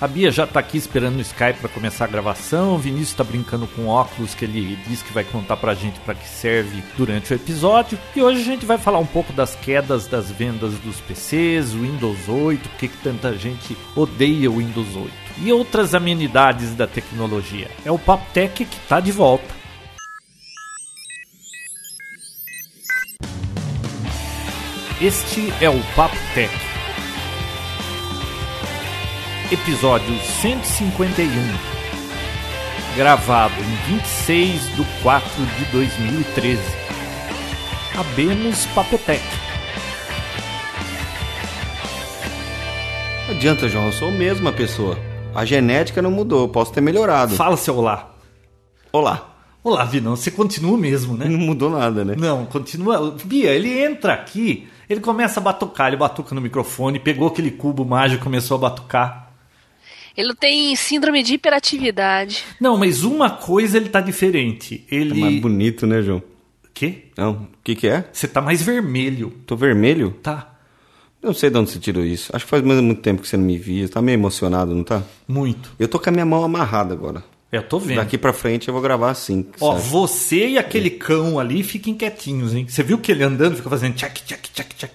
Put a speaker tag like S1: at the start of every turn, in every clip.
S1: A Bia já tá aqui esperando no Skype para começar a gravação. O Vinícius tá brincando com óculos que ele diz que vai contar pra gente para que serve durante o episódio. E hoje a gente vai falar um pouco das quedas das vendas dos PCs, Windows 8, por que tanta gente odeia o Windows 8 e outras amenidades da tecnologia. É o Paptec que tá de volta. Este é o Papo Tech. Episódio 151. Gravado em 26 de 4 de 2013. Abemos Papotec.
S2: Não adianta, João, eu sou a mesma pessoa. A genética não mudou, eu posso ter melhorado.
S1: Fala seu olá.
S2: Olá.
S1: Hum. Olá, Vinão. Você continua mesmo, né?
S2: Não mudou nada, né?
S1: Não, continua. Bia, ele entra aqui, ele começa a batucar, ele batuca no microfone, pegou aquele cubo mágico e começou a batucar.
S3: Ele tem síndrome de hiperatividade.
S1: Não, mas uma coisa ele tá diferente.
S2: É mais
S1: Ele.
S2: bonito, né, João?
S1: Quê?
S2: Não, o que que é?
S1: Você tá mais vermelho,
S2: Tô vermelho?
S1: tá?
S2: Eu não sei de onde você tirou isso. Acho que faz mais muito tempo que você não me via. Tá meio emocionado, não tá?
S1: Muito.
S2: Eu tô com a minha mão amarrada agora.
S1: Eu tô vendo.
S2: Daqui pra frente eu vou gravar assim.
S1: Ó,
S2: sabe?
S1: você e aquele cão ali fiquem quietinhos, hein? Você viu que ele andando fica fazendo tchac, tchac, tchac, tchac.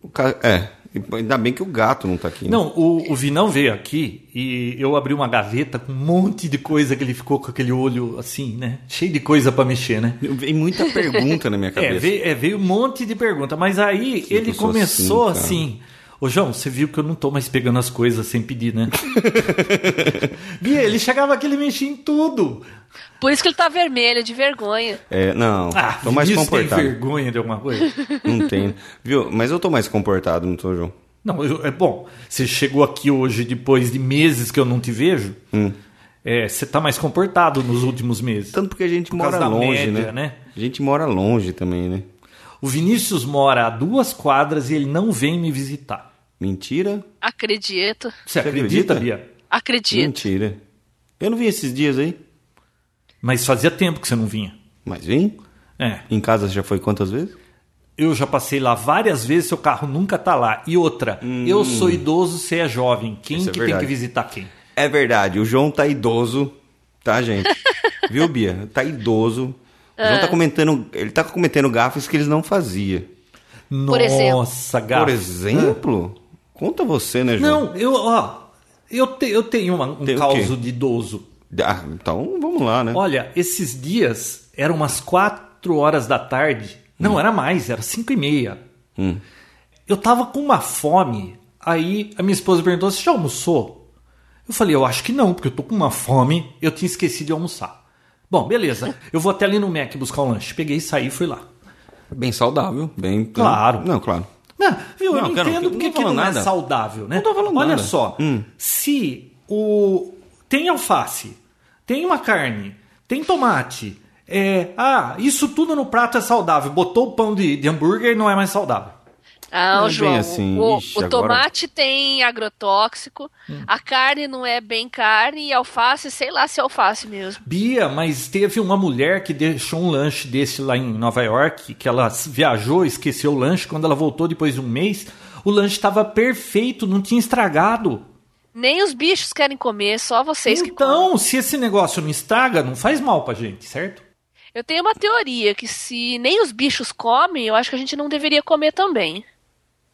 S2: O ca- É, E ainda bem que o gato não tá aqui. né?
S1: Não, o, o Vinão veio aqui e eu abri uma gaveta com um monte de coisa que ele ficou com aquele olho assim, né? Cheio de coisa pra mexer, né?
S2: Vem muita pergunta na minha
S1: É
S2: cabeça.
S1: veio, é, veio um monte de pergunta, mas aí ele
S2: eu sou
S1: começou
S2: assim, cara.
S1: assim. Ô, João, você viu que eu não tô mais pegando as coisas sem pedir, né? Bia, ele chegava aqui, ele mexia em tudo.
S3: Por isso que ele tá vermelho, de vergonha.
S2: É, não,
S1: Ah,
S2: tô mais
S1: Vinícius tem
S2: comportado.
S1: vergonha de alguma coisa?
S2: Não tem. Viu? Mas eu tô mais comportado, não tô, João?
S1: Não, eu- é bom. Você chegou aqui hoje depois de meses que eu não te vejo.
S2: Hum.
S1: É, você tá mais comportado nos últimos meses.
S2: Tanto porque a gente
S1: causa
S2: mora
S1: da
S2: longe,
S1: média,
S2: né?
S1: né?
S2: A gente mora longe também, né?
S1: O Vinícius mora a duas quadras e ele não vem me visitar.
S2: Mentira,
S3: Acredito.
S1: Você,
S2: Você
S1: acredita,
S2: acredita?
S1: Bia?
S3: Acredito.
S2: mentira. Eu não vim esses dias aí,
S1: Mas fazia tempo que você não vinha.
S2: mas vim.
S1: É.
S2: Em casa já foi quantas vezes?
S1: Eu já passei lá várias vezes, seu carro nunca tá lá. E outra, eu sou idoso, você é jovem. Quem
S2: Hum. Isso é
S1: que tem
S2: verdade.
S1: que visitar quem?
S2: É verdade, o João tá idoso, tá, gente? Viu, Bia? Tá idoso. O João tá comentando, ele tá cometendo gafes que eles não faziam.
S3: Por exemplo.
S1: Nossa,
S2: Por
S1: gato.
S2: exemplo, conta você, né, João?
S1: Não, eu, ó, eu, te- eu tenho uma- um
S2: Tem o
S1: caos
S2: quê?
S1: de idoso.
S2: Ah, então vamos lá, né?
S1: Olha, esses dias eram umas 4 horas da tarde. Não, era mais, era 5 e meia. Eu tava com uma fome. Aí a minha esposa perguntou: Você já almoçou? Eu falei: Eu acho que não, porque eu tô com uma fome. Eu tinha esquecido de almoçar. Bom, beleza. Eu vou até ali no Mac buscar um lanche. Peguei, saí e fui lá.
S2: Bem saudável, bem. né?
S1: Claro.
S2: Não, claro.
S1: Não, Ah, viu? eu
S2: Não,
S1: não
S2: cara,
S1: entendo
S2: não
S1: porque
S2: tô
S1: que não
S2: falando
S1: é
S2: nada.
S1: saudável, né?
S2: Não tô falando
S1: Olha
S2: nada. Hum.
S1: só, se o tem alface, tem uma carne, tem tomate, é, ah, isso tudo no prato é saudável. Botou o pão de, de hambúrguer não é mais saudável.
S2: Não é
S3: Ah, o
S2: bem
S3: João,
S2: assim.
S3: o,
S2: Ixi,
S3: o
S2: agora-
S3: tomate tem agrotóxico, a carne não é bem carne, e alface, sei lá se é alface mesmo.
S1: Bia, mas teve uma mulher que deixou um lanche desse lá em Nova York, que ela s- viajou, esqueceu o lanche, quando ela voltou depois de um mês, o lanche estava perfeito, não tinha estragado.
S3: Nem os bichos querem comer, só vocês que comem.
S1: Então, se esse negócio não estraga, não faz mal pra gente, certo?
S3: Eu tenho uma teoria que se nem os bichos comem, eu acho que a gente não deveria comer também.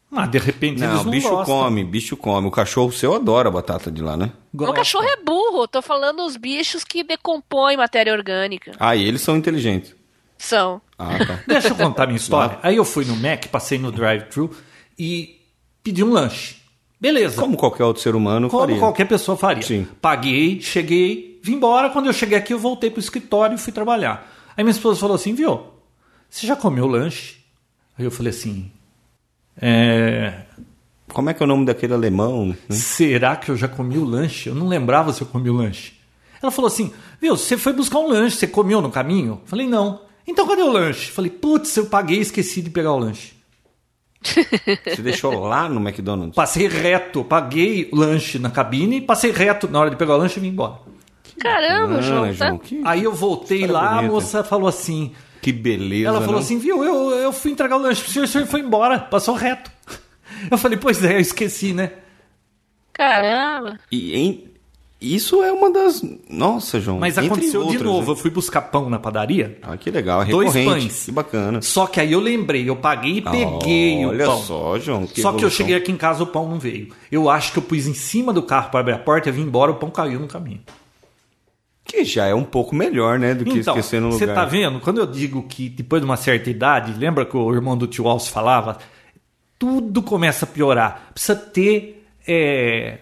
S1: Mas Ah, de repente eles
S2: Não,
S1: não
S2: bicho
S1: gostam.
S2: come, bicho come. O cachorro seu adora a batata de lá, né?
S3: O cachorro é burro, eu tô falando os bichos que decompõem matéria orgânica.
S2: Ah, e eles são inteligentes.
S3: São.
S2: Ah, tá.
S1: Deixa eu contar minha história. Aí eu fui no Mac, passei no drive-thru e pedi um lanche. Beleza.
S2: Como qualquer outro ser humano
S1: Como
S2: faria.
S1: qualquer pessoa faria.
S2: Sim.
S1: Paguei, cheguei, vim embora. Quando eu cheguei aqui, eu voltei pro escritório e fui trabalhar. Aí minha esposa falou assim, viu, você já comeu o lanche? Aí eu falei assim, é,
S2: Como é que é o nome daquele alemão? né?
S1: será que eu já comi o lanche? Eu não lembrava se eu comi o lanche. Ela falou assim: Viu, você foi buscar um lanche, você comeu no caminho? Falei, não. Então cadê o lanche? Falei, putz, eu paguei e esqueci de pegar o lanche.
S2: Você deixou lá no McDonald's?
S1: Passei reto, paguei o lanche na cabine, passei reto na hora de pegar o lanche e vim embora.
S3: Caramba, João,
S2: Ana,
S3: tá?
S2: Ah, João, que,
S1: Aí eu voltei
S2: História
S1: lá, a
S2: bonita.
S1: moça falou assim:
S2: que beleza.
S1: Ela falou
S2: não?
S1: assim, viu, eu, eu fui entregar o lanche pro senhor, o senhor foi embora, passou reto. Eu falei, pois é, eu esqueci, né?
S3: Caramba.
S2: E em- isso é uma das. Nossa, João.
S1: Mas
S2: entre
S1: aconteceu de
S2: outras,
S1: novo. Eu
S2: né?
S1: fui buscar pão na padaria.
S2: Ah, que legal, é
S1: Dois
S2: recorrente.
S1: pães.
S2: Que bacana. Ah,
S1: Só que aí eu lembrei, eu paguei e peguei
S2: Olha
S1: o pão.
S2: só, João.
S1: Só que eu
S2: evolução.
S1: cheguei aqui em casa, o pão não veio. Eu acho que eu pus em cima do carro para abrir a porta, eu vim embora, o pão caiu no caminho.
S2: Que já é um pouco melhor, né? Do que
S1: Então,
S2: esquecer no
S1: você
S2: lugar.
S1: tá vendo? Quando eu digo que depois de uma certa idade, lembra que o irmão do tio Alce falava? Tudo começa a piorar. Precisa ter é,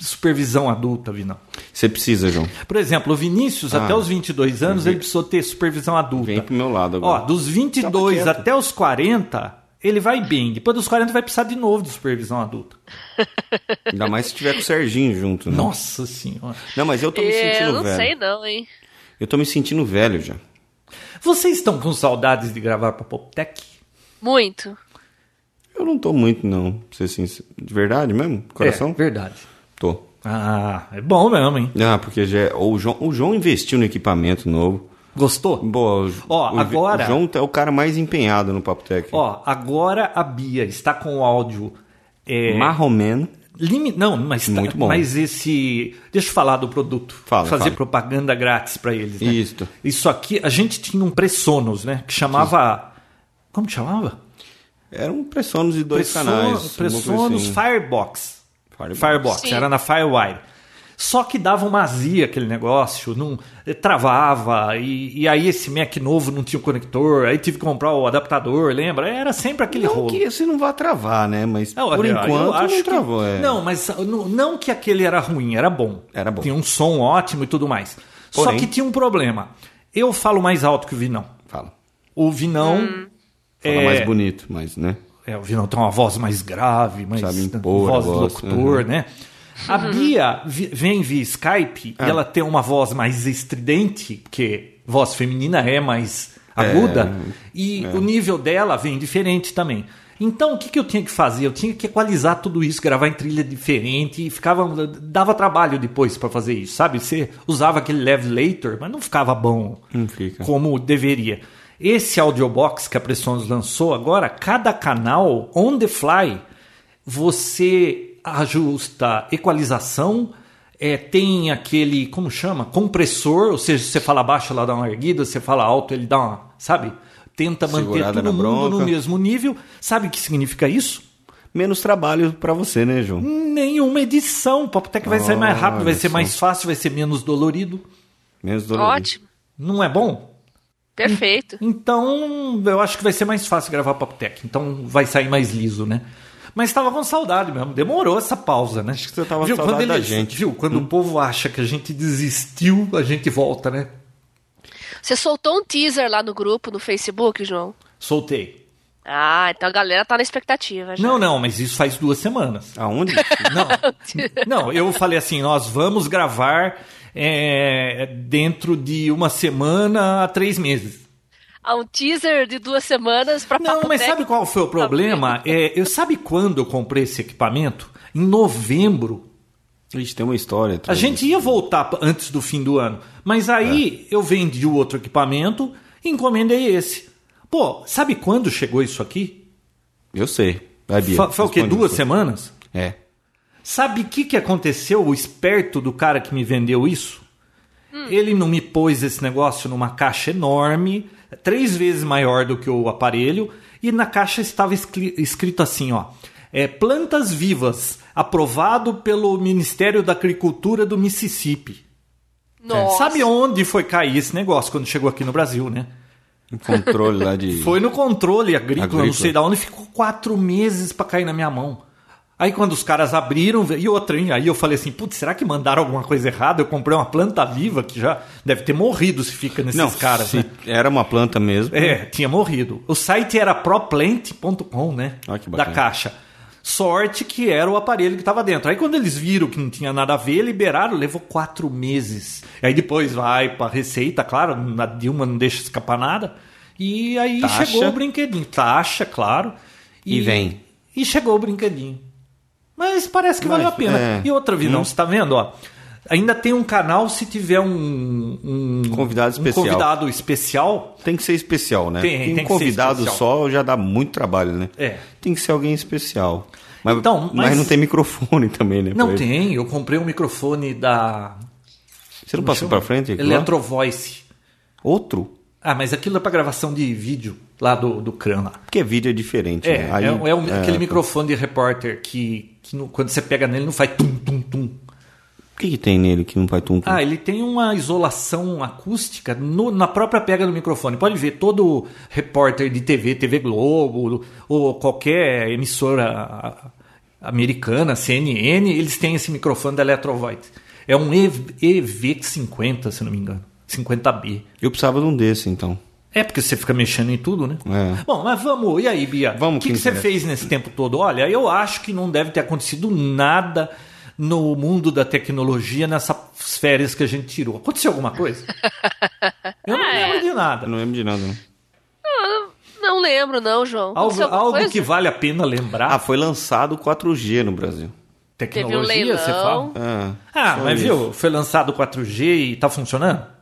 S1: supervisão adulta, Vinão.
S2: Você precisa, João.
S1: Por exemplo, o Vinícius,
S2: Ah.
S1: até os 22 anos, ele precisou ter supervisão adulta.
S2: Vem pro meu lado
S1: Ó,
S2: agora.
S1: dos 22
S2: Tava quieto.
S1: até os 40, ele vai bem. Depois dos 40, vai precisar de novo de supervisão adulta.
S2: Ainda mais se tiver com o Serginho junto, né?
S1: Nossa senhora.
S2: Não, mas eu tô me sentindo
S3: Eu não
S2: velho.
S3: sei não, hein?
S2: Eu tô me sentindo velho já.
S1: Vocês estão com saudades de gravar pra Poptec?
S3: Muito.
S2: Eu não tô muito, não. Pra ser sincero. De verdade mesmo? Coração?
S1: É, verdade.
S2: Tô.
S1: Ah, é bom mesmo, hein?
S2: Ah, porque já é... o, João, o João investiu no equipamento novo.
S1: Gostou?
S2: Boa,
S1: Ó,
S2: o,
S1: agora-
S2: O João é o cara mais empenhado no Papo Tech.
S1: Ó, agora a Bia está com o áudio. É,
S2: Marroman.
S1: limi- Não, mas, tá-
S2: Muito bom.
S1: mas esse. Deixa eu falar do produto.
S2: Fala,
S1: Fazer
S2: fala.
S1: propaganda grátis pra eles. Né?
S2: Isto.
S1: Isso aqui, a gente tinha um Pressonos, né? Que chamava. Como que chamava?
S2: Era um Pressonos de dois
S1: Presson-
S2: canais. uma coisa
S1: Pressonos
S2: um assim.
S1: Firebox.
S2: Firebox.
S3: Sim.
S1: era na Firewire. Só que dava uma azia aquele negócio, não eh, travava, e, e aí esse Mac novo não tinha o conector, aí tive que comprar o adaptador, lembra? Era sempre aquele
S2: Não
S1: rolo.
S2: que você não vá travar, né? Mas
S1: Não,
S2: por
S1: eu
S2: enquanto
S1: acho
S2: não travou.
S1: que,
S2: é.
S1: Não, mas ah, não, não que aquele era ruim, era bom.
S2: Era bom.
S1: Tinha um som ótimo e tudo mais. Só
S2: Porém-
S1: que tinha um problema. Eu falo mais alto que o Vinão.
S2: Fala.
S1: O Vinão.
S2: Fala
S1: é,
S2: mais bonito, mas, né?
S1: é, o Vinão tem uma voz mais grave, mais um
S2: Sabe impor a
S1: voz de
S2: voz,
S1: locutor, né? A Bia vi- vem via Skype
S2: Ah.
S1: e ela tem uma voz mais estridente, porque voz feminina é mais aguda,
S2: É,
S1: e o nível dela vem diferente também. Então, o que, que eu tinha que fazer? Eu tinha que equalizar tudo isso, gravar em trilha diferente e ficava dava trabalho depois para fazer isso, sabe? Você usava aquele Levelator, mas não ficava bom
S2: Não fica.
S1: como deveria. Esse audiobox que a Pressonos lançou agora, cada canal, on the fly, você ajusta equalização, é, tem aquele, como chama? Compressor, ou seja, você fala baixo, ela dá uma erguida, você fala alto, ele dá uma, sabe? Tenta manter
S2: Segurada
S1: todo
S2: na
S1: mundo no
S2: bronca.
S1: mesmo nível. Sabe o que significa isso?
S2: Menos trabalho pra você, né, João?
S1: Hum, Nenhuma edição. O Papotec vai sair mais rápido, vai
S2: Olha
S1: ser
S2: só.
S1: mais fácil, vai ser menos dolorido.
S2: Menos dolorido.
S3: Ótimo.
S1: Não é bom?
S3: Perfeito.
S1: Então, eu acho que vai ser mais fácil gravar Papo Tech. Então, vai sair mais liso, né? Mas tava com saudade mesmo. Demorou essa pausa, né? Acho
S2: que você tava com saudade da gente.
S1: Viu? Quando o povo acha que a gente desistiu, a gente volta, né?
S3: Você soltou um teaser lá no grupo, no Facebook, João?
S1: Soltei.
S3: Ah, então a galera tá na expectativa já.
S1: Não, não, mas isso faz duas semanas.
S2: Aonde?
S1: Não, não eu falei assim, nós vamos gravar é, dentro de uma semana a três meses.
S3: Há um teaser de duas semanas pra
S1: Não,
S3: Papo Tá
S1: mas
S3: Tech.
S1: sabe qual foi o problema? É, eu sabe quando eu comprei esse equipamento? Em novembro
S2: Ixi, tem uma
S1: A
S2: história. atrás
S1: gente ia voltar p- antes do fim do ano, mas aí eu vendi o outro equipamento e encomendei esse. Pô, sabe quando chegou isso aqui?
S2: Eu sei. Vai, Bia.
S1: Fa- Foi o quê?
S2: responde
S1: Duas
S2: você.
S1: semanas?
S2: É.
S1: Sabe o que, que aconteceu, o esperto do cara que me vendeu isso? Ele não me pôs esse negócio numa caixa enorme, três vezes maior do que o aparelho, e na caixa estava escri- escrito assim, ó. É, plantas vivas, aprovado pelo Ministério da Agricultura do Mississippi.
S3: Nossa.
S1: É. Sabe onde foi cair esse negócio quando chegou aqui no Brasil, né?
S2: Um controle lá de...
S1: Foi no controle agrícola,
S2: Agrícola.
S1: não sei da onde, ficou quatro meses pra cair na minha mão. Aí quando os caras abriram, e outra, hein? aí eu falei assim, putz, será que mandaram alguma coisa errada? Eu comprei uma planta viva que já deve ter morrido se fica nesses
S2: Não,
S1: caras,
S2: se
S1: né?
S2: era uma planta mesmo.
S1: É, tinha morrido. O site era proplant.com, né?
S2: Ah, que
S1: da
S2: bacana.
S1: caixa. Sorte que era o aparelho que estava dentro. Aí quando eles viram que não tinha nada a ver, liberaram, levou quatro meses. Aí depois vai para receita, claro, a Dilma não deixa escapar nada. E aí
S2: Taxa.
S1: chegou o brinquedinho. Taxa, claro.
S2: E vem.
S1: E chegou o brinquedinho. Mas parece que
S2: Mas,
S1: valeu a pena.
S2: é.
S1: E outra, Vinão, você tá vendo, ó. Ainda tem um canal se tiver um, um-
S2: Convidado especial.
S1: Um convidado especial
S2: Tem que ser especial, né?
S1: Tem,
S2: Porque
S1: tem
S2: um
S1: que ser
S2: convidado
S1: especial.
S2: só já dá muito trabalho, né?
S1: É.
S2: Tem que ser alguém especial. Mas,
S1: Então,
S2: mas...
S1: mas
S2: não tem microfone também, né?
S1: Não
S2: pra ele.
S1: tem, eu comprei um microfone da.
S2: Você não passou pra frente? aquilo lá?
S1: Eletrovoice.
S2: Outro?
S1: Ah, mas aquilo é pra gravação de vídeo lá do, do CRAN lá.
S2: Porque vídeo é diferente.
S1: É,
S2: né?
S1: é,
S2: Aí-
S1: é, um- aquele
S2: é,
S1: microfone de repórter que, que não- quando você pega nele não faz tum, tum, tum.
S2: O que, que tem nele que não faz tum, tum?
S1: Ah, ele tem uma isolação acústica no- na própria pega do microfone. Pode ver, todo repórter de TV, TV Globo, ou qualquer emissora americana, CNN, eles têm esse microfone da Electrovoice. É um EV- EV50, se não me engano. 50B.
S2: Eu precisava de um desse, então.
S1: É porque você fica mexendo em tudo, né?
S2: É.
S1: Bom, mas vamos. E aí, Bia?
S2: Vamos
S1: O que,
S2: que
S1: que você
S2: interessa.
S1: fez nesse tempo todo? Olha, eu acho que não deve ter acontecido nada no mundo da tecnologia nessas férias que a gente tirou. Aconteceu alguma coisa? Eu não
S3: Ah,
S1: lembro
S3: é.
S1: de
S2: Eu
S1: nada.
S2: não lembro de nada. não.
S3: Não lembro, não, João.
S1: Algo,
S3: Aconteceu alguma
S1: algo
S3: coisa?
S1: que vale a pena
S2: Ah,
S1: lembrar.
S2: foi lançado 4G no Brasil.
S1: tecnologia,
S3: teve um
S1: você fala?
S3: leilão.
S2: Ah,
S1: Ah,
S2: só
S1: mas
S2: isso.
S1: viu, foi lançado 4G e tá funcionando?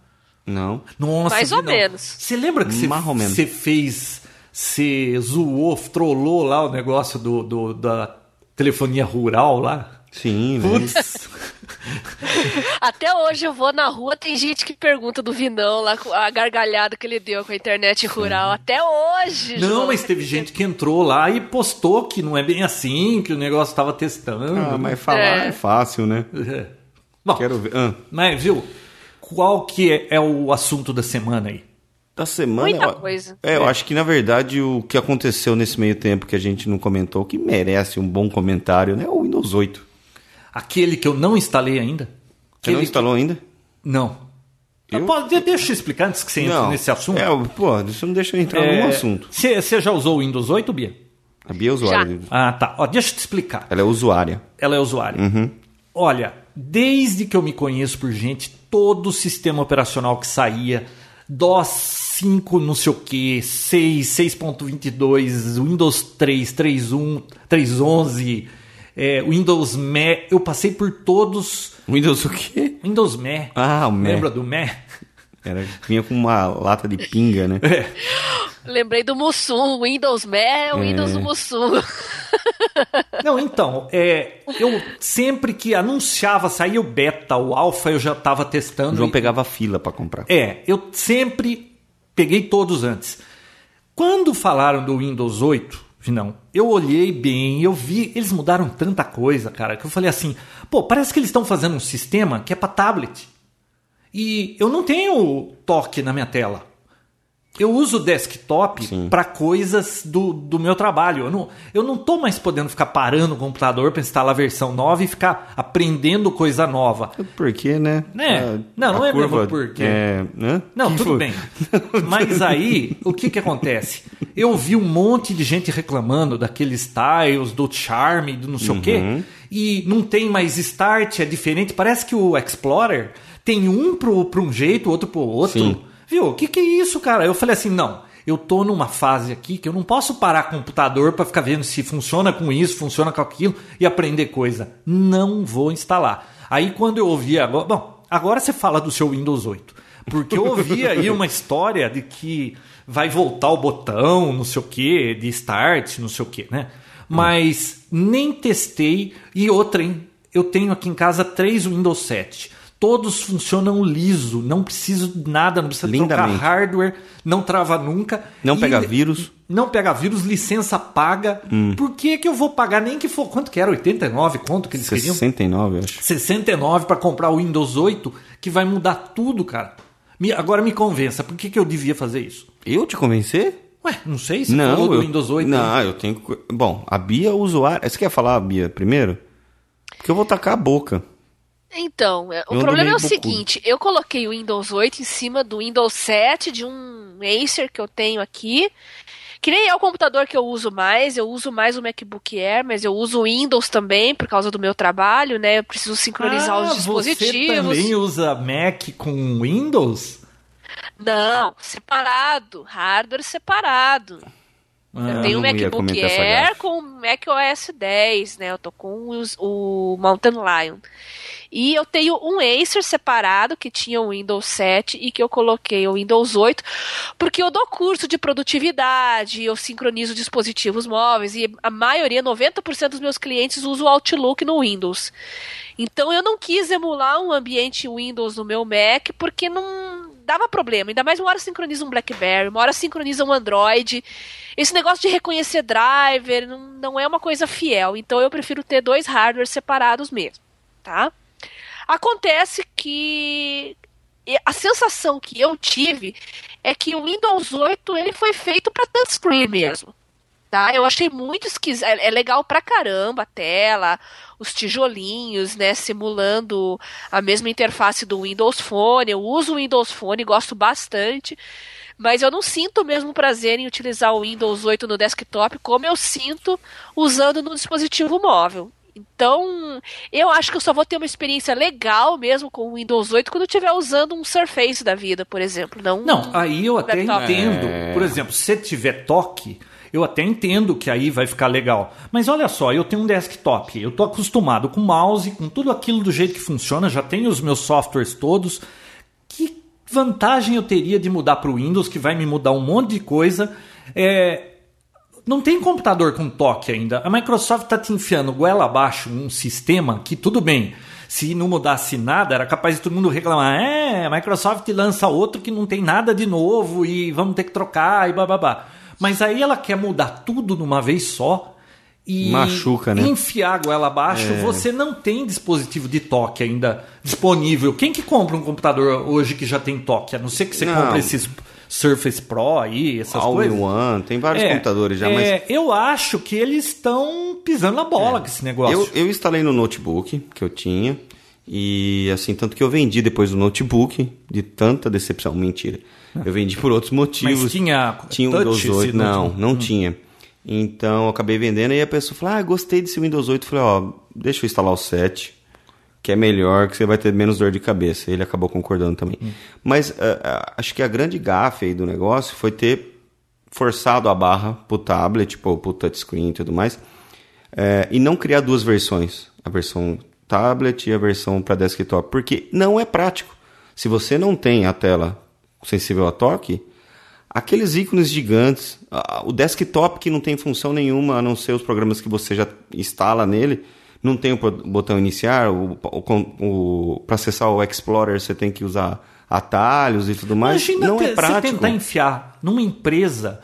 S2: Não.
S1: Nossa,
S3: Mais ou
S1: Vinão,
S3: menos.
S1: Você lembra que
S2: Mais ou menos.
S1: você fez, você zoou, trollou lá o negócio do, do- da telefonia rural lá?
S2: Sim, né?
S1: Putz,
S3: Até hoje eu vou na rua, tem gente que pergunta do Vinão lá, com a gargalhada que ele deu com a internet rural. Até hoje,
S1: não,
S3: João.
S1: mas teve gente que entrou lá e postou que não é bem assim, que o negócio estava testando.
S2: Ah, mas falar
S3: É.
S2: é fácil, né?
S1: É. Bom,
S2: Quero ver. Ah,
S1: mas viu, qual que é, é o assunto da semana aí?
S2: da semana.
S3: Muita
S2: eu-
S3: coisa.
S2: É, eu acho que na verdade o que aconteceu nesse meio tempo que a gente não comentou, que merece um bom comentário, né? É O Windows 8.
S1: Aquele que eu não instalei ainda?
S2: Você não
S1: Aquele-
S2: instalou ainda?
S1: Não. Tá,
S2: Eu-
S1: Pode- de- deixa eu explicar antes que você entre
S2: não.
S1: nesse assunto.
S2: É, pô, isso não deixa eu entrar
S1: É,
S2: num assunto.
S1: Você você já usou o Windows 8, Bia?
S2: A Bia é usuária.
S1: Ah, tá. Ó, deixa eu te explicar.
S2: Ela é usuária.
S1: Ela é usuária. Olha, desde que eu me conheço por gente, todo sistema operacional que saía, DOS 5 não sei o que, 6, 6.22, Windows 3, 3.1, 3.11, é, Windows ME, eu passei por todos.
S2: Windows o quê?
S1: Windows ME.
S2: Ah, o ME.
S1: Lembra do ME?
S2: Era, vinha com uma lata de pinga, né?
S1: É.
S3: Lembrei do Mussum, Windows Me,
S1: É.
S3: o Windows do Mussum.
S1: Não, então, é, eu sempre que anunciava sair o beta, o alfa, eu já estava
S2: O
S1: testando.
S2: João
S1: e-
S2: pegava fila pra comprar.
S1: É, eu sempre peguei todos antes. Quando falaram do Windows 8, não, eu olhei bem, eu vi, eles mudaram tanta coisa, cara, que eu falei assim, pô, parece que eles estão fazendo um sistema que é pra tablet. E eu não tenho toque na minha tela. Eu uso o desktop pra coisas do, do meu trabalho. Eu não, eu não tô mais podendo ficar parando o computador pra instalar a versão nova e ficar aprendendo coisa nova.
S2: Por quê, né?
S1: Né? Não, não é mesmo por quê.
S2: É, né?
S1: Não,
S2: Que
S1: tudo
S2: foi?
S1: bem. Mas aí, o que que acontece? Eu vi um monte de gente reclamando daqueles tiles, do charme, do não sei o
S2: Uhum.
S1: quê, e não tem mais start, é diferente. Parece que o Explorer tem um pro, pro um jeito, outro pro outro.
S2: Sim.
S1: Viu? O que que é isso, cara? Eu falei assim, não. Eu tô numa fase aqui que eu não posso parar o computador pra ficar vendo se funciona com isso, funciona com aquilo e aprender coisa. Não vou instalar. Aí quando eu ouvi agora, bom, agora você fala do seu Windows 8, porque eu ouvi aí uma história de que vai voltar o botão, não sei o quê, de start, não sei o quê, né? Mas nem testei e outra, hein? Eu tenho aqui em casa três Windows 7. Todos funcionam liso, não preciso de nada, não preciso trocar
S2: Lindamente.
S1: hardware, não trava nunca.
S2: Não
S1: E
S2: pega vírus. Hum.
S1: Não pega vírus, licença paga. Por que que eu vou pagar nem que for, quanto que era? 89 quanto que eles queriam?
S2: 69, eu acho.
S1: 69 para comprar o Windows 8, que vai mudar tudo, cara. Me- agora me convença, por que que eu devia fazer isso?
S2: Eu te convencer?
S1: Ué, não sei se
S2: não,
S1: falou do
S2: eu,
S1: Windows 8. né?
S2: Não, eu tenho. que- Bom, a Bia é usuária. Você quer falar, Bia, primeiro? Porque eu vou tacar a boca.
S3: Então, é,
S2: Eu
S3: o
S2: ando
S3: problema é
S2: meio
S3: o
S2: bocudo.
S3: seguinte, eu coloquei o Windows 8 em cima do Windows 7 de um Acer que eu tenho aqui, que nem é o computador que eu uso mais, eu uso mais o MacBook Air, mas eu uso o Windows também por causa do meu trabalho, né? Eu preciso sincronizar
S1: Ah,
S3: os
S1: Você
S3: dispositivos.
S1: também usa Mac com Windows?
S3: Não, separado, hardware separado.
S1: Ah,
S3: eu tenho o
S2: não ia
S3: MacBook
S2: comentar essa
S3: Air
S2: graça.
S3: com o macOS 10, né? Eu tô com os- o Mountain Lion. E eu tenho um Acer separado que tinha o Windows 7 e que eu coloquei o Windows 8, porque eu dou curso de produtividade, eu sincronizo dispositivos móveis e a maioria, 90% dos meus clientes usam o Outlook no Windows. Então eu não quis emular um ambiente Windows no meu Mac porque não dava problema. Ainda mais uma hora sincroniza um BlackBerry, uma hora sincroniza um Android. Esse negócio de reconhecer driver não, não é uma coisa fiel. Então eu prefiro ter dois hardwares separados mesmo, tá? Acontece que a sensação que eu tive é que o Windows 8 ele foi feito para touchscreen mesmo. Tá? Eu achei muito esquisito. É legal pra caramba a tela, os tijolinhos, né? Simulando a mesma interface do Windows Phone. Eu uso o Windows Phone, gosto bastante. Mas eu não sinto o mesmo prazer em utilizar o Windows 8 no desktop como eu sinto usando no dispositivo móvel. Então, eu acho que eu só vou ter uma experiência legal mesmo com o Windows 8 quando eu estiver usando um Surface da vida, por exemplo. Não,
S1: Não,
S3: um
S1: aí eu até
S3: laptop.
S1: entendo. Por exemplo, se tiver toque, eu até entendo que aí vai ficar legal. Mas olha só, eu tenho um desktop, eu tô acostumado com mouse, com tudo aquilo do jeito que funciona, já tenho os meus softwares todos. Que vantagem eu teria de mudar para o Windows, que vai me mudar um monte de coisa? É, não tem computador com toque ainda. A Microsoft está te enfiando goela abaixo um sistema que, tudo bem, se não mudasse nada, era capaz de todo mundo reclamar: é, a Microsoft lança outro que não tem nada de novo e vamos ter que trocar e bababá. Mas aí ela quer mudar tudo de uma vez só e
S2: Machuca, né? É.
S1: enfiar a goela abaixo. Você não tem dispositivo de toque ainda disponível. Quem que compra um computador hoje que já tem toque? A não ser que você
S2: Não.
S1: compre esses Surface Pro aí, essas
S2: All in
S1: coisas.
S2: One, tem vários
S1: É,
S2: computadores já,
S1: é,
S2: mas É.
S1: Eu acho que eles estão pisando na bola com esse negócio.
S2: Eu, eu instalei no notebook que eu tinha. E assim, tanto que eu vendi depois do notebook, de tanta decepção, mentira. Eu vendi por outros motivos.
S1: Ah. Mas tinha
S2: tinha um
S1: touch
S2: Windows
S1: esse
S2: 8. Não,
S1: notebook? Hum.
S2: não tinha. Então eu acabei vendendo e a pessoa falou: Ah, gostei desse Windows 8. Eu falei, ó, deixa eu instalar o 7, que é melhor, que você vai ter menos dor de cabeça. Ele acabou concordando também.
S1: Hum.
S2: Mas ah, ah, acho que a grande gafe aí do negócio foi ter forçado a barra pro tablet, pro, pro touchscreen e tudo mais. É, e não criar duas versões, a versão tablet e a versão para desktop, porque não é prático. Se você não tem a tela sensível a toque, aqueles ícones gigantes, a- o desktop que não tem função nenhuma a não ser os programas que você já instala nele, não tem o bot- botão iniciar, o, para acessar o Explorer você tem que usar atalhos e tudo mais.
S1: Imagina
S2: não
S1: te-
S2: é prático.
S1: você tentar enfiar numa empresa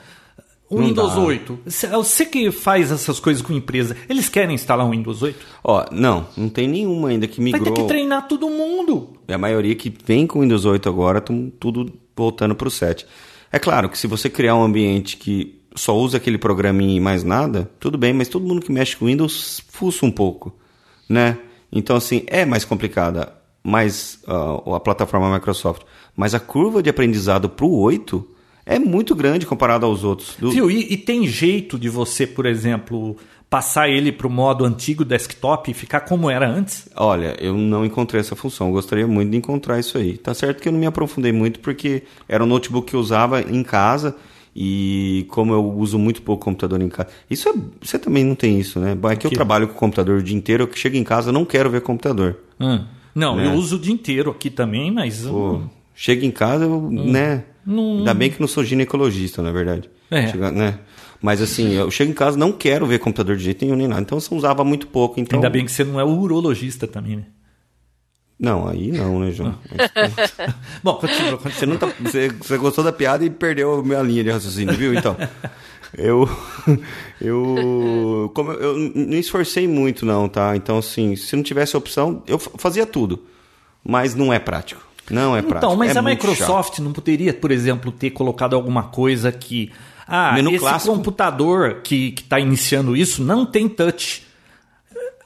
S1: o
S2: Não
S1: Windows
S2: dá.
S1: 8. Cê- Você que faz essas coisas com empresa, eles querem instalar um Windows 8?
S2: Ó, não, não tem nenhuma ainda que
S1: Vai
S2: migrou.
S1: ter que treinar todo mundo.
S2: E É a maioria que vem com o Windows 8 agora estão tudo voltando para o 7. É claro que se você criar um ambiente que só usa aquele programinha e mais nada, tudo bem, mas todo mundo que mexe com Windows fuça um pouco, né? Então, assim, é mais complicada mais ah, a plataforma Microsoft. Mas a curva de aprendizado para o 8 é muito grande comparado aos outros. Do-
S1: Viu? E, e tem jeito de você, por exemplo, passar ele para o modo antigo desktop e ficar como era antes?
S2: Olha, eu não encontrei essa função. Eu gostaria muito de encontrar isso aí. Tá certo que eu não me aprofundei muito porque era um notebook que eu usava em casa e como eu uso muito pouco computador em casa. Isso é, você também não tem isso, né? Bom, É que eu
S1: quê?
S2: trabalho com computador o dia inteiro, eu que chego em casa eu não quero ver computador.
S1: Hum. Não,
S2: Né?
S1: eu uso o dia inteiro aqui também, mas.
S2: Pô, chego em casa, eu, né?
S1: Hum. Não-
S2: Ainda bem que não sou ginecologista, na verdade.
S1: É.
S2: Chega- né? Mas assim, eu chego em casa não quero ver computador de jeito nenhum nem nada. Então eu só usava muito pouco. Então...
S1: Ainda bem que você não é urologista também, né?
S2: Não, aí não, né, João?
S1: Ah. Bom, continua, continua.
S2: Você, não tá- você- você gostou da piada e perdeu a minha linha de raciocínio, viu? Então, eu. Eu. Como eu, eu não esforcei muito, não, tá? Então, assim, se não tivesse opção, eu fa- fazia tudo. Mas não é prático. Não é prático.
S1: Então, mas
S2: É
S1: a
S2: muito
S1: Microsoft não poderia, por exemplo, ter colocado alguma coisa que. Ah,
S2: Menu
S1: esse
S2: clássico.
S1: computador que está iniciando isso não tem touch.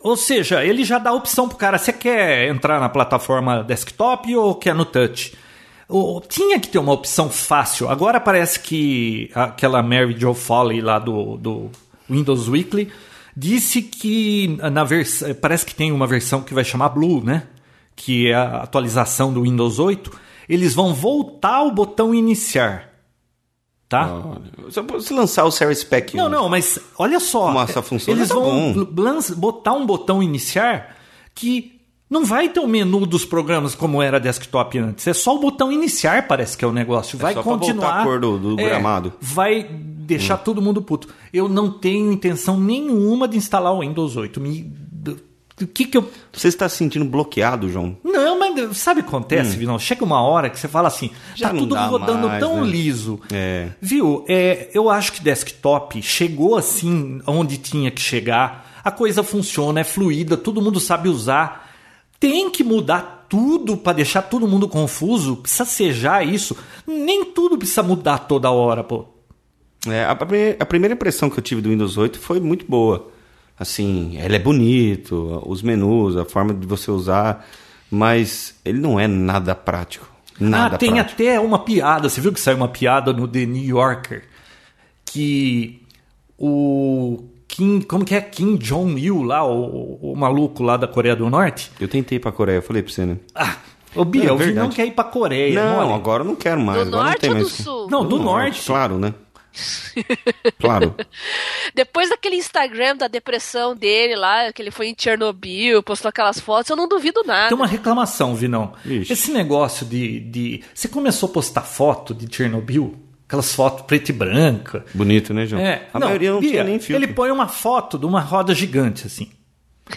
S1: Ou seja, ele já dá a opção pro cara. Você quer entrar na plataforma desktop ou quer no touch? Ou- tinha que ter uma opção fácil. Agora parece que aquela Mary Jo Foley lá do, do Windows Weekly disse que na vers parece que tem uma versão que vai chamar Blue, né? Que é a atualização do Windows 8. Eles vão voltar o botão iniciar, tá?
S2: chato. Só pra- Se lançar o Service Pack
S1: Não,
S2: um,
S1: não, mas olha só.
S2: Como essa função
S1: Eles
S2: já tá
S1: vão
S2: bom.
S1: bl- lança- botar um botão iniciar que Não vai ter o menu dos programas como era desktop antes. É só o botão iniciar, parece que é o negócio. Vai
S2: só pra
S1: continuar. É,
S2: voltar a cor do- do gramado. Hum.
S1: Vai deixar todo mundo puto. Eu não tenho intenção nenhuma de instalar o Windows 8. Me- do- do que que eu
S2: Você está se sentindo bloqueado, João?
S1: não, mas sabe o que acontece, Vinão? Chega uma hora que você fala assim,
S2: Hum. Já
S1: tá
S2: não
S1: tudo
S2: dá
S1: rodando
S2: mais,
S1: tão
S2: né?
S1: liso.
S2: É.
S1: Viu? É, eu acho que desktop chegou assim onde tinha que chegar. A coisa funciona, é fluida, todo mundo sabe usar. Tem que mudar tudo para deixar todo mundo confuso, precisa sejar isso. Nem tudo precisa mudar toda hora, pô.
S2: É, a, prime- a primeira impressão que eu tive do Windows 8 foi muito boa. Assim, ele é bonito, os menus, a forma de você usar, mas ele não é nada prático. Nada
S1: ah, tem
S2: prático.
S1: até uma piada. Você viu que saiu uma piada no The New Yorker que o Kim, como que é Kim Jong Il lá, o, o maluco lá da Coreia do Norte?
S2: Eu tentei ir pra Coreia, eu falei pra você, né?
S1: Ah, o Bia,
S2: É
S1: o Vinão
S2: verdade.
S1: quer ir pra Coreia.
S2: não,
S1: olha.
S2: agora eu não quero mais.
S3: Do
S2: agora não
S3: norte
S2: tem
S3: ou do
S2: mais.
S3: sul?
S1: É, Não, do norte.
S2: Claro, né? Claro.
S3: Depois daquele Instagram da depressão dele lá, que ele foi em Chernobyl, postou aquelas fotos, eu não duvido nada.
S1: Tem uma reclamação, Vinão.
S2: Ixi.
S1: Esse negócio de, de. Você começou a postar foto de Chernobyl? Aquelas fotos preto e branca.
S2: Bonito, né, João?
S1: É,
S2: a maioria não
S1: Bia,
S2: tinha nem filtro.
S1: Ele põe uma foto de uma roda gigante, assim.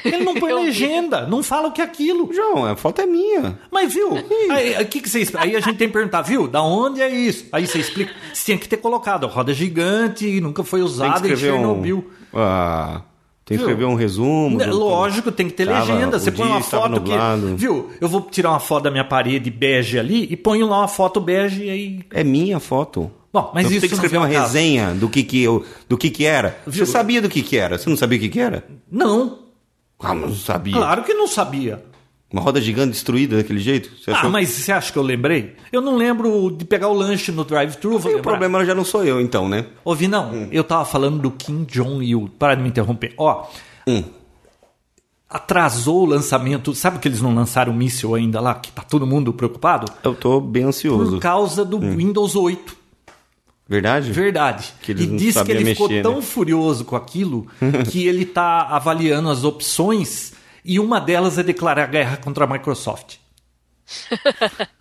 S1: Ele não
S2: É
S1: põe
S3: Eu vi.
S1: legenda, não fala o que é aquilo.
S2: João, a falta é minha.
S1: Mas
S2: É
S1: viu? Aí, aí, que que você explica? aí a gente tem que perguntar, viu? Da onde é isso? Aí você explica. Você tinha que ter colocado, roda gigante, nunca foi
S2: Tem que
S1: usada em
S2: escrever
S1: Chernobyl.
S2: um... Ah, tem que
S1: Viu?
S2: escrever um resumo.
S1: Né,
S2: do-
S1: Lógico, tem que ter
S2: Tava-
S1: legenda.
S2: o
S1: Você põe uma
S2: dia estava
S1: foto que.
S2: nublado.
S1: Viu? Eu vou tirar uma foto da minha parede bege ali e ponho lá uma foto bege e aí.
S2: É minha foto.
S1: Bom, mas
S2: Então,
S1: isso
S2: tem que
S1: não
S2: escrever
S1: vem
S2: uma
S1: ao caso.
S2: resenha do que que eu, do que que era.
S1: Viu?
S2: Você sabia do que que era? Você não sabia o que que era?
S1: Não,
S2: Ah, mas não sabia.
S1: claro que não sabia.
S2: Uma roda gigante destruída daquele jeito. Você
S1: Ah,
S2: achou?
S1: mas você acha que eu lembrei? Eu não lembro de pegar o lanche no drive-thru. vou
S2: Aí o
S1: lembrar.
S2: problema já não sou eu, então, né?
S1: Ô, Vinão, eu tava falando do Kim Jong-il. Para de me interromper. Ó.
S2: Hum.
S1: Atrasou o lançamento. Sabe que eles não lançaram o míssil ainda lá? Que tá todo mundo preocupado?
S2: Eu tô bem ansioso.
S1: Por causa do Windows 8.
S2: Verdade?
S1: Verdade.
S2: Hum. Que eles
S1: e
S2: não
S1: diz que
S2: sabiam
S1: ele ficou
S2: mexer,
S1: tão
S2: né?
S1: furioso com aquilo que ele tá avaliando as opções e uma delas é declarar guerra contra a Microsoft.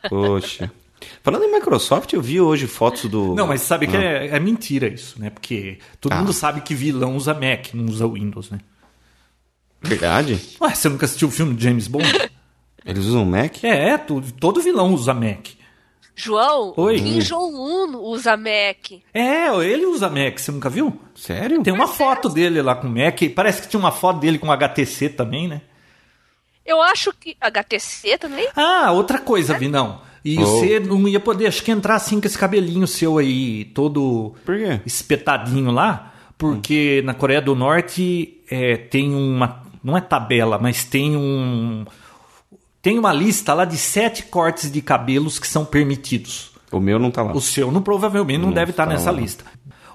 S2: Poxa. Falando em Microsoft, eu vi hoje fotos do...
S1: Não, mas sabe que é, é mentira isso, né? Porque todo
S2: Ah.
S1: mundo sabe que vilão usa Mac, não usa Windows, né?
S2: Verdade?
S1: Ué, você nunca assistiu o filme de James Bond?
S2: Eles usam Mac?
S1: É, é tu- todo vilão usa Mac.
S3: João,
S1: Oi.
S3: Kim Jong-un usa Mac.
S1: É, ele usa Mac, você nunca viu?
S2: Sério?
S1: Tem uma foto dele lá com Mac, parece que tinha uma foto dele com HTC também, né?
S3: Eu acho que. HTC também?
S1: Ah, outra coisa, Vinão. E
S2: Oh.
S1: você não ia poder, acho que entrar assim com esse cabelinho seu aí, todo
S2: Por quê?
S1: espetadinho lá, porque
S2: Hum.
S1: na Coreia do Norte é, tem uma. Não é tabela, mas tem um. Tem uma lista lá de sete cortes de cabelos que são permitidos.
S2: O meu não tá lá.
S1: O seu não provavelmente não, deve estar
S2: tá
S1: nessa
S2: lá.
S1: lista.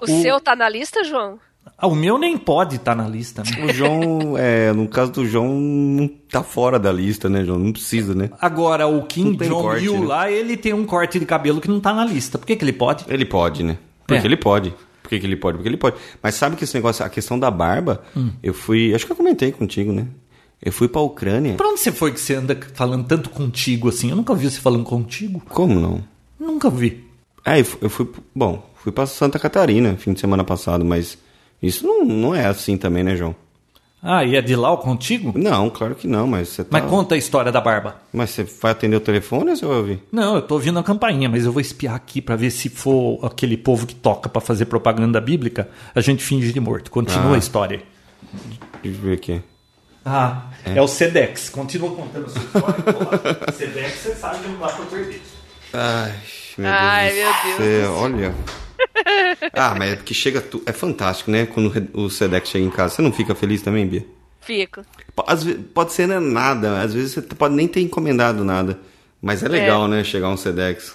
S3: O, seu tá na lista, João?
S1: Ah, o meu nem pode estar na lista, né?
S2: O João, é, no caso do João, não tá fora da lista, né, João? Não precisa, né?
S1: Agora, o Kim
S2: Não tem corte,
S1: Jong-il
S2: né?
S1: lá, ele tem um corte de cabelo que não tá na lista. Por que, que ele pode?
S2: Ele pode, né? Porque
S1: É.
S2: ele pode. Por que, que ele pode? Porque ele pode. Mas sabe que esse negócio, a questão da barba,
S1: Hum.
S2: eu fui. Acho que eu comentei contigo, né? Eu fui pra Ucrânia.
S1: Pra onde você foi que você anda falando tanto contigo assim? Eu nunca vi você falando contigo.
S2: Como não?
S1: Nunca vi.
S2: Ah, eu fu- eu fui. pro- Bom, fui pra Santa Catarina fim de semana passado, mas isso não, não é assim também, né, João?
S1: Ah, e é de lá o contigo?
S2: Não, claro que não, mas você tá.
S1: Mas conta a história da barba.
S2: Mas você vai atender o telefone ou você vai ouvir?
S1: Não, eu tô ouvindo a campainha, mas eu vou espiar aqui pra ver se for aquele povo que toca pra fazer propaganda bíblica, a gente finge de morto. Continua
S2: Ah.
S1: a história.
S2: Deixa eu ver aqui.
S1: Ah, é, o Sedex. Continua contando a sua história. pô. Sedex, você sabe que não dá pra perder.
S2: Ai, meu
S3: Ai,
S2: Deus.
S3: meu
S2: do
S3: Deus
S2: céu, Olha. Ah, mas é porque chega. Tu... É fantástico, né? Quando o re- o Sedex chega em casa. Você não fica feliz também, Bia?
S3: Fico.
S2: Po- às ve- Pode ser né, nada, às vezes você t- pode nem ter encomendado nada. Mas é legal, né? Chegar um Sedex.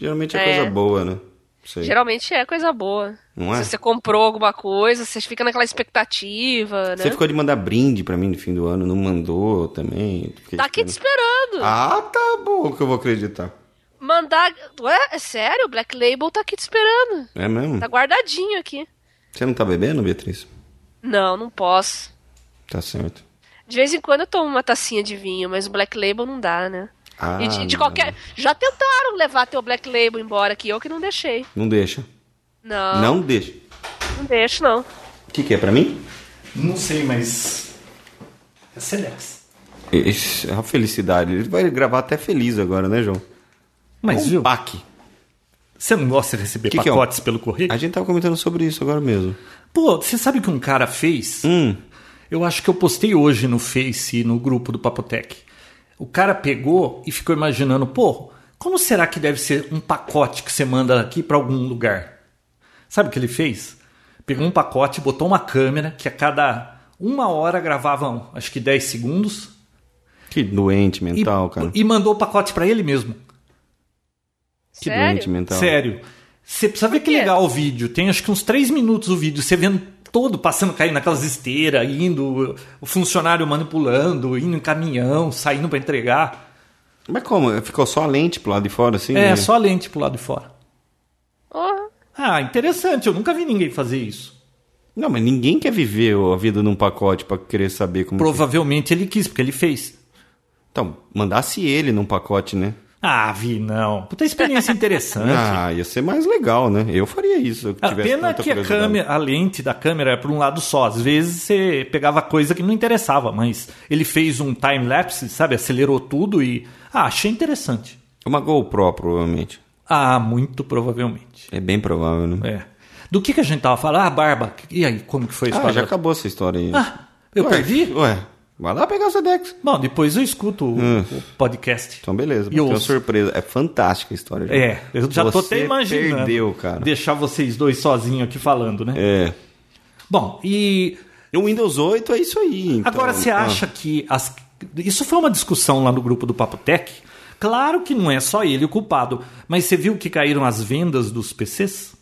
S2: Geralmente é,
S3: É.
S2: coisa boa, né? Não sei.
S3: Geralmente é coisa boa.
S2: Não é?
S3: Se você comprou alguma coisa, você fica naquela expectativa, né?
S2: Você ficou de mandar brinde pra mim no fim do ano, não mandou também. fiquei
S3: Tá aqui te
S2: esperando.
S3: esperando.
S2: Ah, tá bom que eu vou acreditar.
S3: Mandar. Ué, é sério? O Black Label tá aqui te esperando.
S2: É mesmo?
S3: Tá guardadinho aqui.
S2: Você não tá bebendo, Beatriz?
S3: Não, não posso.
S2: Tá certo.
S3: De vez em quando eu tomo uma tacinha de vinho, mas o Black Label não dá, né?
S2: Ah,
S3: e de, de
S2: não.
S3: qualquer. Já tentaram levar teu Black Label embora aqui, eu que não deixei.
S2: Não deixa.
S3: Não, não,
S2: Não deixa.
S3: deixo, não.
S2: O que, que é pra mim?
S1: Não sei, mas. É Celex.
S2: Ixi, a felicidade. Ele vai gravar até feliz agora, né, João?
S4: Mas,
S2: um
S4: viu?
S2: pack.
S1: Você não gosta de receber
S2: Que que é um-
S1: pacotes pelo correio?
S2: A gente tava comentando sobre isso agora mesmo.
S1: Pô, você sabe o que um cara fez?
S2: Hum.
S1: Eu acho que eu postei hoje no Face, no grupo do Papotec. O cara pegou e ficou imaginando, pô, como será que deve ser um pacote que você manda aqui pra algum lugar? Sabe o que ele fez? Pegou um pacote, botou uma câmera que a cada uma hora gravava, um, acho que 10 segundos.
S2: Que doente
S1: E,
S2: mental, Então, cara.
S1: e mandou o pacote pra ele mesmo.
S2: que
S3: Sério?
S2: doente mental.
S1: Sério. Você precisa ver que
S3: quê?
S1: legal o vídeo. Tem acho que uns três minutos o vídeo. Você vendo todo, passando, caindo naquelas esteiras, indo, o funcionário manipulando, indo em caminhão, saindo pra entregar.
S2: Mas como? Ficou só a lente pro lado de fora, assim?
S1: É,
S2: né?
S1: só a lente pro lado de fora.
S3: Oh,
S1: Ah, interessante. Eu nunca vi ninguém fazer isso.
S2: Não, mas ninguém quer viver a vida num pacote pra querer saber como... que-
S1: Provavelmente ele quis, porque ele fez.
S2: Então, mandasse ele num pacote, né?
S1: Ah, vi, não. Puta experiência interessante.
S2: Ah, ia ser mais legal, né? Eu faria isso. se eu
S1: A
S2: tivesse
S1: É. Ah, pena
S2: tanta
S1: que a
S2: curiosidade.
S1: câmera, a lente da câmera é para um lado só. Às vezes você pegava coisa que não interessava, mas ele fez um time lapse, sabe? Acelerou tudo e ah, achei interessante.
S2: É Uma GoPro, provavelmente.
S1: Ah, muito provavelmente.
S2: É bem provável, né?
S1: É. Do que que a gente tava falando? Ah, barba. E aí, como que foi a
S2: Ah,
S1: história?
S2: já acabou essa história aí.
S1: Ah, eu
S2: Ué,
S1: perdi?
S2: Ué, vai lá pegar o Sedex.
S1: Bom, depois eu escuto o,
S2: Hum.
S1: o podcast.
S2: Então, beleza.
S1: E
S2: Tem uma
S1: ouço.
S2: surpresa. É fantástica a história. gente.
S1: É, eu já tô até
S2: Você
S1: imaginando.
S2: perdeu, cara.
S1: Deixar vocês dois sozinhos aqui falando, né?
S2: É.
S1: Bom, e
S2: E o Windows 8 é isso aí. então.
S1: Agora, você
S2: Ah,
S1: acha que. as- Isso foi uma discussão lá no grupo do Papo Tech. Claro que não é só ele o culpado, mas você viu que caíram as vendas dos PCs?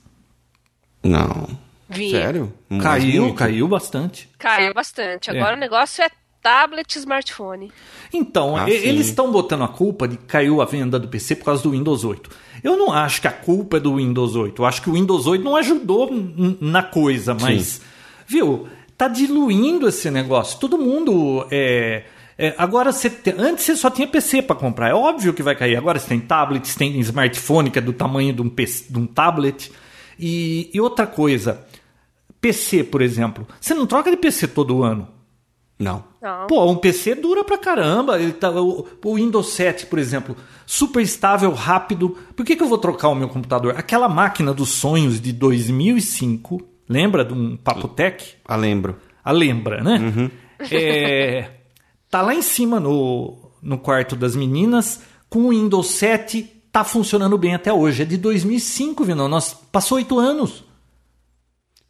S2: Não.
S3: vi.
S2: Sério? Mas
S1: caiu,
S2: muito.
S1: caiu bastante.
S3: Caiu bastante.
S1: É.
S3: Agora o negócio é tablet e smartphone.
S1: Então,
S2: Ah,
S1: e-
S2: sim.
S1: eles estão botando a culpa de que caiu a venda do PC por causa do Windows 8. Eu não acho que a culpa é do Windows 8. Eu acho que o Windows 8 não ajudou n- na coisa, mas. Viu? Tá diluindo esse negócio. Todo mundo. É, é, agora, você te- antes você só tinha PC para comprar. É óbvio que vai cair. Agora você tem tablet, você tem smartphone que é do tamanho de um, PC, de um tablet. E, e outra coisa. PC, por exemplo. Você não troca de PC todo ano.
S2: Não.
S3: Não.
S1: Pô, um PC dura pra caramba. Ele tá, o, o Windows 7, por exemplo, super estável, rápido. Por que, que eu vou trocar o meu computador? Aquela máquina dos sonhos de 2005, lembra de um Papotec?
S2: Ah, lembro.
S1: A lembra, né? É, tá lá em cima no, no quarto das meninas, com o Windows 7, tá funcionando bem até hoje. É de 2005, Vinão. Nós, passou oito anos.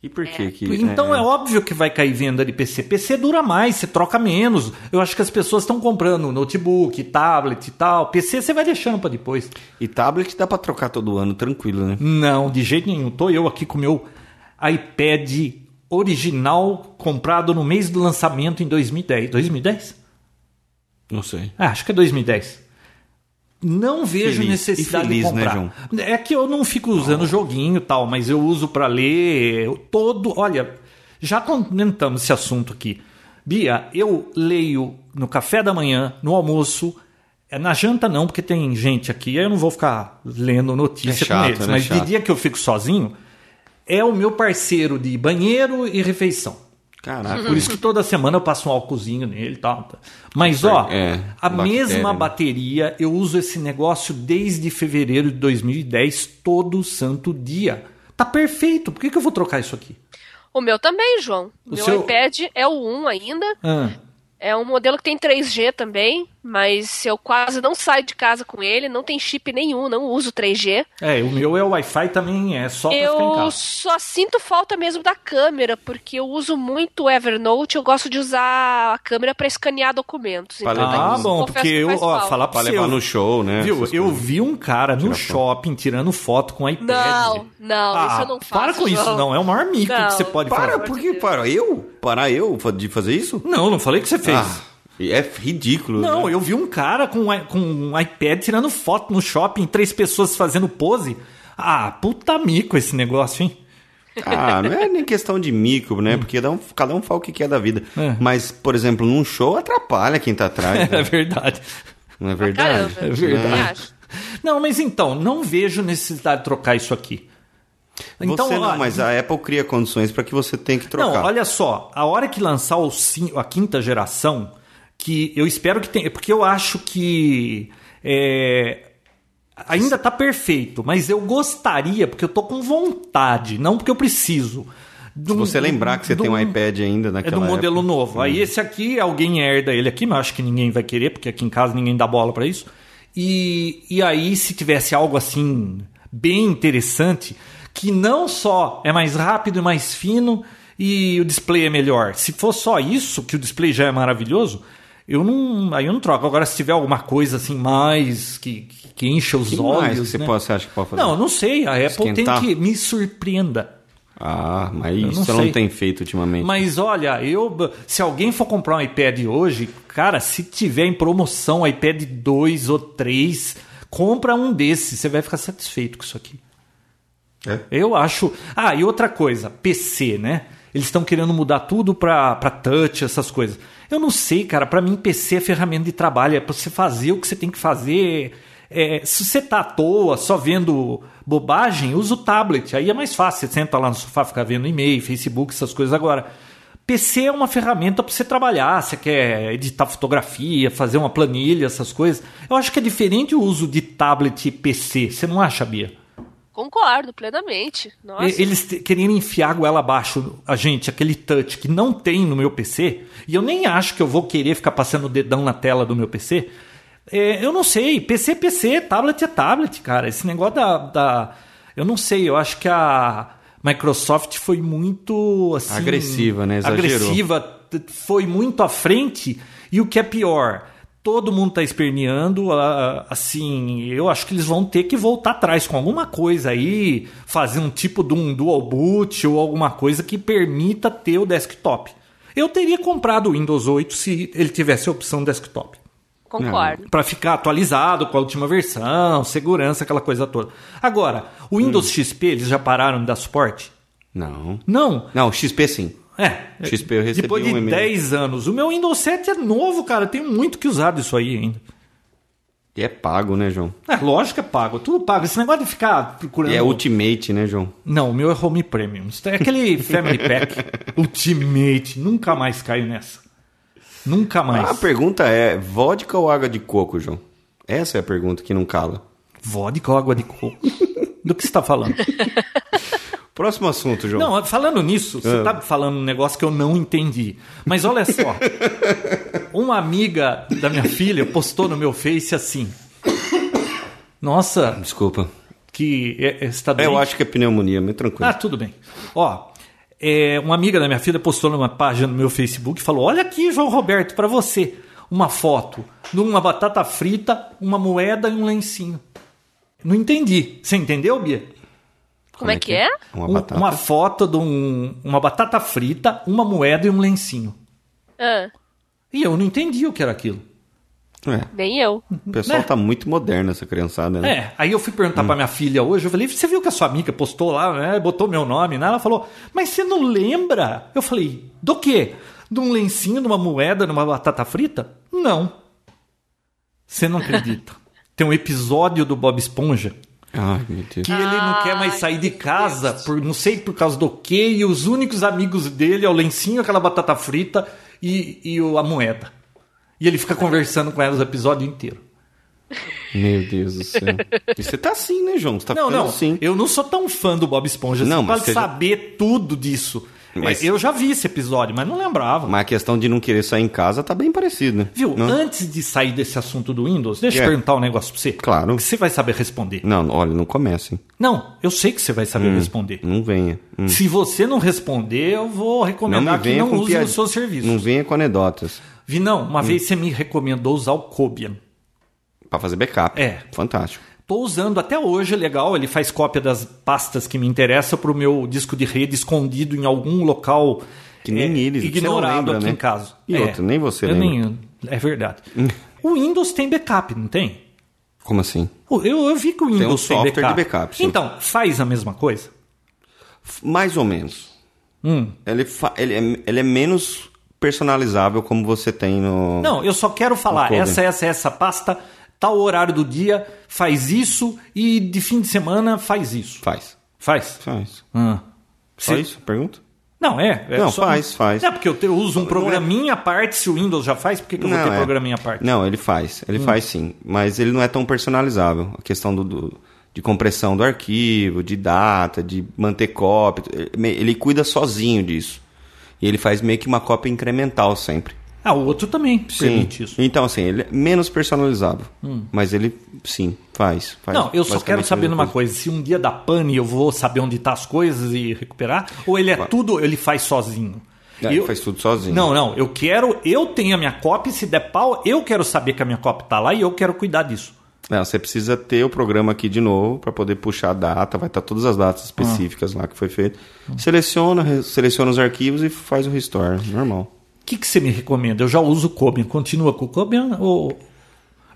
S2: E por que que...
S1: Então é. óbvio que vai cair venda de PC. PC dura mais, você troca menos. Eu acho que as pessoas estão comprando notebook, tablet e tal. PC você vai deixando pra depois.
S2: E tablet dá pra trocar todo ano, tranquilo, né?
S1: Não, de jeito nenhum. Tô eu aqui com o meu iPad original comprado no mês do lançamento em 2010. 2010?
S2: Não sei.
S1: Ah, acho que é 2010. Não vejo
S2: Feliz.
S1: necessidade
S2: E feliz,
S1: de
S2: né,
S1: comprar.
S2: João? Ah.
S1: É que eu não fico usando joguinho e tal, mas eu uso pra ler eu todo. Olha, já comentamos esse assunto aqui. Bia, eu leio no café da manhã, no almoço, é, na janta não, porque tem gente aqui, aí eu não vou ficar lendo notícia
S2: É chato,
S1: com eles.
S2: né?
S1: Mas
S2: Chato.
S1: de dia que eu fico sozinho, é o meu parceiro de banheiro e refeição.
S2: Caraca.
S1: Por isso que toda semana eu passo um álcoolzinho nele e tal. Mas, ó,
S2: É,
S1: a
S2: bactéria,
S1: mesma
S2: né?
S1: bateria, eu uso esse negócio desde fevereiro de 2010, todo santo dia. Tá perfeito, por que, que eu vou trocar isso aqui?
S3: O meu também, João.
S1: O
S3: meu
S1: seu-
S3: iPad é o 1 ainda.
S1: Ah,
S3: É um modelo que tem 3G também, mas eu quase não saio de casa com ele, não tem chip nenhum, não uso 3G.
S1: é, o meu é o Wi-Fi também, é só pra ficar em
S3: Eu
S1: casa.
S3: só sinto falta mesmo da câmera, porque eu uso muito o Evernote, eu gosto de usar a câmera para escanear documentos.
S2: Pra
S3: então,
S2: levar-
S1: Ah,
S3: isso
S1: bom,
S3: confesso
S1: porque
S3: que
S1: eu,
S3: faz
S1: ó,
S3: falta.
S1: falar
S2: Pra
S1: pra você,
S2: levar
S1: eu-
S2: no show, né?
S1: Viu,
S2: Essas
S1: eu
S2: coisas.
S1: vi um cara no
S2: Tirar foto.
S1: shopping tirando foto com iPad.
S3: Não, não,
S1: Ah,
S3: isso eu não faço.
S1: para com isso,
S3: João.
S1: não, é o maior mico
S3: Não,
S1: que você pode
S2: Para,
S1: fazer.
S2: por que para? Eu? Parar eu fa- de fazer isso?
S1: Não, não falei que você fez.
S2: Ah, é ridículo.
S1: Não,
S2: né?
S1: eu vi um cara com, i- com um iPad tirando foto no shopping, três pessoas fazendo pose. Ah, puta mico esse negócio, hein?
S2: Ah, não é nem questão de micro, né? Porque dá um- cada um fala o que quer da vida.
S1: É.
S2: Mas, por exemplo, num show atrapalha quem tá atrás.
S1: É
S2: né?
S1: verdade.
S2: Não é
S3: Caramba.
S2: verdade?
S1: É verdade.
S3: Também acho.
S1: Não, mas então, não vejo necessidade de trocar isso aqui. Então,
S2: você
S1: ó,
S2: não, mas a Apple cria condições para que você tenha que trocar.
S1: Não, olha só, a hora que lançar o cin- a quinta geração, que eu espero que tenha, é porque eu acho que é, ainda tá perfeito, mas eu gostaria, porque eu tô com vontade, não porque eu preciso. de
S2: Se
S1: um-
S2: você lembrar que você
S1: de
S2: tem um
S1: um-
S2: iPad ainda
S1: É
S2: naquela
S1: do modelo
S2: época. Hum. É.
S1: novo. Aí esse aqui, alguém herda ele aqui, mas acho que ninguém vai querer, porque aqui em casa ninguém dá bola pra isso. E, e aí, se tivesse algo assim, bem interessante, que não só é mais rápido e mais fino e o display é melhor. Se for só isso, que o display já é maravilhoso, eu não, aí eu não troco. Agora, se tiver alguma coisa assim mais que, que, que encha os
S2: Que mais
S1: olhos.
S2: que você,
S1: né?
S2: pode, você acha que pode fazer?
S1: Não, eu não sei. A Apple
S2: Esquentar?
S1: tem que me surpreenda.
S2: Ah, mas
S1: não
S2: isso ela
S1: sei.
S2: não tem feito ultimamente.
S1: Mas olha, eu se alguém for comprar um iPad hoje, cara, se tiver em promoção um iPad 2 ou 3, compra um desses, você vai ficar satisfeito com isso aqui.
S2: É?
S1: Eu acho. Ah, e outra coisa, PC, né? Eles estão querendo mudar tudo pra, pra touch, essas coisas. Eu não sei, cara, pra mim PC é ferramenta de trabalho, é pra você fazer o que você tem que fazer. É, se você tá à toa, só vendo bobagem, usa o tablet. Aí é mais fácil, você senta lá no sofá, fica vendo e-mail, Facebook, essas coisas agora. PC é uma ferramenta pra você trabalhar, você quer editar fotografia, fazer uma planilha, essas coisas. Eu acho que é diferente o uso de tablet e PC, você não acha, Bia?
S3: Concordo plenamente. Nossa.
S1: E- Eles te- querendo enfiar goela abaixo a gente, aquele touch que não tem no meu PC, e eu nem acho que eu vou querer ficar passando o dedão na tela do meu PC. É, eu não sei, PC é PC, tablet é tablet, cara. Esse negócio da, da- Eu não sei, eu acho que a Microsoft foi muito assim.
S2: Agressiva, né? Exagerou.
S1: Agressiva, t- foi muito à frente, e o que é pior. Todo mundo tá esperneando, a- assim, eu acho que eles vão ter que voltar atrás com alguma coisa aí, fazer um tipo de um dual boot ou alguma coisa que permita ter o desktop. Eu teria comprado o Windows 8 se ele tivesse a opção desktop.
S3: Concordo.
S1: Pra ficar atualizado com a última versão, segurança, aquela coisa toda. Agora, o Windows
S2: Hum.
S1: XP, eles já pararam de dar suporte?
S2: Não.
S1: Não.
S2: Não, XP sim.
S1: É.
S2: XP eu recebi
S1: Depois de
S2: um e-mail.
S1: 10 anos. O meu Windows 7 é novo, cara. Eu tenho muito que usar disso aí ainda.
S2: E é pago, né, João?
S1: É, lógico que é pago. Tudo pago. Esse negócio de ficar procurando...
S2: E é Ultimate, né, João?
S1: Não, o meu é Home Premium. Isso É aquele Family Pack Ultimate. Nunca mais caio nessa. Nunca mais.
S2: A pergunta é: vodka ou água de coco, João? Essa é a pergunta que não cala.
S1: Vodka ou água de coco? Do que você está falando?
S2: Próximo assunto, João.
S1: Não, falando nisso, você
S2: Ah.
S1: tá falando um negócio que eu não entendi. Mas olha só. uma amiga da minha filha postou no meu Face assim. Nossa,
S2: Desculpa.
S1: que é, é, está
S2: É,
S1: doente.
S2: eu acho que é pneumonia, mas tranquilo.
S1: Ah, tudo bem. Ó, é, uma amiga da minha filha postou numa página no meu Facebook e falou: Olha aqui, João Roberto, pra você, uma foto de uma batata frita, uma moeda e um lencinho. Não entendi. Você entendeu, Bia?
S3: Como é que é?
S2: Uma
S1: Um-
S2: batata.
S1: uma foto de um- uma batata frita, uma moeda e um lencinho. é?
S3: Ah,
S1: E eu não entendi o que era aquilo.
S2: É,
S3: nem eu.
S2: o pessoal
S1: Né?
S2: tá muito moderno, essa criançada, né?
S1: É, aí eu fui perguntar pra minha filha hoje, eu falei, você viu que a sua amiga postou lá, né? Botou meu nome, né? Ela falou, mas você não lembra? Eu falei, do quê? De um lencinho, de uma moeda, de uma batata frita? Não. Você não acredita. Tem um episódio do Bob Esponja
S2: Ai, meu Deus.
S1: que ele não quer mais sair de casa, por, não sei por causa do quê, e os únicos amigos dele é o lencinho, aquela batata frita e, e o- a moeda. E ele fica conversando com elas o episódio inteiro.
S2: Meu Deus do céu. E você tá assim, né, João? Você tá
S1: Não,
S2: ficando
S1: não.
S2: assim.
S1: Eu não sou tão fã do Bob Esponja.
S2: Não,
S1: Não,
S2: mas
S1: pode
S2: você já-
S1: saber tudo disso.
S2: Mas-
S1: É, eu já vi esse episódio, mas não lembrava.
S2: Mas a questão de não querer sair em casa tá bem parecida.
S1: Viu?
S2: Não?
S1: Antes de sair desse assunto do Windows, deixa eu
S2: É.
S1: perguntar um negócio pra você.
S2: Claro.
S1: Que você vai saber responder.
S2: Não, olha, não comece.
S1: Não, eu sei que você vai saber responder.
S2: Não venha. Hum.
S1: Se você não responder, eu vou
S2: Não
S1: recomendar
S2: me
S1: que
S2: venha
S1: não
S2: com
S1: use
S2: piad-
S1: o seu serviço.
S2: Não Hum. venha com anedotas.
S1: Vinão, uma vez você me recomendou usar o Cobian.
S2: Pra fazer backup.
S1: É.
S2: Fantástico.
S1: Tô usando até hoje, é legal. Ele faz cópia das pastas que me interessam pro meu disco de rede escondido em algum local é,
S2: Que nem eles, você não
S1: ignorado
S2: lembra,
S1: aqui
S2: né?
S1: em casa. É.
S2: E outro, nem você
S1: eu
S2: lembra.
S1: nem- é verdade. o Windows tem backup, não tem?
S2: Como assim?
S1: Eu, eu vi que o Windows
S2: um software de
S1: tem backup.
S2: backup, sim.
S1: então, faz a mesma coisa?
S2: Mais ou menos.
S1: Hum.
S2: Ele, fa- ele, é, ele é menos personalizável como você tem no.
S1: Não, eu só quero falar,
S2: Concordo.
S1: essa, essa, essa pasta, tal horário do dia, faz isso e de fim de semana faz isso.
S2: Faz.
S1: Faz?
S2: Faz.
S1: Ah.
S2: Só
S1: Se-
S2: isso? Pergunta?
S1: Não, é. é
S2: Não, faz, faz.
S1: É porque eu, te- eu uso um programinha à parte, se o Windows já faz, por que, que eu vou ter
S2: é.
S1: programinha à parte? Hum.
S2: Não, ele faz. Ele faz sim. Mas ele não é tão personalizável. A questão do, do- de compressão do arquivo, de data, de manter cópia. ele- Ele cuida sozinho disso. E ele faz meio que uma cópia incremental sempre.
S1: Ah, o outro também permite isso. Hum.
S2: Então, assim, ele é menos personalizável. Mas ele, sim, faz. faz
S1: Não, eu só
S2: basicamente
S1: quero
S2: a
S1: saber
S2: mesma
S1: numa coisa. Se um dia dá pane, eu vou saber onde tá as coisas e recuperar? Ou ele é tudo, ele faz sozinho?
S2: É, ele faz tudo sozinho.
S1: Não, não. Eu quero, eu tenho a minha cópia. Se der pau, eu quero saber que a minha cópia tá lá e eu quero cuidar disso.
S2: Não, É, você precisa ter o programa aqui de novo para poder puxar a data, vai estar todas as datas específicas lá que foi feito. Seleciona, re- seleciona os arquivos e faz o restore, normal.
S1: O que, que você me recomenda? Eu já uso o Cobian. Continua com o Cobian ou...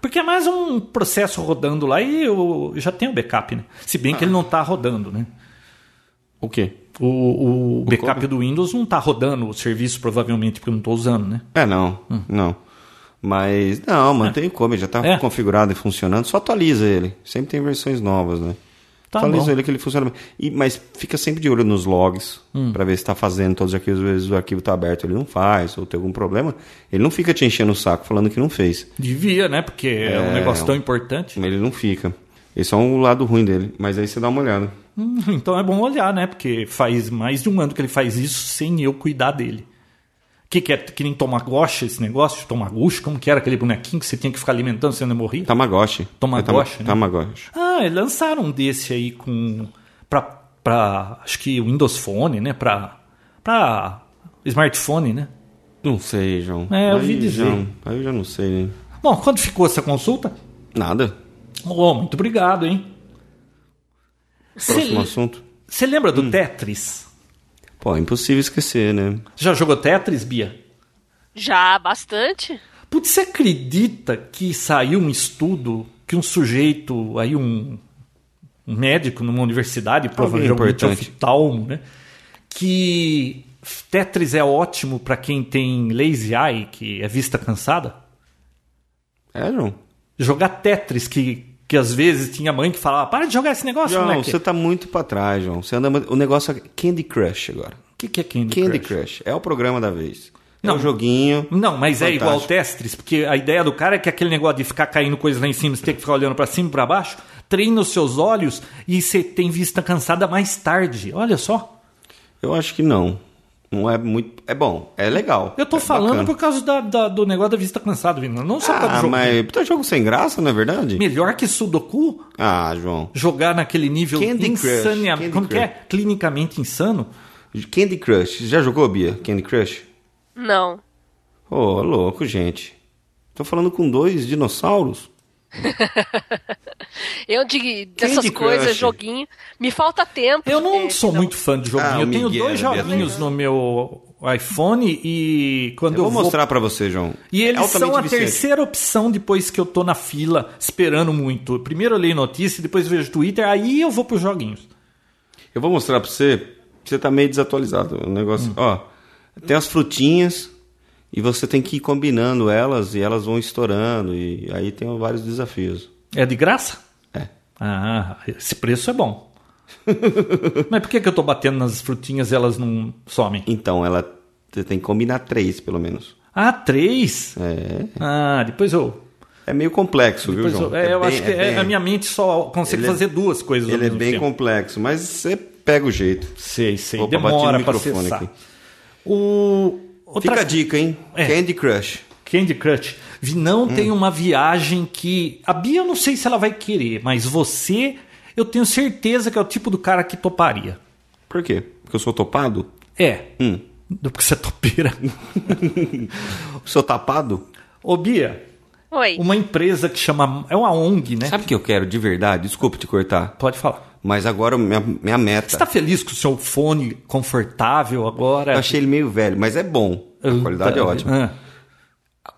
S1: Porque é mais um processo rodando lá e eu já tenho backup, né? Se bem que ele não tá rodando, né?
S2: O quê?
S1: O, o backup
S2: Cobian?
S1: do Windows não tá rodando o serviço, provavelmente, porque eu não tô usando, né?
S2: É, não, não. Mas, não, mantém o Kobe, já está
S1: É.
S2: configurado e funcionando, só atualiza ele. Sempre tem versões novas, né?
S1: Tá
S2: atualiza
S1: bom.
S2: ele que ele funciona bem. E- mas fica sempre de olho nos logs
S1: Hum.
S2: para ver se está fazendo todos os arquivos. Às vezes o arquivo está aberto, ele não faz, ou tem algum problema. Ele não fica te enchendo o saco falando que não fez.
S1: Devia, né? Porque é, um negócio tão importante.
S2: Ele não fica. Esse é um lado ruim dele, mas aí você dá uma olhada.
S1: Hum, Então é bom olhar, né? Porque faz mais de um ano que ele faz isso sem eu cuidar dele. Que, que é que nem Tomagoshi esse negócio? Tomaguchi? Como que era aquele bonequinho que você tinha que ficar alimentando se não morria?
S2: Tamagotchi.
S1: Tamagotchi,
S2: É
S1: né?
S2: Tamagotchi.
S1: Ah, eles lançaram um desse aí com. pra. pra acho que Windows Phone, né? Pra. pra. smartphone, né?
S2: Não sei, João.
S1: É, eu ouvi
S2: Aí,
S1: dizer.
S2: João, aí eu já não sei, né?
S1: Bom, quando ficou essa consulta?
S2: Nada.
S1: Oh, muito obrigado, hein?
S2: Próximo assunto.
S1: Você lembra do Tetris?
S2: Pô, é impossível esquecer, né?
S1: Já jogou Tetris, Bia?
S3: Já bastante?
S1: Putz, você acredita que saiu um estudo que um sujeito, aí um, um médico numa universidade, provavelmente um
S2: importante.
S1: oftalmo, né? Que Tetris é ótimo pra quem tem lazy eye, que é vista cansada?
S2: É, João.
S1: Jogar Tetris, que, que às vezes tinha mãe que falava, para de jogar esse negócio,
S2: João,
S1: moleque.
S2: você tá muito pra trás, João. Você anda... muito- O negócio é Candy Crush agora.
S1: O que, que é Candy,
S2: Candy
S1: Crush?
S2: Crush. É o programa da vez. É
S1: Não.
S2: um joguinho.
S1: Não, mas é
S2: Fantástico.
S1: igual Tetris, porque a ideia do cara é que aquele negócio de ficar caindo coisa lá em cima, você tem que ficar olhando pra cima e pra baixo, treina os seus olhos e você tem vista cansada mais tarde. Olha só.
S2: Eu acho que não. Não é muito... É bom. É legal.
S1: Eu tô
S2: É
S1: falando
S2: bacana.
S1: por causa da- da- do negócio da vista cansada, Vino. Não só por causa do
S2: Ah,
S1: jogo.
S2: mas... Tá jogo sem graça, não é verdade?
S1: Melhor que Sudoku
S2: Ah, João.
S1: jogar naquele nível
S2: Candy Crush,
S1: insaneamente.
S2: Candy
S1: Como que
S2: Crush.
S1: é? Clinicamente insano.
S2: Candy Crush. Já jogou, Bia? Candy Crush?
S3: Não.
S2: Ô, louco, gente. Tô falando com dois dinossauros.
S3: Eu de dessas
S2: Candy
S3: coisas,
S2: Crush.
S3: joguinho, me falta tempo.
S1: Eu não
S3: É,
S1: sou
S3: então,
S1: muito fã de joguinho.
S2: Ah, o
S1: eu tenho
S2: Miguel,
S1: dois
S2: Beatriz.
S1: joguinhos no meu iPhone e quando
S2: Eu vou mostrar pra você, João.
S1: E eles
S2: É altamente
S1: são a
S2: viciante.
S1: terceira opção depois que eu tô na fila esperando muito. Primeiro eu leio notícia, depois eu vejo Twitter, aí eu vou pros joguinhos.
S2: Eu vou mostrar pra você. Você tá meio desatualizado. O
S1: Hum.
S2: negócio. Ó, tem as frutinhas e você tem que ir combinando elas e elas vão estourando. E aí tem vários desafios.
S1: É de graça?
S2: É.
S1: Ah, esse preço é bom. Mas por que, que eu tô batendo nas frutinhas e elas não somem?
S2: Então, ela. Você tem que combinar três, pelo menos.
S1: Ah, três?
S2: É.
S1: Ah, depois eu.
S2: É meio complexo,
S1: Depois
S2: viu,
S1: eu,
S2: João?
S1: é, eu
S2: bem-
S1: acho que é-
S2: bem-
S1: a minha mente só consegue
S2: Ele é-
S1: fazer duas coisas. ao
S2: Ele é
S1: mesmo
S2: bem
S1: tempo.
S2: complexo, mas você pega o jeito.
S1: Sei, sei.
S2: Opa, bati no
S1: Demora pra
S2: microfone
S1: acessar.
S2: aqui.
S1: O... Outra
S2: Fica a dica, hein?
S1: É.
S2: Candy Crush.
S1: Candy Crush. Vi- Não
S2: Hum.
S1: tem uma viagem que. A Bia, eu não sei se ela vai querer, mas você, eu tenho certeza que é o tipo do cara que toparia.
S2: Por quê? Porque eu sou topado?
S1: É.
S2: Hum.
S1: Do que você é topeira.
S2: Sou tapado?
S1: Ô, Bia,
S3: então. Oi.
S1: uma empresa que chama. É uma ONG, né?
S2: Sabe o que eu quero de verdade? Desculpa te cortar.
S1: Pode falar.
S2: Mas agora minha, minha meta.
S1: Você tá feliz com o seu fone confortável agora?
S2: Eu achei ele meio velho, mas é bom. A qualidade é
S1: Tá-
S2: ótima.
S1: Ah.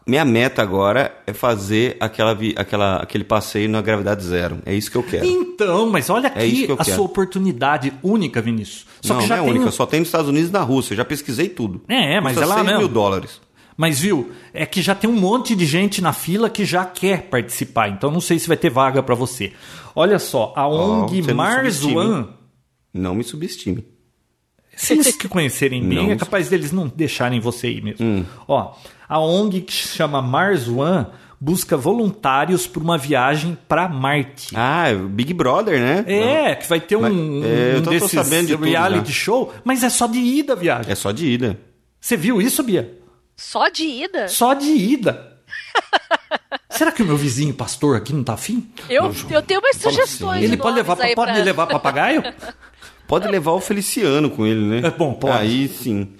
S2: Minha meta agora é fazer aquela, vi- aquela, aquele passeio na gravidade zero. É isso que eu quero.
S1: Então, mas olha
S2: É isso
S1: aqui
S2: que eu
S1: a
S2: quero.
S1: sua oportunidade única, Vinícius. Só
S2: não,
S1: que já
S2: não é
S1: tem
S2: única.
S1: um-
S2: Só tem nos Estados Unidos e na Rússia. Eu já pesquisei tudo.
S1: É, é, mas
S2: Custa
S1: é lá
S2: 100 mil
S1: mesmo.
S2: dólares.
S1: Mas viu, é que já tem um monte de gente na fila que já quer participar, então não sei se vai ter vaga pra você. Olha só, a ONG
S2: você não subestima,
S1: Marzuan,
S2: Não me subestime.
S1: se eles que conhecerem bem,
S2: Não. Hum.
S1: é capaz deles não deixarem você ir mesmo. Ó, a ONG que se chama Marzuan busca voluntários para uma viagem pra Marte.
S2: Ah, é o Big Brother, né?
S1: É, que vai ter um,
S2: Mas, é, eu
S1: um
S2: tô- tô
S1: desses
S2: sabendo de tudo
S1: reality
S2: já.
S1: show, mas é só de ida a viagem.
S2: É só de ida.
S1: Você viu isso, Bia?
S3: Só de ida?
S1: Só de ida. Será que o meu vizinho pastor aqui não tá afim?
S3: Eu, eu tenho umas sugestões. de
S1: Ele pode
S3: nomes
S1: levar, pa-
S3: aí
S1: pode
S3: pra-
S1: levar papagaio?
S2: Pode levar o Feliciano com ele, né?
S1: É, bom, pode. É.
S2: Aí sim.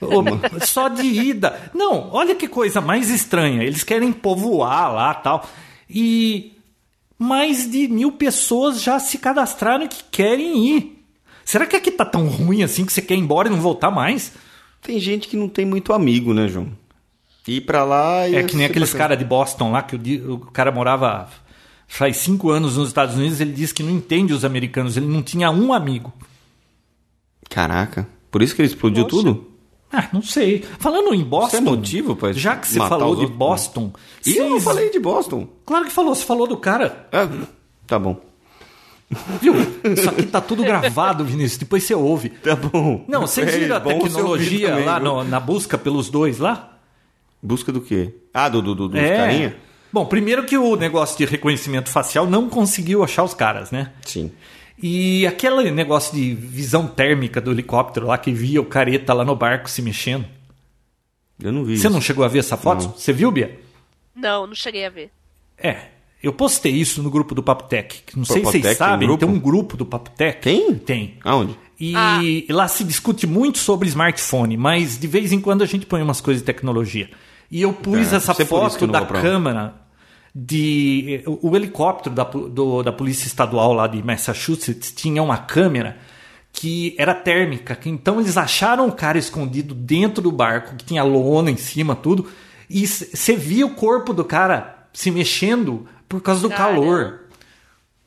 S1: Ô, Só de ida. Não, olha que coisa mais estranha. Eles querem povoar lá tal. E mais de mil pessoas já se cadastraram e que querem ir. Será que aqui tá tão ruim assim que você quer ir embora e não voltar mais?
S2: Tem gente que não tem muito amigo, né, João? Ir pra lá e.
S1: É que nem
S2: ser
S1: aqueles
S2: bacana.
S1: caras de Boston lá, que o, di- o cara morava faz cinco anos nos Estados Unidos, ele disse que não entende os americanos, ele não tinha um amigo.
S2: Caraca. Por isso que ele explodiu tudo?
S1: Ah, não sei. Falando em Boston.
S2: Isso é motivo pra
S1: Já que você
S2: matar
S1: falou
S2: os
S1: de
S2: outros?
S1: Boston.
S2: E eu não
S1: vocês-
S2: falei de Boston.
S1: Claro que falou, você falou do cara.
S2: Ah, tá bom.
S1: Viu? Isso aqui tá tudo gravado, Vinícius, depois você ouve.
S2: Tá bom.
S1: Não, você vira
S2: É
S1: a
S2: bom você ouvir
S1: tecnologia
S2: também,
S1: lá
S2: viu?
S1: no- na busca pelos dois lá? É.
S2: Busca do quê? Ah, do, do, do, dos carinha?
S1: Bom, primeiro que o negócio de reconhecimento facial não conseguiu achar os caras, né?
S2: Sim.
S1: E aquele negócio de visão térmica do helicóptero lá que via o careta lá no barco se mexendo.
S2: Eu não vi
S1: Você
S2: isso.
S1: não chegou a ver essa foto?
S2: Não.
S1: Você viu, Bia?
S3: Não, não cheguei a ver.
S1: É. Eu postei isso no grupo do Papotec. que Não sei se
S2: Papotec tem
S1: vocês sabem,
S2: grupo?
S1: tem um grupo do Papotec.
S2: Tem?
S1: Tem.
S2: Aonde?
S1: E
S3: Ah.
S1: lá se discute muito sobre smartphone, mas de vez em quando a gente põe umas coisas de tecnologia. E eu pus
S2: É,
S1: essa
S2: deve ser por isso que
S1: foto
S2: eu não
S1: da
S2: vou pra lá.
S1: câmera de. O, o helicóptero da, po- do- da Polícia Estadual lá de Massachusetts tinha uma câmera que era térmica. que Então eles acharam o cara escondido dentro do barco, que tinha lona em cima, tudo. E você via o corpo do cara se mexendo por causa do
S3: Caramba.
S1: calor.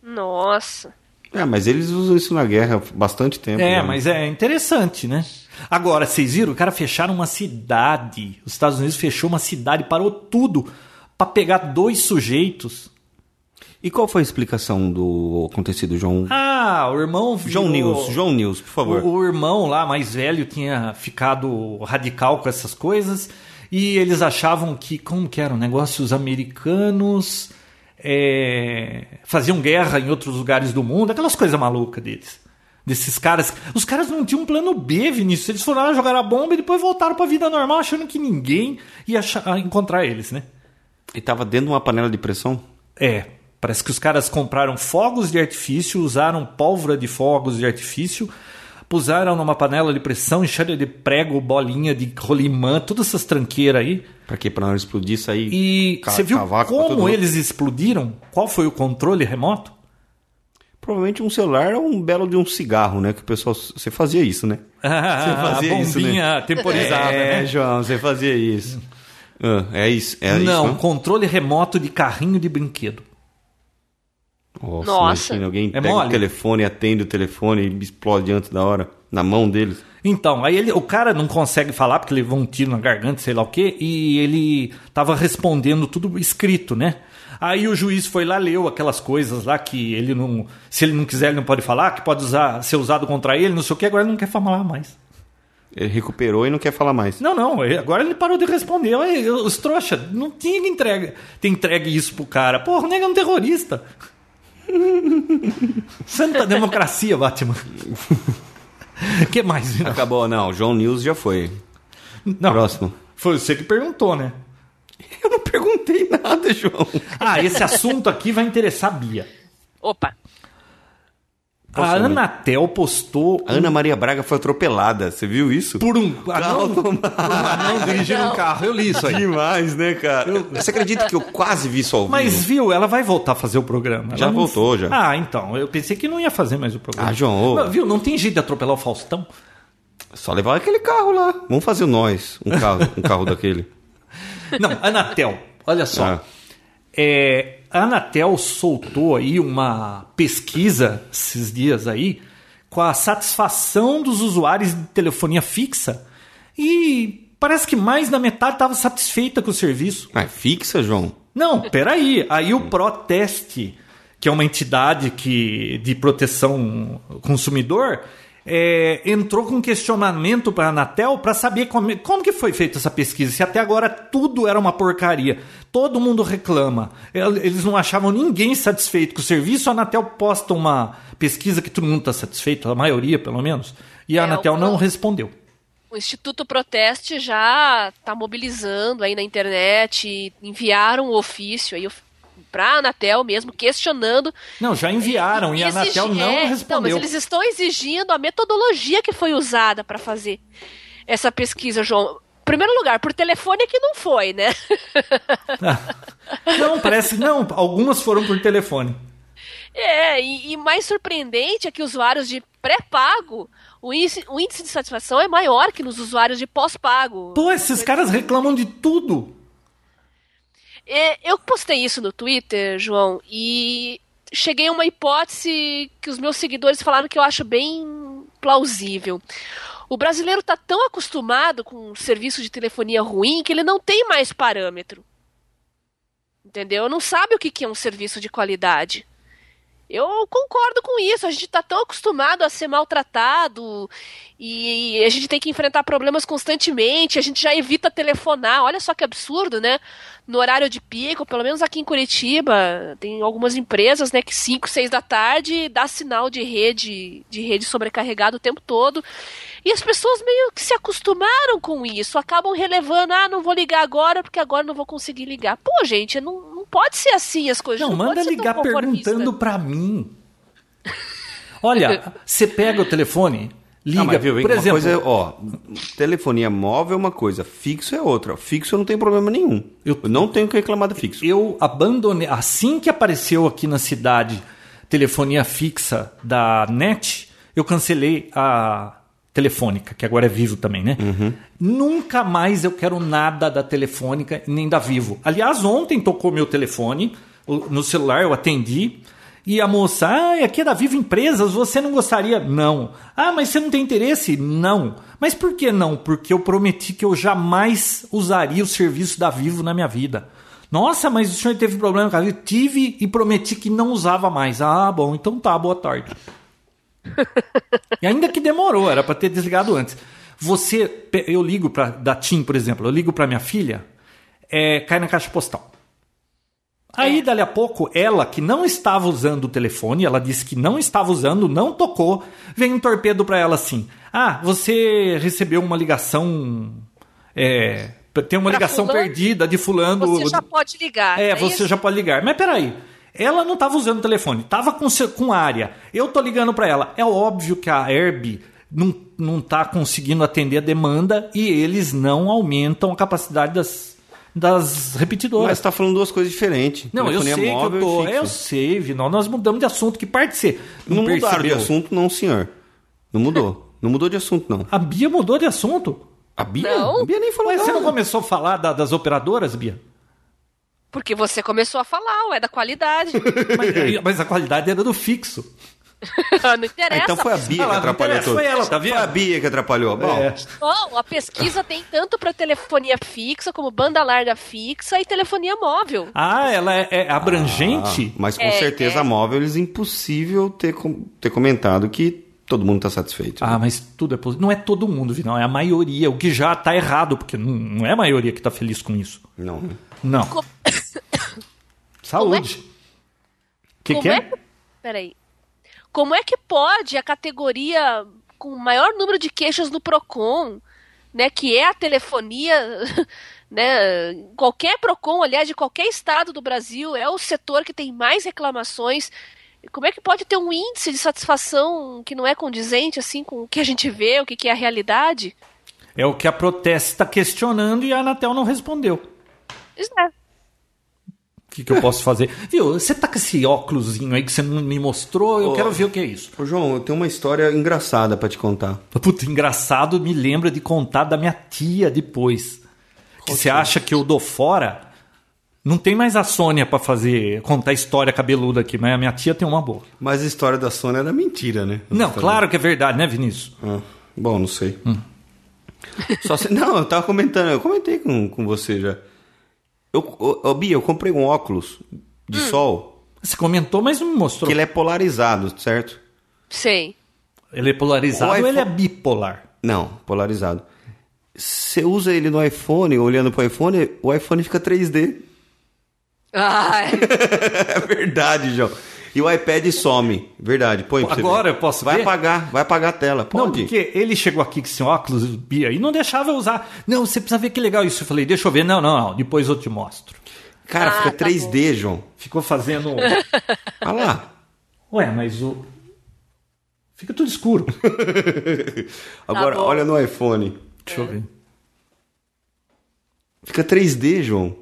S3: Nossa.
S2: Ah, mas eles usam isso na guerra há bastante tempo.
S1: É,
S2: né?
S1: mas é interessante, né? Agora, vocês viram? O cara fecharam uma cidade. Os Estados Unidos fechou uma cidade, parou tudo pra pegar dois sujeitos.
S2: E qual foi a explicação do acontecido, João?
S1: Ah, o irmão.
S2: João
S1: virou-
S2: News, João News, por favor.
S1: O, o irmão lá, mais velho, tinha ficado radical com essas coisas. E eles achavam que, como que era o negócio? Os americanos é, faziam guerra em outros lugares do mundo, aquelas coisas malucas deles. Desses caras. Os caras não tinham um plano B, Vinícius. Eles foram lá, jogaram a bomba e depois voltaram pra vida normal, achando que ninguém ia achar- encontrar eles, né?
S2: E tava dentro de uma panela de pressão?
S1: É, parece que os caras compraram fogos de artifício, usaram pólvora de fogos de artifício, puseram numa panela de pressão, encheram de prego, bolinha de rolimã, todas essas tranqueiras aí.
S2: Pra quê? Pra não explodir isso aí?
S1: E
S2: Ca-
S1: você viu
S2: cavaco pra todo
S1: como
S2: mundo?
S1: eles explodiram? Qual foi o controle remoto?
S2: Provavelmente um celular ou um belo de um cigarro, né? Que o pessoal... Você fazia isso, né?
S1: Ah, a
S2: fazia
S1: bombinha
S2: isso, né?
S1: temporizada,
S2: é,
S1: né?
S2: João, você fazia isso. Ah, é isso, é
S1: não,
S2: isso,
S1: controle remoto de carrinho de brinquedo.
S2: não? Nossa,
S3: Nossa.
S2: imagina, alguém
S1: É
S2: pega
S1: mole?
S2: o telefone, atende o telefone e explode antes da hora, na mão deles.
S1: Então, aí ele, o cara não consegue falar porque levou um tiro na garganta, sei lá o quê, e ele tava respondendo tudo escrito, né? Aí o juiz foi lá, leu aquelas coisas lá que ele não. Se ele não quiser, ele não pode falar, que pode usar, ser usado contra ele, não sei o quê, agora ele não quer falar mais.
S2: Ele recuperou e não quer falar mais.
S1: Não, não, ele- agora ele parou de responder. Aí, os trouxa, não tinha que entrega, ter entregue isso pro cara. Porra, o nego é um terrorista. Santa democracia, Batman. O que mais, Vina?
S2: Acabou, não. João News já foi.
S1: Não.
S2: Próximo.
S1: Foi você que perguntou, né?
S2: Eu não perguntei nada, João.
S1: Ah, esse assunto aqui vai interessar a Bia.
S3: Opa.
S1: A
S2: Nossa,
S1: Anatel postou
S2: A Ana Maria Braga foi atropelada, você viu isso?
S1: por um anão, por um anão dirigindo
S3: Não.
S1: um carro. Eu li isso aí.
S2: Demais, né, cara? Você acredita que eu quase vi isso ao vivo?
S1: Mas viu, ela vai voltar a fazer o programa.
S2: Já
S1: Ela não-
S2: voltou, já.
S1: Ah, então. Eu pensei que não ia fazer mais o programa.
S2: Ah, João, ô.
S1: Mas, viu, não tem jeito de atropelar o Faustão.
S2: Só levar aquele carro lá. Vamos fazer nós, um carro, um carro daquele.
S1: Não, Anatel. Olha só.
S2: Ah.
S1: É, a Anatel soltou aí uma pesquisa esses dias aí com a satisfação dos usuários de telefonia fixa e parece que mais da metade estava satisfeita com o serviço.
S2: Ah, fixa, João?
S1: Não, peraí. Aí o Proteste, que é uma entidade que, de proteção ao consumidor, é, entrou com questionamento para a Anatel para saber como, como que foi feita essa pesquisa. Se até agora tudo era uma porcaria. Todo mundo reclama. El- Eles não achavam ninguém satisfeito com o serviço. A Anatel posta uma pesquisa que todo mundo está satisfeito, a maioria pelo menos. E a
S3: É,
S1: Anatel não
S3: o-
S1: respondeu.
S3: O Instituto Proteste já está mobilizando aí na internet, e enviaram o ofício aí para a Anatel mesmo, questionando.
S1: Não, já enviaram e a
S3: Exigi-
S1: Anatel não
S3: é, Não, mas
S1: respondeu.
S3: eles estão exigindo a metodologia que foi usada para fazer essa pesquisa, João. Em Primeiro lugar, por telefone é que não foi, né?
S1: Não, parece. Não, algumas foram por telefone.
S3: É, e, e mais surpreendente é que usuários de pré-pago, o índice, o índice de satisfação é maior que nos usuários de pós-pago.
S1: Pô, esses caras reclamam de tudo.
S3: É, eu postei isso no Twitter, João, e cheguei a uma hipótese que os meus seguidores falaram que eu acho bem plausível. O brasileiro está tão acostumado com o serviço de telefonia ruim que ele não tem mais parâmetro. Entendeu? Não sabe o que que é um serviço de qualidade. Eu concordo com isso. A gente está tão acostumado a ser maltratado e a gente tem que enfrentar problemas constantemente. A gente já evita telefonar. Olha só que absurdo, né? No horário de pico, pelo menos aqui em Curitiba, tem algumas empresas, né, que 5, 6 da tarde dá sinal de rede, de rede sobrecarregada o tempo todo. E as pessoas meio que se acostumaram com isso, acabam relevando, ah, não vou ligar agora porque agora não vou conseguir ligar. Pô, gente, não, não pode ser assim as coisas.
S1: Não,
S3: pode
S1: manda
S3: ser tão
S1: ligar
S3: conformista. né?
S1: perguntando pra mim. Olha, você pega o telefone, liga,
S2: Ah, mas viu, hein,
S1: por
S2: uma
S1: exemplo,
S2: Coisa, é, ó, telefonia móvel é uma coisa, fixo é outra. Fixo eu não tenho problema nenhum.
S1: Eu-
S2: Eu, não tenho que reclamar do fixo.
S1: eu abandonei assim que apareceu aqui na cidade telefonia fixa da NET, eu cancelei a telefônica, que agora é Vivo também, né?
S2: Uhum.
S1: Nunca mais eu quero nada da telefônica nem da Vivo. Aliás, ontem tocou meu telefone o- no celular, eu atendi. E a moça, ah, aqui é da Vivo Empresas, você não gostaria? Não. Ah, mas você não tem interesse? Não. Mas por que não? Porque eu prometi que eu jamais usaria o serviço da Vivo na minha vida. Nossa, mas o senhor teve problema com a Vivo? Tive e prometi que não usava mais. Ah, bom, então tá, boa tarde. E ainda que demorou, era para ter desligado antes. Você, pe- eu ligo para da TIM, por exemplo, eu ligo para minha filha, é, cai na caixa postal.
S3: É.
S1: Aí, dali a pouco, ela que não estava usando o telefone, ela disse que não estava usando, não tocou, vem um torpedo para ela assim: Ah, você recebeu uma ligação. É, tem uma
S3: Pra
S1: ligação
S3: fulano?
S1: perdida de Fulano.
S3: Você já pode ligar.
S1: É,
S3: Aí
S1: você já pode ligar. Mas peraí. Ela não estava usando o telefone, estava com, se- com área. Eu tô ligando para ela. É óbvio que a Herb não, não tá conseguindo atender a demanda e eles não aumentam a capacidade das, das
S2: Mas
S1: repetidoras.
S2: você tá falando duas coisas diferentes.
S1: não, eu
S2: Telefonia
S1: sei que eu
S2: móvel e
S1: tô.
S2: fixo.
S1: Eu sei, Vinal. Nós mudamos de assunto. Que parte você
S2: Não mudaram de
S1: percebeu?
S2: assunto, não, senhor. Não mudou. não mudou de assunto, não.
S1: A Bia mudou de assunto?
S2: A Bia?
S3: Não.
S2: A Bia nem falou
S1: Mas você
S2: nada.
S1: não começou a falar da- das operadoras, Bia?
S3: Porque você começou a falar, ué, da qualidade.
S1: Mas, mas a qualidade era do fixo.
S3: não
S2: Ah,
S3: interessa.
S2: então foi a Bia
S1: Ah,
S2: que
S1: não
S2: atrapalhou
S1: interessa,
S2: tudo.
S1: foi ela, tá
S2: Foi a
S1: vendo?
S2: Bia que atrapalhou. Bom,
S1: É.
S3: Bom, a pesquisa tem tanto para telefonia fixa, como banda larga fixa e telefonia móvel.
S1: Ah, ela é, é abrangente?
S2: mas com
S3: É,
S2: certeza
S3: é.
S2: a móvel eles é impossível ter, com- ter comentado que todo mundo tá satisfeito.
S1: Ah, mas tudo é positivo. Não é todo mundo, Vinão, é a maioria, o que já tá errado, porque não, não é a maioria que tá feliz com isso.
S2: Não. né?
S1: Não.
S3: Como-
S1: Saúde. Que
S3: como
S1: que
S3: é
S1: é?
S3: que. Peraí. Como é que pode a categoria com o maior número de queixas no PROCON, né? Que é a telefonia. Né, qualquer PROCON, aliás, de qualquer estado do Brasil, é o setor que tem mais reclamações. Como é que pode ter um índice de satisfação que não é condizente assim com o que a gente vê, o que, que é a realidade?
S1: É o que a protesta está questionando e a Anatel não respondeu. O
S3: Isso é.
S1: que, que eu posso fazer? Viu, você tá com esse óculosinho aí que você não me mostrou, eu
S2: Ô.
S1: quero ver o que é isso.
S2: Ô, João, eu tenho uma história engraçada pra te contar.
S1: Puta, engraçado, me lembra de contar da minha tia depois. que você acha que eu dou fora, não tem mais a Sônia pra fazer, contar história cabeluda aqui, mas a minha tia tem uma boa.
S2: Mas a história da Sônia era mentira, né?
S1: Não, claro que é verdade, né, Vinícius?
S2: Ah, bom, não sei. Só se- Não, eu tava comentando, eu comentei com, com você já. Eu, eu, eu, Bia, eu comprei um óculos de sol
S1: Você comentou, mas não me mostrou.
S2: que
S1: Ele
S2: ele é polarizado, certo?
S3: Sei.
S1: é, polarizado
S2: O
S1: ou ele é
S2: iPhone-
S1: bipolar?
S2: Não, polarizado. Você usa ele no iPhone, olhando pro iPhone, o iPhone fica 3D.
S3: Ai,
S2: É verdade, João. E o iPad some. Verdade. Põe pra você
S1: Agora
S2: ver.
S1: eu posso
S2: vai
S1: ver?
S2: apagar, vai apagar a tela.
S1: Não,
S2: Pode.
S1: porque ele chegou aqui com esse óculos, Bia, e não deixava eu usar. Não, você precisa ver que legal isso. Eu falei, deixa eu ver. Não, não, não, depois eu te mostro.
S2: Cara,
S3: Ah,
S2: fica
S3: tá
S2: 3D, João.
S1: Ficou fazendo.
S2: Olha lá.
S1: Ué, mas o. Fica tudo escuro.
S2: Agora,
S3: Tá bom.
S2: olha no iPhone.
S1: Deixa eu ver.
S2: Fica 3D, João.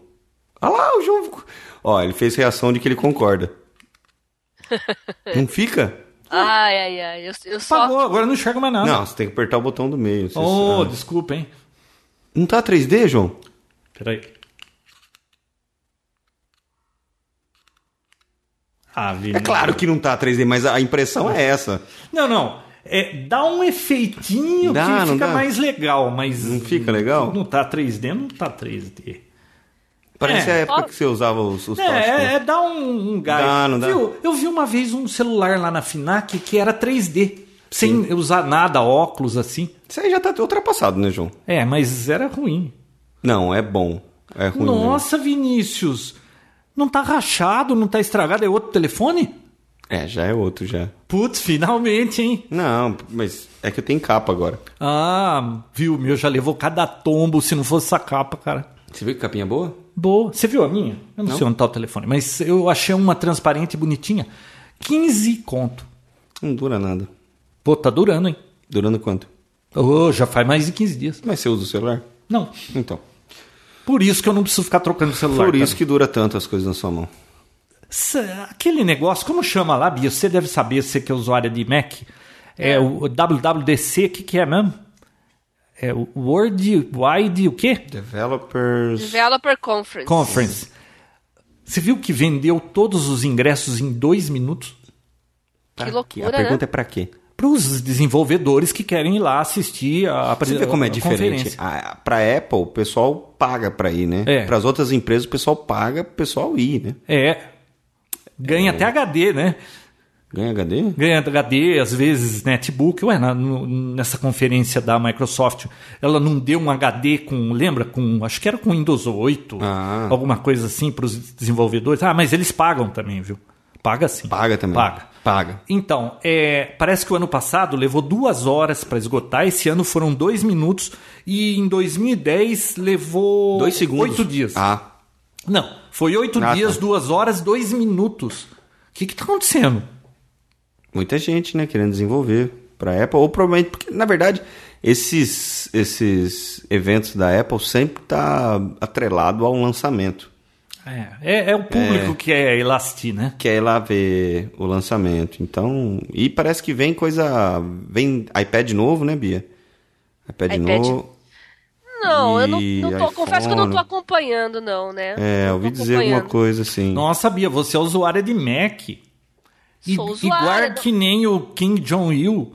S2: Olha lá, o João ficou... Ó, ele fez reação de que ele concorda. Não fica?
S3: ai, ai, ai. Eu, eu só.
S1: Pagou, agora eu não enxerga mais nada.
S2: Não, você tem que apertar o botão do meio. Você-
S1: Oh,
S2: ah.
S1: desculpa, hein?
S2: Não tá 3D, João?
S1: Peraí. Ah, Vini.
S2: É claro que não tá 3D, mas a impressão é essa.
S1: Não, não. É, dá um efeitinho
S2: Dá,
S1: que
S2: não
S1: fica
S2: dá?
S1: mais legal, mas.
S2: Não fica legal?
S1: Não tá 3D, não tá 3D.
S2: Parece
S1: É.
S2: a época
S3: Ó.
S2: que você usava os, os tóxicos.
S1: É, é, é dar um, um gás.
S2: Dá, não dá?
S1: Viu? Eu vi uma vez um celular lá na FINAC que era 3D. Sem usar nada, óculos assim.
S2: Isso aí já tá ultrapassado, né, João?
S1: É, mas era ruim.
S2: Não, é bom. É ruim. né?
S1: Nossa, Vinícius. Não tá rachado, não tá estragado. É outro telefone?
S2: É, já é outro, já.
S1: Putz, finalmente, hein?
S2: Não, mas é que eu tenho capa agora.
S1: Ah, viu? o Meu já levou cada tombo se não fosse essa capa, cara.
S2: Você viu que capinha é boa?
S1: Boa. Você viu a minha? Eu não, sei onde tá o telefone, mas eu achei uma transparente e bonitinha. 15 conto.
S2: Não dura nada.
S1: Pô, tá durando, hein?
S2: Durando quanto?
S1: Ô, já faz mais de 15 dias.
S2: Mas você usa o celular?
S1: Não.
S2: Então.
S1: Por isso que eu não preciso ficar trocando celular.
S2: Por isso que dura tanto as coisas na sua mão.
S1: Aquele negócio, como chama lá, Bia? Você deve saber, você que é usuária de Mac. É o WWDC, o que, que é mesmo? É o World Wide, o quê?
S2: Developers.
S3: Developer Conference.
S1: Conference. Você viu que vendeu todos os ingressos em dois minutos?
S3: Que
S2: A
S3: loucura, né?
S2: pergunta é pra quê?
S1: Para os desenvolvedores que querem ir lá assistir a
S2: Você
S1: apresentação.
S2: vê como é diferente. A, pra Apple, o pessoal paga pra ir, né?
S1: É.
S2: Pras outras empresas, o pessoal paga pro pessoal ir, né?
S1: É.
S2: É.
S1: Ganha até HD, né?
S2: Ganha HD?
S1: Ganha HD, às vezes netbook. Ué, na- no- nessa conferência da Microsoft, ela não deu um HD com, lembra? Com, acho que era com Windows 8,
S2: Ah.
S1: alguma coisa assim para os desenvolvedores. Ah, mas eles pagam também, viu? Paga sim.
S2: Paga também.
S1: Paga.
S2: Paga.
S1: Então, é, parece que o ano passado levou duas horas para esgotar, esse ano foram dois minutos e em 2010 levou
S2: Dois segundos.
S1: oito dias.
S2: Ah,
S1: Não, foi oito
S2: Ah,
S1: dias,
S2: tá.
S1: duas horas, dois minutos. O que está acontecendo?
S2: muita gente, né, querendo desenvolver para Apple, ou provavelmente porque na verdade esses esses eventos da Apple sempre tá atrelado a um lançamento,
S1: É, é- é o público que é elasti, né?
S2: que é ir lá ver o lançamento. Então, e parece que vem coisa, vem iPad novo, né, Bia? iPad,
S3: iPad.
S2: novo.
S3: Não, eu não,
S2: E
S3: não tô. Confesso que eu não tô
S2: iPhone.
S3: acompanhando, não, né?
S2: É,
S3: Não
S2: eu
S3: tô
S2: ouvi dizer alguma
S3: acompanhando.
S2: coisa assim.
S1: Nossa, Bia, você é usuária de Mac. I-
S3: Sou usuária,
S1: Igual
S3: não-
S1: que nem o King Jong-il.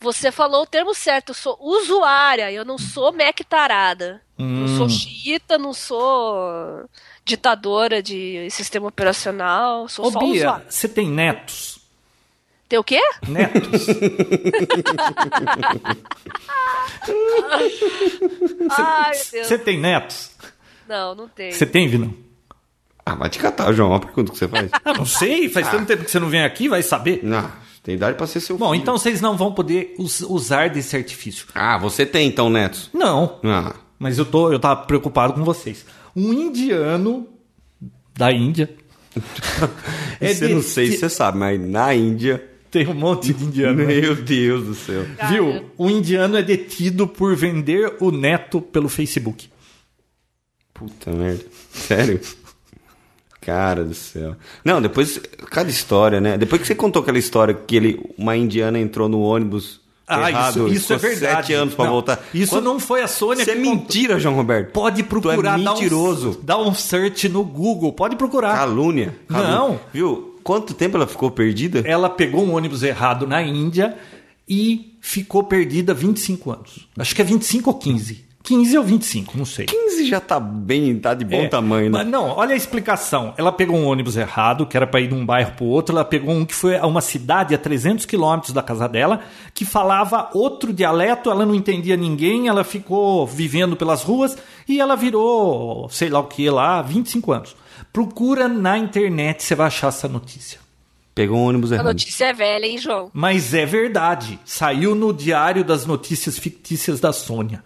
S3: Você falou o termo certo, eu sou usuária, eu não sou Mac tarada. Não
S2: Hum.
S3: sou xiita, não sou ditadora de sistema operacional, sou
S1: Ô,
S3: só
S1: Bia,
S3: usuária.
S1: você tem netos?
S3: Tem o quê?
S1: Netos.
S3: Ai, meu Deus.
S1: Você tem netos?
S3: Não, não tem.
S1: Você tem, Vinão?
S2: Ah, vai te catar, João, uma pergunta que você faz.
S1: Ah,
S3: Tá.
S1: não sei, faz tanto tempo que você não vem aqui, vai saber.
S2: não, tem idade para ser seu
S1: Bom,
S2: filho.
S1: então vocês não vão poder us- usar desse artifício.
S2: Ah, você tem então, Neto.
S1: Não,
S2: Ah,
S1: mas eu, tô, eu tava preocupado com vocês. Um indiano da Índia. É
S2: você
S1: de-
S2: não sei
S1: de-
S2: se você sabe, mas na Índia
S1: Tem um monte de indiano. né?
S2: Meu Deus do céu.
S1: Viu? Um indiano é detido por vender o neto pelo Facebook.
S2: Puta merda. Sério? Cara do céu. Não, depois. Cada história, né? Depois que você contou aquela história que ele, uma indiana entrou no ônibus
S1: Ah,
S2: errado.
S1: isso, isso é
S2: Ficou
S1: verdade.
S2: Sete anos pra
S1: Não,
S2: voltar.
S1: Isso
S2: Quando-
S1: não foi a Sônia
S2: Isso é
S1: que contou.
S2: mentira, João Roberto.
S1: Pode procurar,
S2: Tu é
S1: dá um-
S2: mentiroso.
S1: dá um search no Google, pode procurar.
S2: Calúnia. Calúnia.
S1: Não.
S2: Viu? Quanto tempo ela ficou perdida?
S1: Ela pegou um ônibus errado na Índia e ficou perdida 25 anos. Acho que é 25 ou 15. 15 ou 25, não sei.
S2: 15 já tá bem, tá de bom
S1: É,
S2: tamanho, né?
S1: Mas não, olha a explicação. Ela pegou um ônibus errado, que era para ir de um bairro para o outro. Ela pegou um que foi a uma cidade a 300 quilômetros da casa dela, que falava outro dialeto. Ela não entendia ninguém. Ela ficou vivendo pelas ruas e ela virou, sei lá o que lá, 25 anos. Procura na internet, você vai achar essa notícia.
S2: Pegou um ônibus
S3: A
S2: errado.
S3: notícia é velha, hein, João?
S1: Mas é verdade. Saiu no Diário das Notícias Fictícias da Sônia.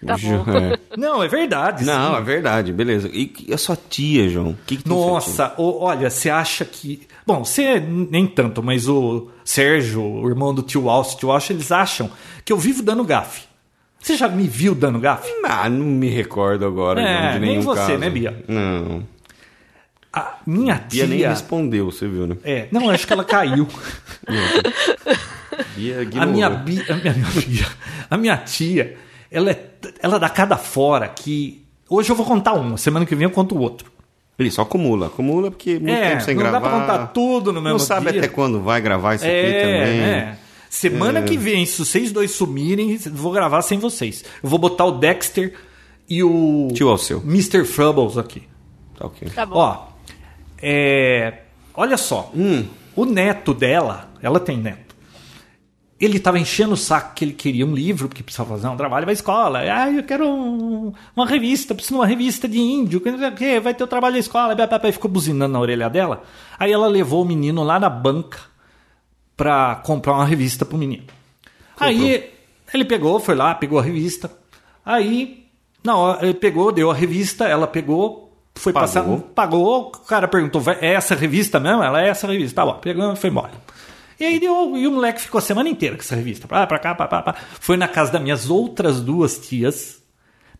S3: Tá
S2: Ju-
S3: bom.
S2: é.
S1: Não, é verdade. sim.
S2: Não, é verdade, beleza. E e a sua tia, João? Que que tem sua tia?
S1: Nossa, o- olha, você acha que. Bom, você é nem tanto, mas o Sérgio, o irmão do tio Alcio, tio Alcio, eles acham que eu vivo dando gafe. Você já me viu dando gafe?
S2: Ah, não me recordo agora,
S1: É,
S2: João, de
S1: nem
S2: nenhum
S1: você,
S2: caso.
S1: né, Bia?
S2: Não.
S1: A minha
S2: Bia
S1: tia.
S2: nem respondeu, você viu, né?
S1: É, não, acho que ela caiu.
S2: Bia
S1: a,
S2: ignorou.
S1: minha bi- a, minha, Bia- a minha tia, ela, é, t- ela dá cada fora que. Hoje eu vou contar um, semana que vem eu conto o outro.
S2: Ele só acumula, acumula porque muito
S1: É,
S2: tempo sem
S1: não dá
S2: gravar.
S1: pra contar tudo no mesmo
S2: Não sabe
S1: dia.
S2: até quando vai gravar isso aqui também.
S1: né? Semana que vem, se vocês dois sumirem, vou gravar sem vocês. Eu vou botar o Dexter e o.
S2: Tio Alceu.
S1: Mr. Frubbles aqui.
S2: Tá ok.
S3: Tá bom.
S1: Ó. é, Olha só. O neto dela, ela tem neto. Ele tava enchendo o saco que ele queria um livro, porque precisava fazer um trabalho pra escola. Ah, eu quero um- uma revista, preciso de uma revista de índio, que não sei o quê, vai ter o trabalho da escola. blá, blá, blá, e Ficou buzinando na orelha dela. Aí ela levou o menino lá na banca pra comprar uma revista pro menino. Aí ele pegou, foi lá, pegou a revista. Aí, na hora, ele pegou, deu a revista, ela pegou, foi
S2: Pagou.
S1: passar, pagou, o cara perguntou, "Vai- é essa revista mesmo? Ela é essa revista, tá bom, pegou e foi embora. E aí deu, e o moleque ficou a semana inteira com essa revista, pra, lá, pra cá, pra, pra, pra. Foi na casa das minhas outras duas tias.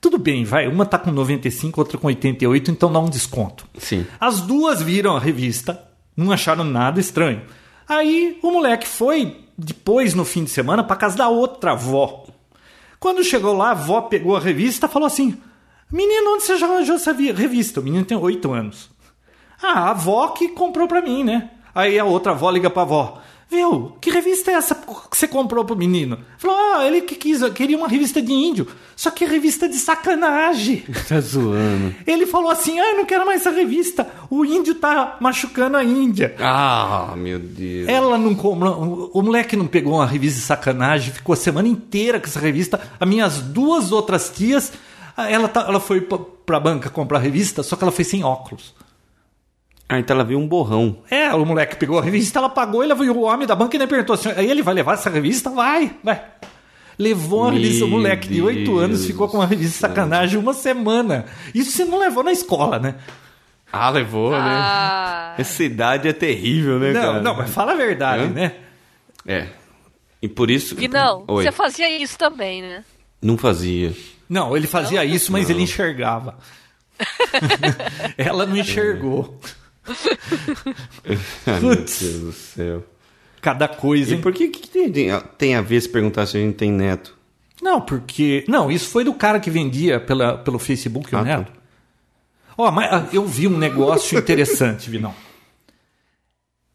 S1: Tudo bem, vai, uma tá com 95, outra com 88, então dá um desconto.
S2: Sim.
S1: As duas viram a revista, não acharam nada estranho. Aí o moleque foi depois no fim de semana pra casa da outra avó. Quando chegou lá, a avó pegou a revista e falou assim: Menino, onde você já arranjou essa vi- revista? O menino tem oito anos. Ah, a avó que comprou pra mim, né? Aí a outra avó liga pra avó. Viu, que revista é essa que você comprou pro menino? Falou, ah, ele que quis, queria uma revista de índio. Só que é revista de sacanagem.
S2: Tá zoando.
S1: Ele falou assim: ah, eu não quero mais essa revista. O índio tá machucando a Índia.
S2: Ah, meu Deus.
S1: Ela não comprou. O moleque não pegou uma revista de sacanagem, ficou a semana inteira com essa revista. As minhas duas outras tias, ela, tá- ela foi pra, pra banca comprar a revista, só que ela foi sem óculos.
S2: Ah, então ela viu um borrão.
S1: É, o moleque pegou a revista, ela pagou, ele veio o homem da banca e nem perguntou assim: aí ele vai levar essa revista? Vai, vai. Levou a
S2: Meu
S1: revista, o moleque de oito
S2: Deus
S1: anos ficou com uma revista de
S2: do céu.
S1: sacanagem uma semana. Isso você não levou na escola, né?
S2: Ah, levou,
S3: Ah,
S2: Essa idade é terrível, né, cara?
S1: Não, não, mas fala a verdade,
S2: Hã?
S1: né?
S2: É. E por isso...
S3: e não,
S2: Oi.
S3: você fazia isso também, né?
S2: Não fazia.
S1: Não, ele fazia isso, mas ele enxergava. Ela não enxergou.
S2: É. Ai, meu
S1: Putz.
S2: Deus do céu.
S1: Cada coisa,
S2: E
S1: hein?
S2: por que, que tem, tem a ver se perguntar se a gente tem neto?
S1: Não, porque. Não, isso foi do cara que vendia pela, pelo Facebook, o
S2: Ah, tá.
S1: Neto. Ó, mas ah, eu vi um negócio interessante, Vinão.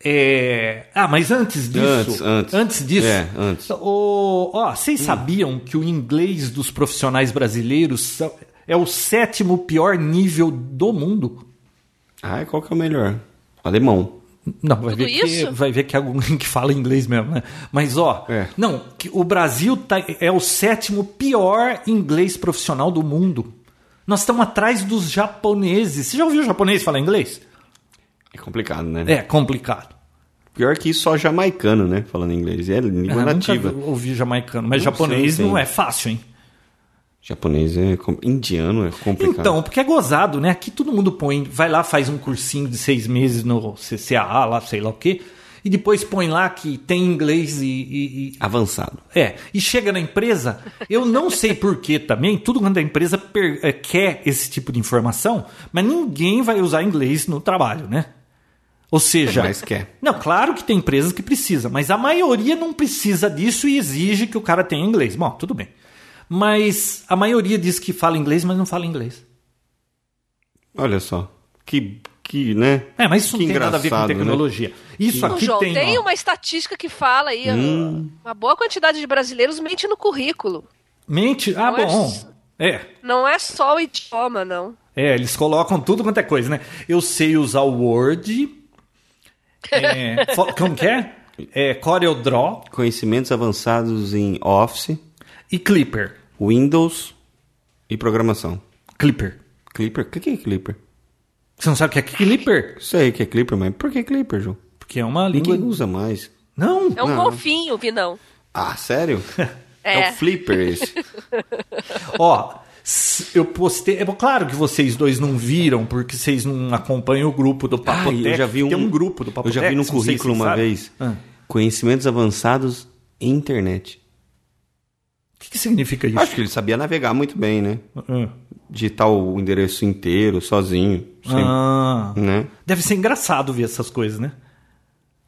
S1: É... Ah, mas antes disso.
S2: Antes, antes.
S1: disso.
S2: É, antes. Hum.
S1: o- Ó, vocês sabiam que o inglês dos profissionais brasileiros são- é o sétimo pior nível do mundo?
S2: Ah, qual que é o melhor? Alemão.
S1: Não, vai
S3: Tudo
S1: ver, que,
S3: isso?
S1: vai ver que é alguém que fala inglês mesmo, né? Mas, ó,
S2: É.
S1: não, que o Brasil tá- é o sétimo pior inglês profissional do mundo. Nós estamos atrás dos japoneses. Você já ouviu japonês falar inglês?
S2: É complicado, né?
S1: É complicado.
S2: Pior que isso, só jamaicano, né? Falando inglês. É língua
S1: Ah,
S2: nativa.
S1: Nunca ouvi jamaicano, mas
S2: Não,
S1: japonês
S2: você não
S1: não é
S2: entende.
S1: fácil, hein?
S2: Japonês é... com- Indiano é complicado.
S1: Então, porque é gozado, né? Aqui todo mundo põe, vai lá, faz um cursinho de seis meses no CCAA, lá sei lá o quê, e depois põe lá que tem inglês e- e- e
S2: Avançado.
S1: É, e chega na empresa, eu não sei porquê também, tudo quanto a empresa per- eh, quer esse tipo de informação, mas ninguém vai usar inglês no trabalho, né? Ou seja,
S2: Mas quer.
S1: não, claro que tem empresas que precisam, mas a maioria não precisa disso e exige que o cara tenha inglês. Bom, tudo bem. Mas a maioria diz que fala inglês, mas não fala inglês.
S2: Olha só. Que, que né?
S1: É, mas isso
S2: que
S1: não tem nada a ver com
S2: engraçado, né?
S1: tecnologia. Isso
S3: Ô,
S1: aqui
S3: João,
S1: Tá, tem.
S3: tem,
S1: ó.
S3: uma estatística que fala aí,
S2: Hum.
S3: uma boa quantidade de brasileiros mente no currículo.
S1: Mente. Ah,
S3: Não é
S1: bom.
S3: s-
S1: É.
S3: Não é só o idioma, não.
S1: É, eles colocam tudo quanto é coisa, né? Eu sei usar o Word. É, fo- como que é? é? CorelDRAW
S2: Conhecimentos avançados em Office,
S1: e Clipper.
S2: Windows e programação.
S1: Clipper.
S2: Clipper? O que que é Clipper?
S1: Você não sabe o que é Clipper?
S2: Sei que é Clipper, mas por que Clipper, João?
S1: Porque é uma língua.
S2: Ninguém usa mais.
S1: Não.
S3: É um
S2: Não.
S3: golfinho, Vinão.
S2: Ah, sério?
S3: É.
S2: o Flipper esse.
S1: Ó, s- eu postei. É bom, claro que vocês dois não viram, porque vocês não acompanham o grupo do
S2: Ah,
S1: Papotec.
S2: eu já vi um,
S1: Tem um grupo do
S2: Eu
S1: Papotec.
S2: já vi no
S1: não sei se
S2: currículo
S1: vocês
S2: uma
S1: sabem.
S2: vez.
S1: Ah,
S2: Conhecimentos avançados em internet.
S1: O que, que significa isso?
S2: Acho que ele sabia navegar muito bem, né?
S1: Ah.
S2: Digitar o endereço inteiro, sozinho. Sem,
S1: Ah.
S2: Né?
S1: Deve ser engraçado ver essas coisas, né?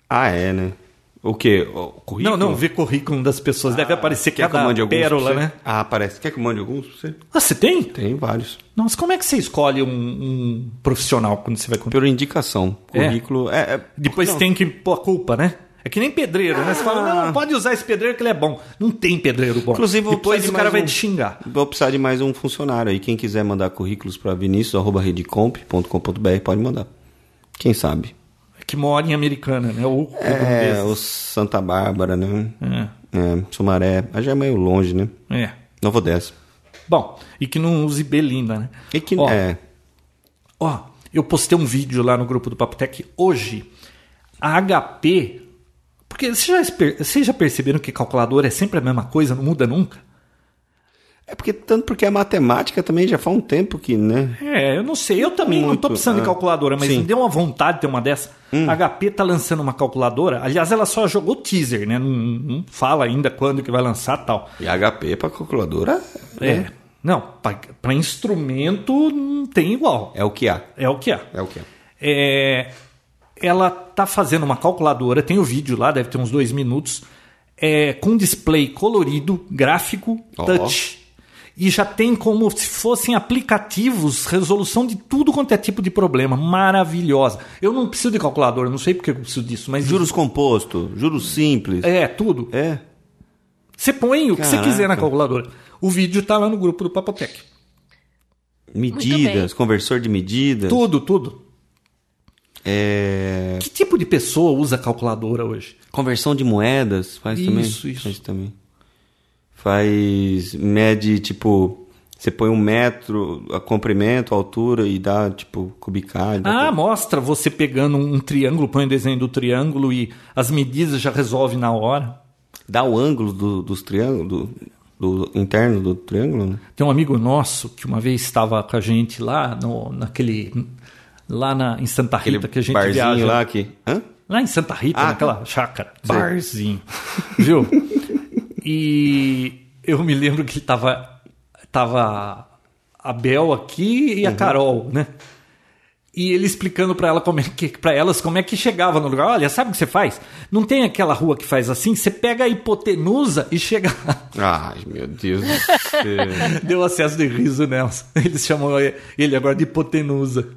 S2: Ah, é, né? O quê? O currículo? Ah,
S1: Não, não, ver currículo das pessoas. Deve aparecer
S2: Quer que eu
S1: cada
S2: mande alguns
S1: pérola,
S2: pra você?
S1: né?
S2: Ah, parece. Quer que eu mande alguns pra você?
S1: Ah, você tem?
S2: Tem vários.
S1: Nossa, como é que você escolhe um, um profissional quando você vai comprar?
S2: Por indicação.
S1: É.
S2: Currículo. É. é-
S1: Depois
S2: não, Ah.
S1: tem que pôr a culpa, né? É que nem pedreiro, né? Você fala, não, pode usar esse pedreiro que ele é bom. Não tem pedreiro bom.
S2: Inclusive, eu vou
S1: Depois o
S2: precisar de
S1: cara
S2: mais
S1: vai
S2: um.
S1: te xingar.
S2: Vou precisar de mais um funcionário aí. Quem quiser mandar currículos para vinicius.redcomp.com.br pode mandar. Quem sabe?
S1: É Que mora em Americana, né? Ou
S2: É,
S1: holandesa.
S2: o Santa Bárbara, né? É, Sumaré. Aí já é meio longe, né?
S1: É. é.
S2: Nova Odessa.
S1: Bom, e que não use Belinda, né?
S2: E que,
S1: Ó,
S2: é,
S1: Ó, eu postei um vídeo lá no grupo do Papotec hoje. A HP. Porque vocês já, esper- vocês já perceberam que calculadora é sempre a mesma coisa, não muda nunca?
S2: é porque tanto porque a matemática também já faz um tempo que, né?
S1: É, eu não sei. Eu também não
S2: Muito,
S1: tô precisando
S2: é.
S1: de calculadora, mas
S2: Sim.
S1: me deu uma vontade de ter uma dessa. A HP tá lançando uma calculadora. Aliás, ela só jogou teaser, né? Não, não fala ainda quando que vai lançar tal.
S2: E HP para calculadora
S1: É.
S2: é.
S1: Não, pra- pra instrumento não tem igual.
S2: é o que há.
S1: É o que é.
S2: É o que há.
S1: É, ela tá fazendo uma calculadora, tem o vídeo lá, deve ter uns dois minutos, é, com display colorido, gráfico,
S2: Ó.
S1: touch. E já tem como se fossem aplicativos, resolução de tudo quanto é tipo de problema. Maravilhosa. Eu não preciso de calculadora, não sei porque eu preciso disso, mas.
S2: Juros compostos, juros simples.
S1: É, tudo.
S2: É.
S1: Você põe o que você
S2: Caraca.
S1: quiser na calculadora. O vídeo tá lá no grupo do Papotec.
S2: Medidas, conversor de medidas.
S1: Tudo, tudo.
S2: É,
S1: Que tipo de pessoa usa calculadora hoje?
S2: Conversão de moedas faz também.
S1: Isso, isso.
S2: Faz também. Faz. Mede, tipo. Você põe um metro, a comprimento, a altura e dá, tipo, cubicagem. dá
S1: Ah,
S2: tudo.
S1: mostra você pegando um triângulo, põe o desenho do triângulo e as medidas já resolve na hora.
S2: dá o ângulo do, dos triângulos, do, do interno do triângulo, né?
S1: Tem um amigo nosso que uma vez estava com a gente lá no, naquele lá na, em Santa Rita que a gente
S2: barzinho
S1: viaja. né?
S2: lá que. Hã?
S1: Lá em Santa Rita,
S2: Ah,
S1: naquela chácara.
S2: Sei.
S1: Barzinho. Viu? E eu me lembro que tava, tava a Bel aqui
S2: Uhum.
S1: e a Carol, né? E ele explicando pra ela como é que para elas como é que chegava no lugar. Olha, sabe o que você faz? Não tem aquela rua que faz assim, você pega a hipotenusa e chega lá.
S2: Ai, meu Deus do céu.
S1: Deu acesso de riso Nelson. Eles chamam ele agora de hipotenusa.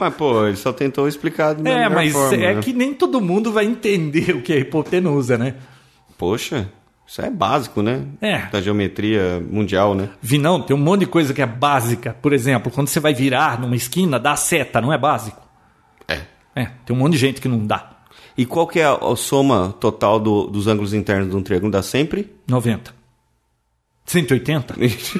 S2: mas, pô, ele só tentou explicar de uma
S1: É,
S2: melhor
S1: mas
S2: forma,
S1: é
S2: né?
S1: que nem todo mundo vai entender o que é hipotenusa, né?
S2: Poxa, isso é básico, né?
S1: É.
S2: Da geometria mundial, né?
S1: Vinão, tem um monte de coisa que é básica. Por exemplo, quando você vai virar numa esquina, dá a seta, não é básico?
S2: É.
S1: É, tem um monte de gente que não dá.
S2: E qual que é a, a soma total do- dos ângulos internos de um triângulo? Dá sempre?
S1: 90. 180?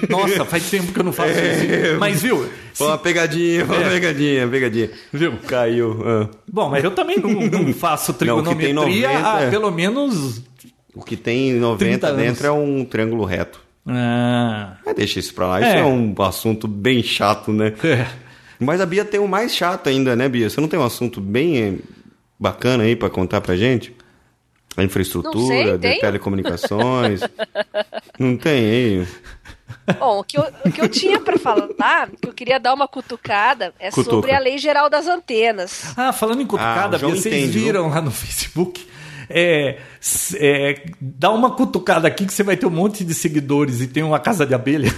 S1: Nossa, faz tempo que eu não faço
S2: É.
S1: isso. Mas viu?
S2: Foi uma pegadinha, foi uma pegadinha, pegadinha.
S1: Viu?
S2: Caiu. ah.
S1: Bom, mas eu também não, não faço
S2: Não, o que
S1: trigonometria
S2: tem 90
S1: há
S2: é.
S1: pelo menos.
S2: O que tem 90
S1: 30
S2: dentro
S1: anos.
S2: é um triângulo reto.
S1: Ah,
S2: Mas deixa isso pra lá, isso é,
S1: É.
S2: um assunto bem chato, né?
S1: é.
S2: Mas a Bia tem o mais chato ainda, né, Bia? Você não tem um assunto bem eh, bacana aí pra contar pra gente? A infraestrutura,
S3: Não sei,
S2: de
S3: tenho.
S2: telecomunicações. não tem aí.
S3: Bom, o que eu, o que eu tinha para falar, que eu queria dar uma cutucada, é
S2: Cutuca.
S3: sobre a lei geral das antenas.
S1: Ah, falando em cutucada,
S2: Ah, o João
S1: Bia, vocês
S2: entende, viu?
S1: viram lá no Facebook? É, s- é, dá uma cutucada aqui que você vai ter um monte de seguidores e tem uma casa de abelha.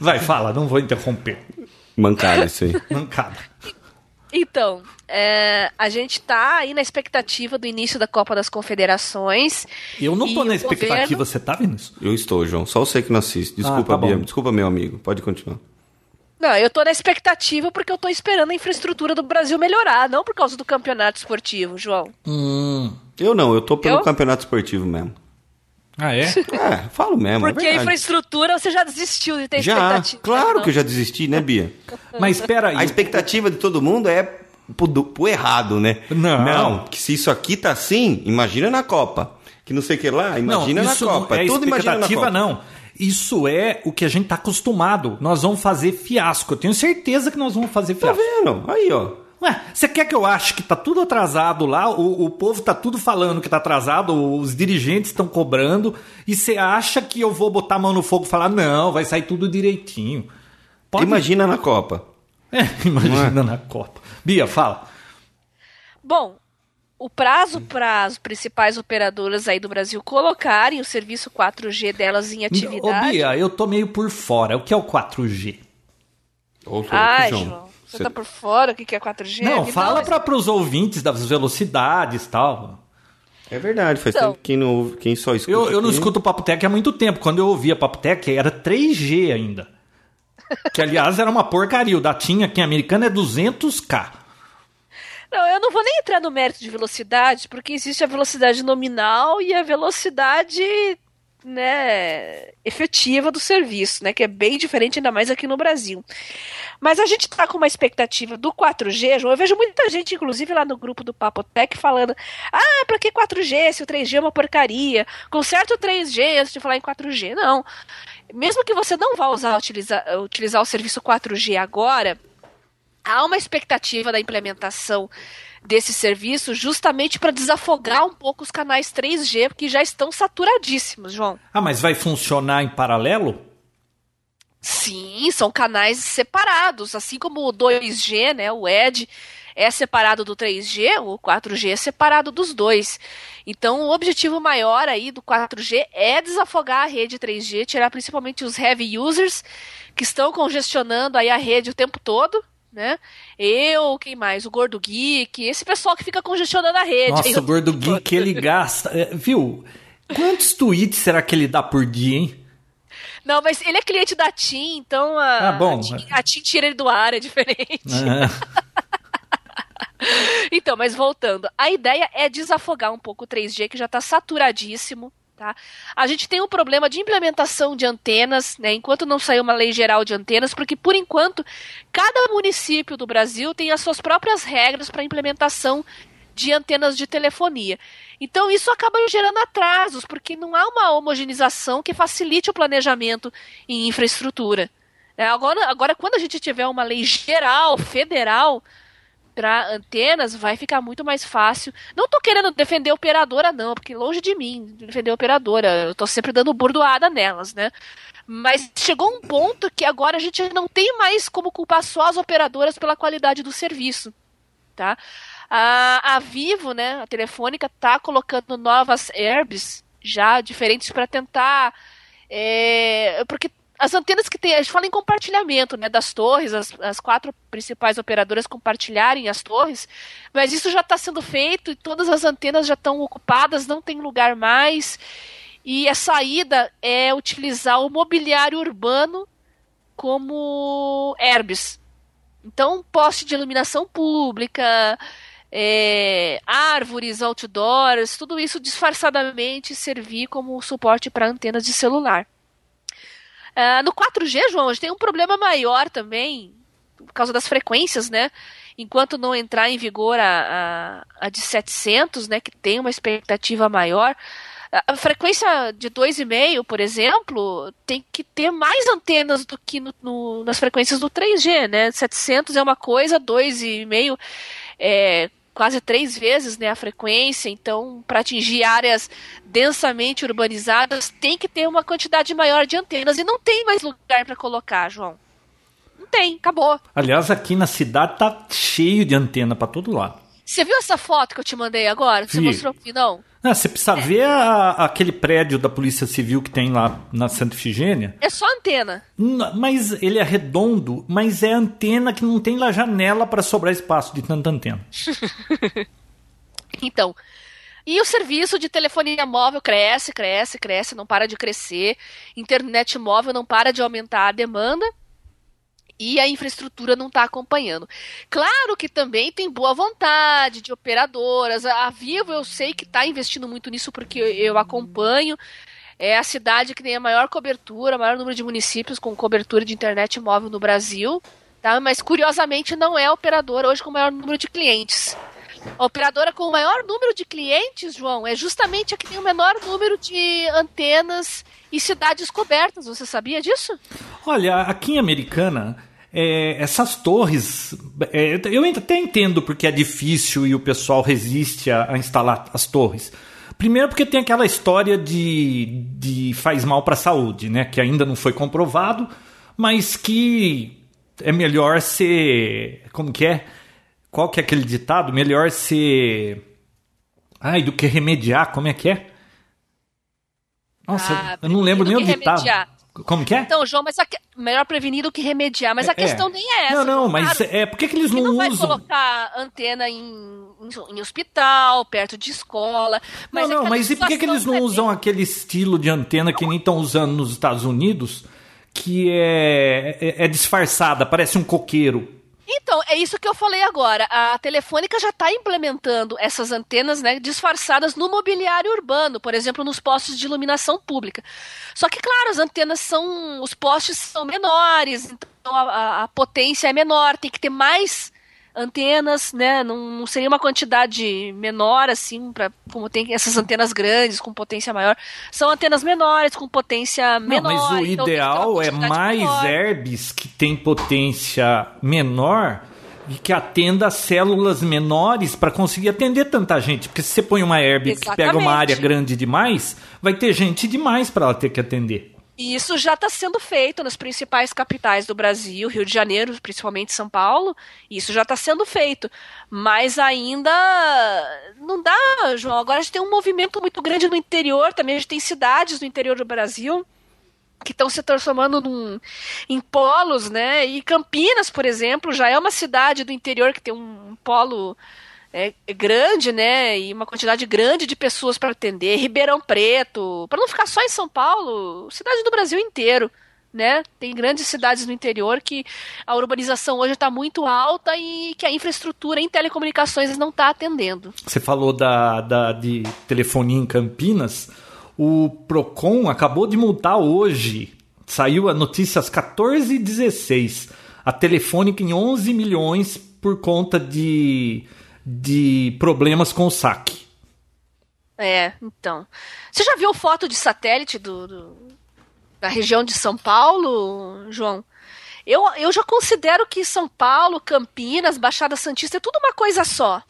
S1: vai, fala, não vou interromper.
S2: Mancada isso aí.
S1: Mancada.
S3: Então, é, a gente tá aí na expectativa do início da Copa das Confederações.
S1: Eu não tô
S3: E
S1: na
S3: o
S1: expectativa,
S3: governo-
S1: você tá vendo isso?
S2: Eu estou, João. Só você que não assiste. Desculpa,
S1: Ah, tá bom.
S2: Bia. Desculpa, meu amigo. Pode continuar.
S3: Não, eu tô na expectativa porque eu tô esperando a infraestrutura do Brasil melhorar, não por causa do campeonato esportivo, João.
S1: Hum.
S2: Eu não, eu tô pelo
S3: Eu?
S2: campeonato esportivo mesmo.
S1: Ah, é?
S2: É, falo mesmo. é
S3: Porque a
S2: verdade.
S3: infraestrutura você já desistiu de ter
S2: Já,
S3: expectativa. Ah,
S2: claro
S3: não.
S2: que eu já desisti, né, Bia?
S1: Mas espera aí.
S2: A expectativa de todo mundo é pro, do- pro errado, né?
S1: Não.
S2: Não, que se isso aqui tá assim, imagina na Copa. Que não sei o que lá, imagina na
S1: isso não
S2: Copa.
S1: É
S2: Tudo imagina na
S1: expectativa,
S2: Copa.
S1: não. Isso é o que a gente tá acostumado. Nós vamos fazer fiasco. Eu tenho certeza que nós vamos fazer
S2: Tá
S1: fiasco.
S2: vendo? Aí, ó.
S1: Ué, você quer que eu ache que tá tudo atrasado lá? O, o povo tá tudo falando que tá atrasado, os dirigentes estão cobrando, e você acha que eu vou botar a mão no fogo e falar, não, vai sair tudo direitinho. Pode...
S2: Imagina na Copa.
S1: É, imagina na Copa. Bia, fala.
S3: Bom, o
S1: Hum.
S3: prazo para as principais operadoras aí do Brasil colocarem o serviço 4G delas em
S1: Ô,
S3: atividade.
S1: Bia, eu tô meio por fora. O que é o 4G?
S2: Ô, louco,
S3: Ai, João, você
S2: Cê-
S3: tá por fora? O que que é 4G?
S1: não,
S3: Me
S1: fala
S3: dá-
S1: para os ouvintes das velocidades e tal.
S2: É verdade, faz
S3: Então.
S2: tempo que quem, não, ouve- quem só escuta.
S1: Eu, eu não
S2: aqui-
S1: escuto o Papo Tech há muito tempo. Quando eu ouvia Papo Tech, era 3G ainda. Que, aliás, era uma porcaria. O da TIM aqui em Americana é 200k.
S3: Não, eu não vou nem entrar no mérito de velocidade, porque existe a velocidade nominal e a velocidade né, efetiva do serviço, né, que é bem diferente, ainda mais aqui no Brasil. Mas a gente está com uma expectativa do 4G, João. Eu vejo muita gente, inclusive lá no grupo do Papotec, falando: ah, pra que 4G se o 3G é uma porcaria? Conserta o 3G antes de falar em 4G. Não. Mesmo que você não vá usar, utilizar, utilizar o serviço 4G agora, há uma expectativa da implementação desse serviço justamente para desafogar um pouco os canais 3G, que já estão saturadíssimos, João.
S1: Ah, mas vai funcionar em paralelo?
S3: Sim, são canais separados, assim como o 2G, né, o ED é separado do 3G, o 4G é separado dos dois. Então, o objetivo maior aí do 4G é desafogar a rede 3G, tirar principalmente os heavy users que estão congestionando aí a rede o tempo todo, né? Eu, quem mais? O Gordo Geek, esse pessoal que fica congestionando a rede. aí
S1: Nossa,
S3: o
S1: o Gordo
S3: tempo todo.
S1: Geek, ele gasta... é, viu? Quantos tweets será que ele dá por dia, hein?
S3: Não, mas ele é cliente da TIM, então a,
S1: Ah, bom.
S3: a, TIM, a TIM tira ele do ar, é diferente.
S1: Ah,
S3: Então, mas voltando, a ideia é desafogar um pouco o 3G, que já está saturadíssimo. Tá? A gente tem um problema de implementação de antenas, né, enquanto não saiu uma lei geral de antenas, porque por enquanto cada município do Brasil tem as suas próprias regras para implementação de antenas de telefonia. Então isso acaba gerando atrasos, porque não há uma homogeneização que facilite o planejamento em infraestrutura. né? Agora, agora, quando a gente tiver uma lei geral, federal, para antenas vai ficar muito mais fácil. Não tô querendo defender a operadora, não, porque longe de mim defender a operadora. Eu tô sempre dando burdoada nelas, né? Mas chegou um ponto que agora a gente não tem mais como culpar só as operadoras pela qualidade do serviço, tá? A, a Vivo, né, a Telefônica, tá colocando novas herbs já diferentes para tentar... é, porque as antenas que tem, a gente fala em compartilhamento, né, das torres, as, as quatro principais operadoras compartilharem as torres, mas isso já está sendo feito e todas as antenas já estão ocupadas, não tem lugar mais. E a saída é utilizar o mobiliário urbano como herbes. Então, poste de iluminação pública, é, árvores, outdoors, tudo isso disfarçadamente servir como suporte para antenas de celular. Ah, no 4G, João, a gente tem um problema maior também, por causa das frequências, né? Enquanto não entrar em vigor a, a, a de 700, né, que tem uma expectativa maior, a- a frequência de 2,5, por exemplo, tem que ter mais antenas do que no- no- nas frequências do 3G, né? 700 é uma coisa, 2,5 é quase três vezes né, a frequência, então para atingir áreas densamente urbanizadas tem que ter uma quantidade maior de antenas e não tem mais lugar para colocar, João. Não tem, acabou.
S1: Aliás, aqui na cidade tá cheio de antena para todo lado.
S3: Você viu essa foto que eu te mandei agora? Você
S1: Vi.
S3: mostrou aqui, não?
S1: Ah, você precisa ver a- aquele prédio da Polícia Civil que tem lá na Santa Efigênia.
S3: É só antena.
S1: N- Mas ele é redondo, mas é antena que não tem lá janela para sobrar espaço de tanta antena.
S3: Então, e o serviço de telefonia móvel cresce, cresce, cresce, não para de crescer. Internet móvel não para de aumentar a demanda. E a infraestrutura não está acompanhando. Claro que também tem boa vontade de operadoras. A a Vivo eu sei que está investindo muito nisso porque eu- eu acompanho. É a cidade que tem a maior cobertura, o maior número de municípios com cobertura de internet móvel no Brasil. Tá? Mas curiosamente não é a operadora hoje com o maior número de clientes. A operadora com o maior número de clientes, João, é justamente a que tem o menor número de antenas e cidades cobertas. Você sabia disso?
S1: Olha, aqui em Americana, é, essas torres. é, eu ainda até entendo porque é difícil e o pessoal resiste a, a instalar as torres. Primeiro, porque tem aquela história de, de faz mal para a saúde, né? Que ainda não foi comprovado, mas que é melhor ser. Como que é? Qual que é aquele ditado? Melhor ser. Ai, do que remediar, como é que é? Nossa,
S3: Ah,
S1: eu não lembro nem
S3: do
S1: o
S3: que
S1: ditado.
S3: remediar.
S1: Como que é?
S3: Então, João, mas a que- melhor prevenir do que remediar. Mas a questão nem é essa.
S1: Não, não,
S3: João,
S1: mas
S3: claro.
S1: é, por que, que eles
S3: que
S1: não,
S3: não vai
S1: usam?
S3: colocar antena em, em- em hospital, perto de escola. Mas
S1: não,
S3: é
S1: não,
S3: a
S1: mas e por que, que eles
S3: situação
S1: não
S3: é
S1: usam
S3: bem-
S1: aquele estilo de antena que nem estão usando nos Estados Unidos, que é, é, é disfarçada, parece um coqueiro?
S3: Então, é isso que eu falei agora. A Telefônica já está implementando essas antenas né, disfarçadas no mobiliário urbano, por exemplo, nos postes de iluminação pública. Só que, claro, as antenas são. Os postes são menores, então a, a- a potência é menor, tem que ter mais antenas, né? Não, não seria uma quantidade menor, assim, pra, como tem essas antenas grandes com potência maior. São antenas menores, com potência menor.
S1: não, mas o
S3: então tem que ter uma
S1: ideal é
S3: quantidade
S1: mais
S3: menor.
S1: herbes que tem potência menor e que atenda a células menores para conseguir atender tanta gente. Porque se você põe uma herb que pega uma
S3: Exatamente.
S1: área grande demais, vai ter gente demais para ela ter que atender.
S3: E isso já está sendo feito nas principais capitais do Brasil, Rio de Janeiro, principalmente São Paulo. Isso já está sendo feito. Mas ainda não dá, João. Agora a gente tem um movimento muito grande no interior também. A gente tem cidades no interior do Brasil que estão se transformando num- em polos, né? E Campinas, por exemplo, já é uma cidade do interior que tem um, um polo é, grande, né? E uma quantidade grande de pessoas para atender. Ribeirão Preto, para não ficar só em São Paulo, cidade do Brasil inteiro. Né? Tem grandes cidades no interior que a urbanização hoje está muito alta e que a infraestrutura em telecomunicações não está atendendo.
S1: Você falou da, da- de telefonia em Campinas. O Procon acabou de multar hoje. Saiu a notícia às 14h16. A telefônica em 11 milhões por conta de, de problemas com o saque.
S3: É, então. Você já viu foto de satélite do, do- da região de São Paulo, João? Eu, eu já considero que São Paulo, Campinas, Baixada Santista é tudo uma coisa só.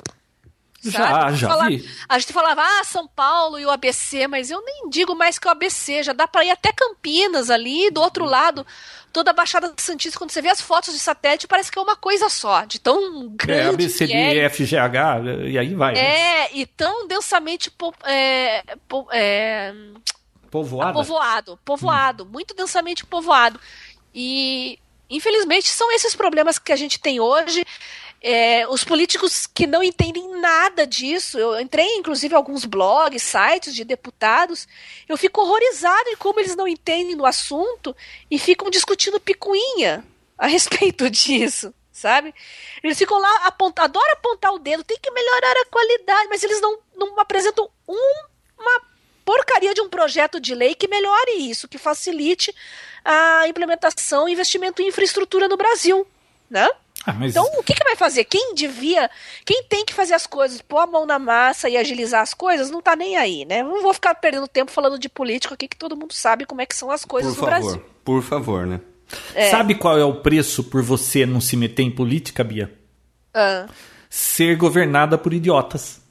S1: Já, ah,
S3: A gente
S1: já
S3: fala-
S1: vi.
S3: A gente falava, ah, São Paulo e o ABC, mas eu nem digo mais que o ABC, já dá pra ir até Campinas ali, do outro lado, toda a Baixada Santista, quando você vê as fotos de satélite, parece que é uma coisa só, de tão grande
S1: É, ABCD,
S3: que é,
S1: FGH, e aí vai. né?
S3: é, e tão densamente po- é, po- é,
S1: Povoada.
S3: povoado, povoado, muito densamente povoado. E infelizmente são esses problemas que a gente tem hoje. É, os políticos que não entendem nada disso. Eu entrei, inclusive, em alguns blogs, sites de deputados. Eu fico horrorizado em como eles não entendem do assunto e ficam discutindo picuinha a respeito disso, sabe? Eles ficam lá, aponta, adoram apontar o dedo, tem que melhorar a qualidade, mas eles não, não apresentam um- uma porcaria de um projeto de lei que melhore isso, que facilite a implementação e investimento em infraestrutura no Brasil, né?
S1: Ah, mas
S3: Então, o que, que vai fazer? Quem devia, quem tem que fazer as coisas, pôr a mão na massa e agilizar as coisas, não tá nem aí, né? Não vou ficar perdendo tempo falando de político aqui, que todo mundo sabe como é que são as coisas
S2: Por
S3: no Brasil.
S2: favor, por favor, né?
S1: é sabe qual é o preço por você não se meter em política, Bia?
S3: Ah.
S1: ser governada por idiotas.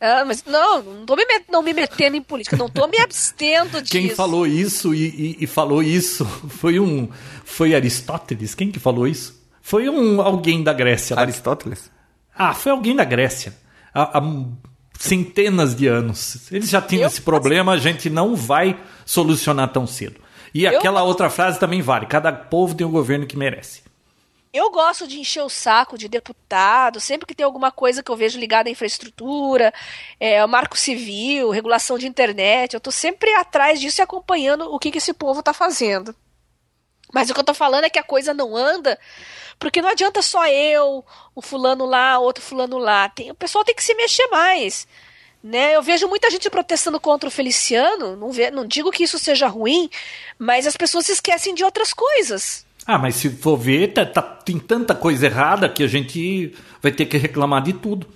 S3: Ah, mas não, não tô me, met- não me metendo em política, não tô me abstendo disso.
S1: Quem falou isso e, e- e falou isso foi um. Foi Aristóteles? Quem que falou isso? Foi um alguém da Grécia. lá.
S2: é Aristóteles?
S1: Ah, foi alguém da Grécia. Há, há centenas de anos. Eles já tinham
S3: Eu-
S1: esse problema, a gente não vai solucionar tão cedo. E
S3: Eu-
S1: aquela outra frase também vale: cada povo tem o governo que merece.
S3: Eu gosto de encher o saco de deputado, sempre que tem alguma coisa que eu vejo ligada à infraestrutura, é, ao marco civil, regulação de internet, eu tô sempre atrás disso e acompanhando o que, que esse povo tá fazendo. Mas o que eu tô falando é que a coisa não anda, porque não adianta só eu, o fulano lá, outro fulano lá. Tem- o pessoal tem que se mexer mais. Né? Eu vejo muita gente protestando contra o Feliciano, não, ve- não digo que isso seja ruim, mas as pessoas se esquecem de outras coisas.
S1: Ah, mas se for ver, tá- tá- tem tanta coisa errada que a gente vai ter que reclamar de tudo.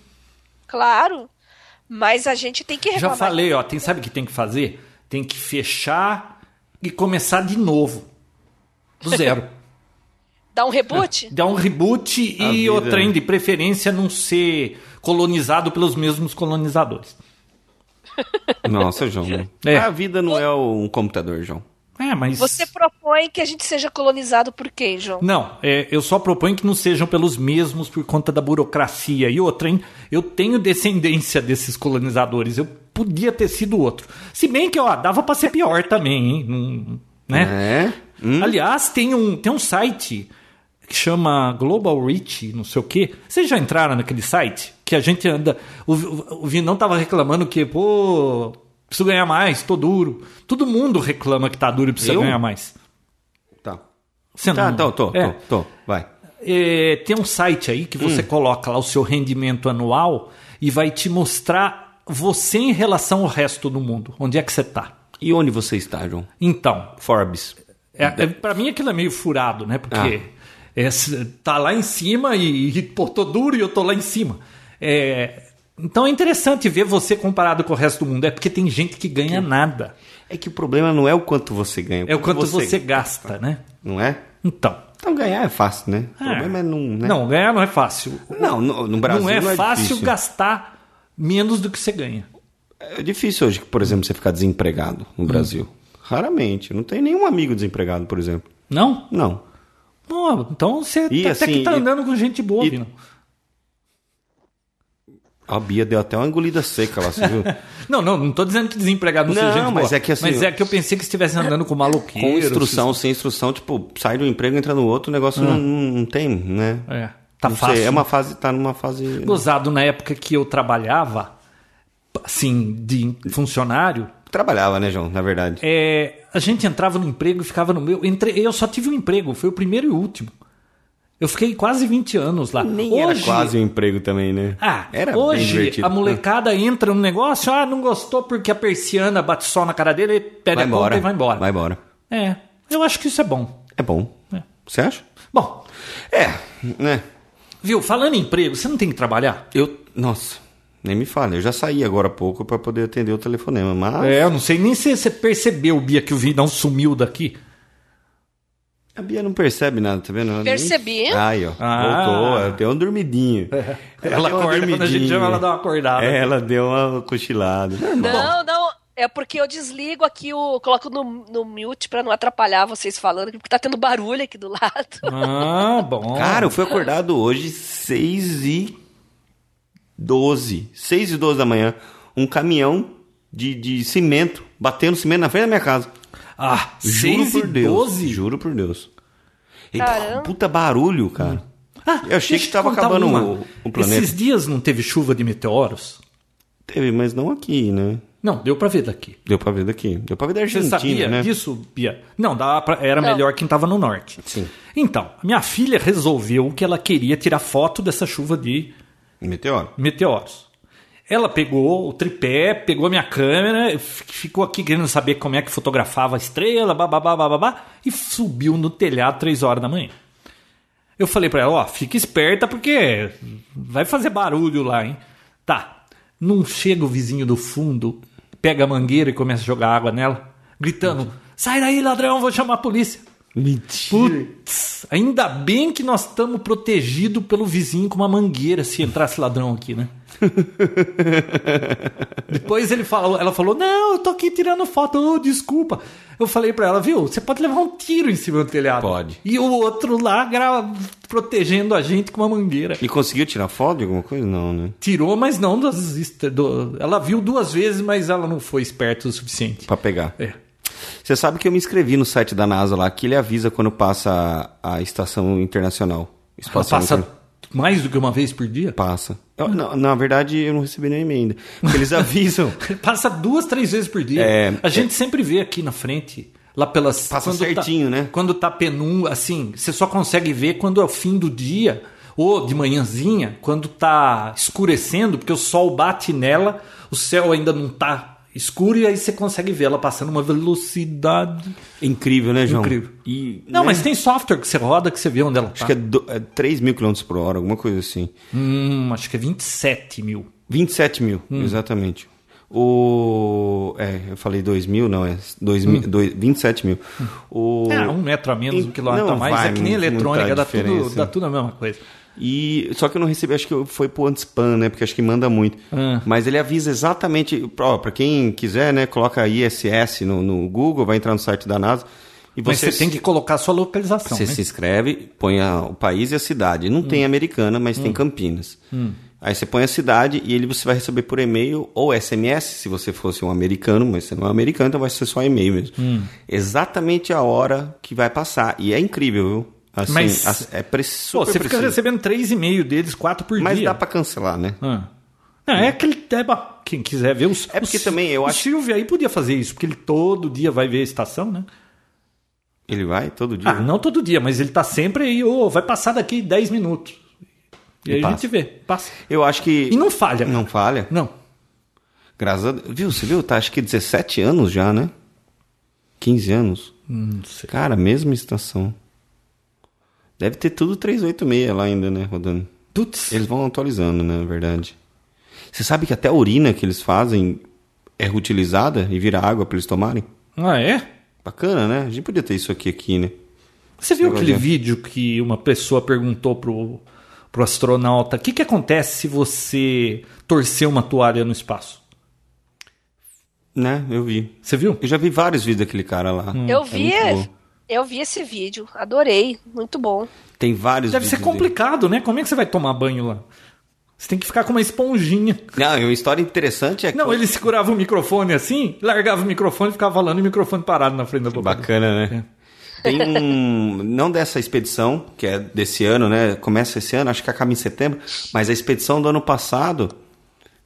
S3: Claro. Mas a gente tem que
S1: Já
S3: reclamar.
S1: falei, ó, tem, sabe o que tem que fazer? Tem que fechar e começar de novo. Do zero.
S3: Dá um reboot?
S1: Dar um reboot
S2: A
S1: e
S2: vida,
S1: o trem
S2: né?
S1: de preferência não ser colonizado pelos mesmos colonizadores.
S2: Nossa, João.
S1: É.
S2: A vida não é um computador, João.
S1: É, mas.
S3: Você propõe que a gente seja colonizado por quem, João?
S1: Não, é, eu só proponho que não sejam pelos mesmos por conta da burocracia. E outra, hein? Eu tenho descendência desses colonizadores. Eu podia ter sido outro. Se bem que, ó, dava pra ser pior também, hein? Não- né?
S2: É? Hum?
S1: Aliás, tem um, tem um site que chama Global Reach, não sei o quê. Vocês já entraram naquele site? Que a gente anda. O, o, o Vinão tava reclamando que, pô, preciso ganhar mais, tô duro. Todo mundo reclama que tá duro e precisa
S2: Eu?
S1: ganhar mais.
S2: Tá.
S1: Você
S2: Tá,
S1: não-
S2: tô, tô, Hum.
S1: É.
S2: tô, tô. Vai.
S1: É, tem um site aí que você coloca lá o seu rendimento anual e vai te mostrar você em relação ao resto do mundo. Onde é que você está?
S2: E onde você está, João?
S1: Então,
S2: Forbes.
S1: é, para mim aquilo é meio furado, né? Porque
S2: Ah.
S1: é, se- tá lá em cima e, e pô, tô duro e eu tô lá em cima. É, então é interessante ver você comparado com o resto do mundo. É porque tem gente que ganha nada.
S2: É que o problema não é o quanto você ganha.
S1: É o quanto você, gasta, né?
S2: Não é?
S1: Então.
S2: Então ganhar é fácil, né? O
S1: ah,
S2: problema é não. Né?
S1: Não, ganhar não é fácil.
S2: Não, no, no Brasil.
S1: não é fácil
S2: difícil.
S1: gastar menos do que você ganha.
S2: É difícil hoje, por exemplo, você ficar desempregado
S1: Hum.
S2: no Brasil. Raramente. Não tem nenhum amigo desempregado, por exemplo.
S1: Não?
S2: Não.
S1: Não, então você
S2: E,
S1: tá- até que
S2: assim,
S1: tá
S2: e-
S1: andando com gente boa,
S2: e-
S1: Vino.
S2: A Bia deu até uma engolida seca lá, você viu?
S1: Não, não, não tô dizendo que desempregado não, seja
S2: Não,
S1: gente
S2: mas
S1: boa.
S2: é que assim,
S1: mas
S2: eu-
S1: é que eu pensei que estivesse andando com maloqueiro.
S2: Com instrução, sem instrução, tipo, sai de um emprego, entra no outro, o negócio não, não tem, né?
S1: É, tá
S2: Não sei,
S1: fácil.
S2: é uma fase, tá numa fase.
S1: Gozado na época que eu trabalhava, assim, de funcionário,
S2: Trabalhava, né, João? Na verdade.
S1: é, a gente entrava no emprego e ficava no meu. Entre, eu só tive um emprego, foi o primeiro e último. Eu fiquei quase 20 anos lá.
S2: Nem
S1: É, Hoje,
S2: era quase um emprego também, né?
S1: Ah,
S2: era bem
S1: hoje
S2: divertido.
S1: a molecada entra no negócio, ah, não gostou porque a persiana bate sol na cara dele, ele pede
S2: Ah, vai
S1: a conta
S2: embora.
S1: e é vai embora.
S2: Vai embora.
S1: É, eu acho que isso é bom.
S2: É bom.
S1: É.
S2: Você acha?
S1: Bom,
S2: É, né?
S1: viu, falando em emprego, você não tem que trabalhar?
S2: Eu. Nossa, nem me fala. Eu já saí agora há pouco pra poder atender o telefonema, mas.
S1: É, eu não sei nem se você percebeu, Bia, que o Vinão sumiu daqui.
S2: A Bia não percebe nada, tá vendo? Ela nem-
S3: Percebi.
S2: Aí, ó.
S1: Ah.
S2: Voltou. Ela deu uma dormidinha.
S1: Ela
S2: deu uma
S1: acorda quando a gente
S2: dormidinha.
S1: chama, ela dá uma acordada.
S2: É, ela deu uma cochilada.
S3: Não, não. É porque eu desligo aqui o. Coloco no, no mute pra não atrapalhar vocês falando, porque tá tendo barulho aqui do lado.
S1: Ah, bom.
S2: Cara, eu fui acordado hoje 6 e 12. 6 e 12 da manhã. Um caminhão de, de cimento, batendo cimento na frente da minha casa.
S1: ah,
S2: Juro
S1: 6 e
S2: por Deus.
S1: 12?
S2: Juro por Deus. Eita,
S3: Caramba.
S2: puta barulho, cara.
S1: Ah,
S2: Eu achei
S1: deixa
S2: que
S1: eu
S2: tava
S1: contar
S2: acabando
S1: uma.
S2: o- o planeta.
S1: Esses dias não teve chuva de meteoros?
S2: Teve, mas não aqui, né?
S1: Não, deu pra ver daqui.
S2: Deu pra ver daqui. Deu pra ver da
S1: Você
S2: Argentina,
S1: sabia
S2: né?
S1: disso, Bia? Não, dava pra- era
S3: Não.
S1: melhor quem estava no norte.
S2: Sim.
S1: Então, a minha filha resolveu que ela queria tirar foto dessa chuva de
S2: Meteoro.
S1: meteoros. Ela pegou o tripé, pegou a minha câmera, f- ficou aqui querendo saber como é que fotografava a estrela, bababá, bababá, e subiu no telhado três horas da manhã. Eu falei pra ela, ó, fica esperta porque vai fazer barulho lá, hein? Tá. Não chega o vizinho do fundo, pega a mangueira e começa a jogar água nela, gritando: "Sai daí, ladrão, vou chamar a polícia".
S2: Mentira.
S1: Putz, ainda bem que nós estamos protegidos pelo vizinho com uma mangueira se entrasse ladrão aqui, né? Depois ele falou, ela falou: "Não, eu tô aqui tirando foto, oh, desculpa". Eu falei pra ela, viu? Você pode levar um tiro em cima do telhado.
S2: Pode.
S1: E o outro lá gra- protegendo a gente com uma mangueira.
S2: E conseguiu tirar foto de alguma coisa? Não, né?
S1: Tirou, mas não das est- do- ela viu duas vezes, mas ela não foi esperta o suficiente.
S2: Pra pegar.
S1: É.
S2: Você sabe que eu me inscrevi no site da NASA lá, que ele avisa quando passa a, a estação internacional.
S1: Ela
S2: Espacial
S1: passa
S2: interna-
S1: mais do que uma vez por dia?
S2: Passa. Eu- na, na verdade, eu não recebi nem e-mail ainda. Porque eles avisam.
S1: Passa duas, três vezes por dia.
S2: É,
S1: a gente sempre vê aqui na frente, lá pelas.
S2: Passa
S1: quando tá-
S2: certinho, né?
S1: Quando tá penumbra, assim, você só consegue ver quando é o fim do dia ou de manhãzinha, quando tá escurecendo, porque o sol bate nela, o céu ainda não tá escuro e aí você consegue ver ela passando uma velocidade.
S2: Incrível, né, João?
S1: Incrível.
S2: E,
S1: Não,
S2: né?
S1: mas tem software que você roda que você vê onde ela tá.
S2: Acho que é, do, é 3 mil quilômetros por hora, alguma coisa assim.
S1: Hum, acho que é 27 mil.
S2: 27 mil, exatamente. O. É, eu falei 2 mil, não, é dois mil, dois, 27 mil. O,
S1: É, um metro a menos, um
S2: Em-
S1: quilômetro
S2: não
S1: a mais,
S2: vai
S1: é que nem
S2: mu-
S1: eletrônica,
S2: muita
S1: dá tudo,
S2: diferença.
S1: dá tudo a mesma coisa.
S2: E só que eu não recebi, acho que foi pro Antispan, né? Porque acho que manda muito.
S1: Ah.
S2: Mas ele avisa exatamente, ó, para quem quiser, né, coloca ISS no, no Google, vai entrar no site da NASA e
S1: Mas
S2: você,
S1: você tem que colocar a sua localização.
S2: você
S1: né?
S2: se inscreve, põe a- o país e a cidade. Não
S1: Hum.
S2: tem Americana, mas tem Campinas. Aí você põe a cidade e ele você vai receber por e-mail ou SMS, se você fosse um americano, mas você não é americano, então vai ser só e-mail mesmo.
S1: Hum.
S2: Exatamente a hora que vai passar. E é incrível, viu? Assim,
S1: Mas-
S2: as- é preciso.
S1: Pô, você fica recebendo três e meio deles, quatro por
S2: Mas
S1: dia.
S2: dá pra cancelar, né?
S1: Ah. Não, é aquele. É, ba- quem quiser ver os.
S2: É porque
S1: o-
S2: também eu
S1: o
S2: acho-
S1: Silvio aí podia fazer isso, porque ele todo dia vai ver a estação, né?
S2: Ele vai todo dia?
S1: Ah, não todo dia, mas ele tá sempre aí, ô, vai passar daqui 10 minutos. E,
S2: E
S1: aí a
S2: passa.
S1: gente vê, passa.
S2: Eu acho que.
S1: E não falha.
S2: Não falha?
S1: Não.
S2: Graças a Deus. Viu? Você viu? Tá acho que 17 anos já, né? 15 anos.
S1: Hum, Não sei.
S2: Cara, mesma estação. Deve ter tudo 386 lá ainda, né, rodando.
S1: Putz.
S2: Eles vão atualizando, né, na verdade. Você sabe que até a urina que eles fazem é reutilizada e vira água pra eles tomarem?
S1: Ah, é?
S2: Bacana, né? A gente podia ter isso aqui, aqui, né?
S1: Você viu
S2: Eu
S1: aquele
S2: olhei.
S1: vídeo que uma pessoa perguntou pro, pro astronauta: o que, que acontece se você torcer uma toalha no espaço?
S2: Né? Eu vi.
S1: Você viu?
S2: Eu já vi vários vídeos daquele cara lá.
S3: eu
S2: É
S3: vi,
S2: muito bom.
S3: eu vi esse vídeo, adorei, muito bom.
S2: Tem vários
S1: Deve ser
S2: vídeos dele.
S1: complicado, né? Como é que você vai tomar banho lá? Você tem que ficar com uma esponjinha.
S2: Não, e uma história interessante é que.
S1: Não, ele segurava o microfone assim, largava o microfone, ficava falando e o microfone parado na frente da boca.
S2: Bacana, né?
S1: É.
S2: Tem um. Não dessa expedição, que é desse ano, né? Começa esse ano, acho que acaba em setembro, mas a expedição do ano passado,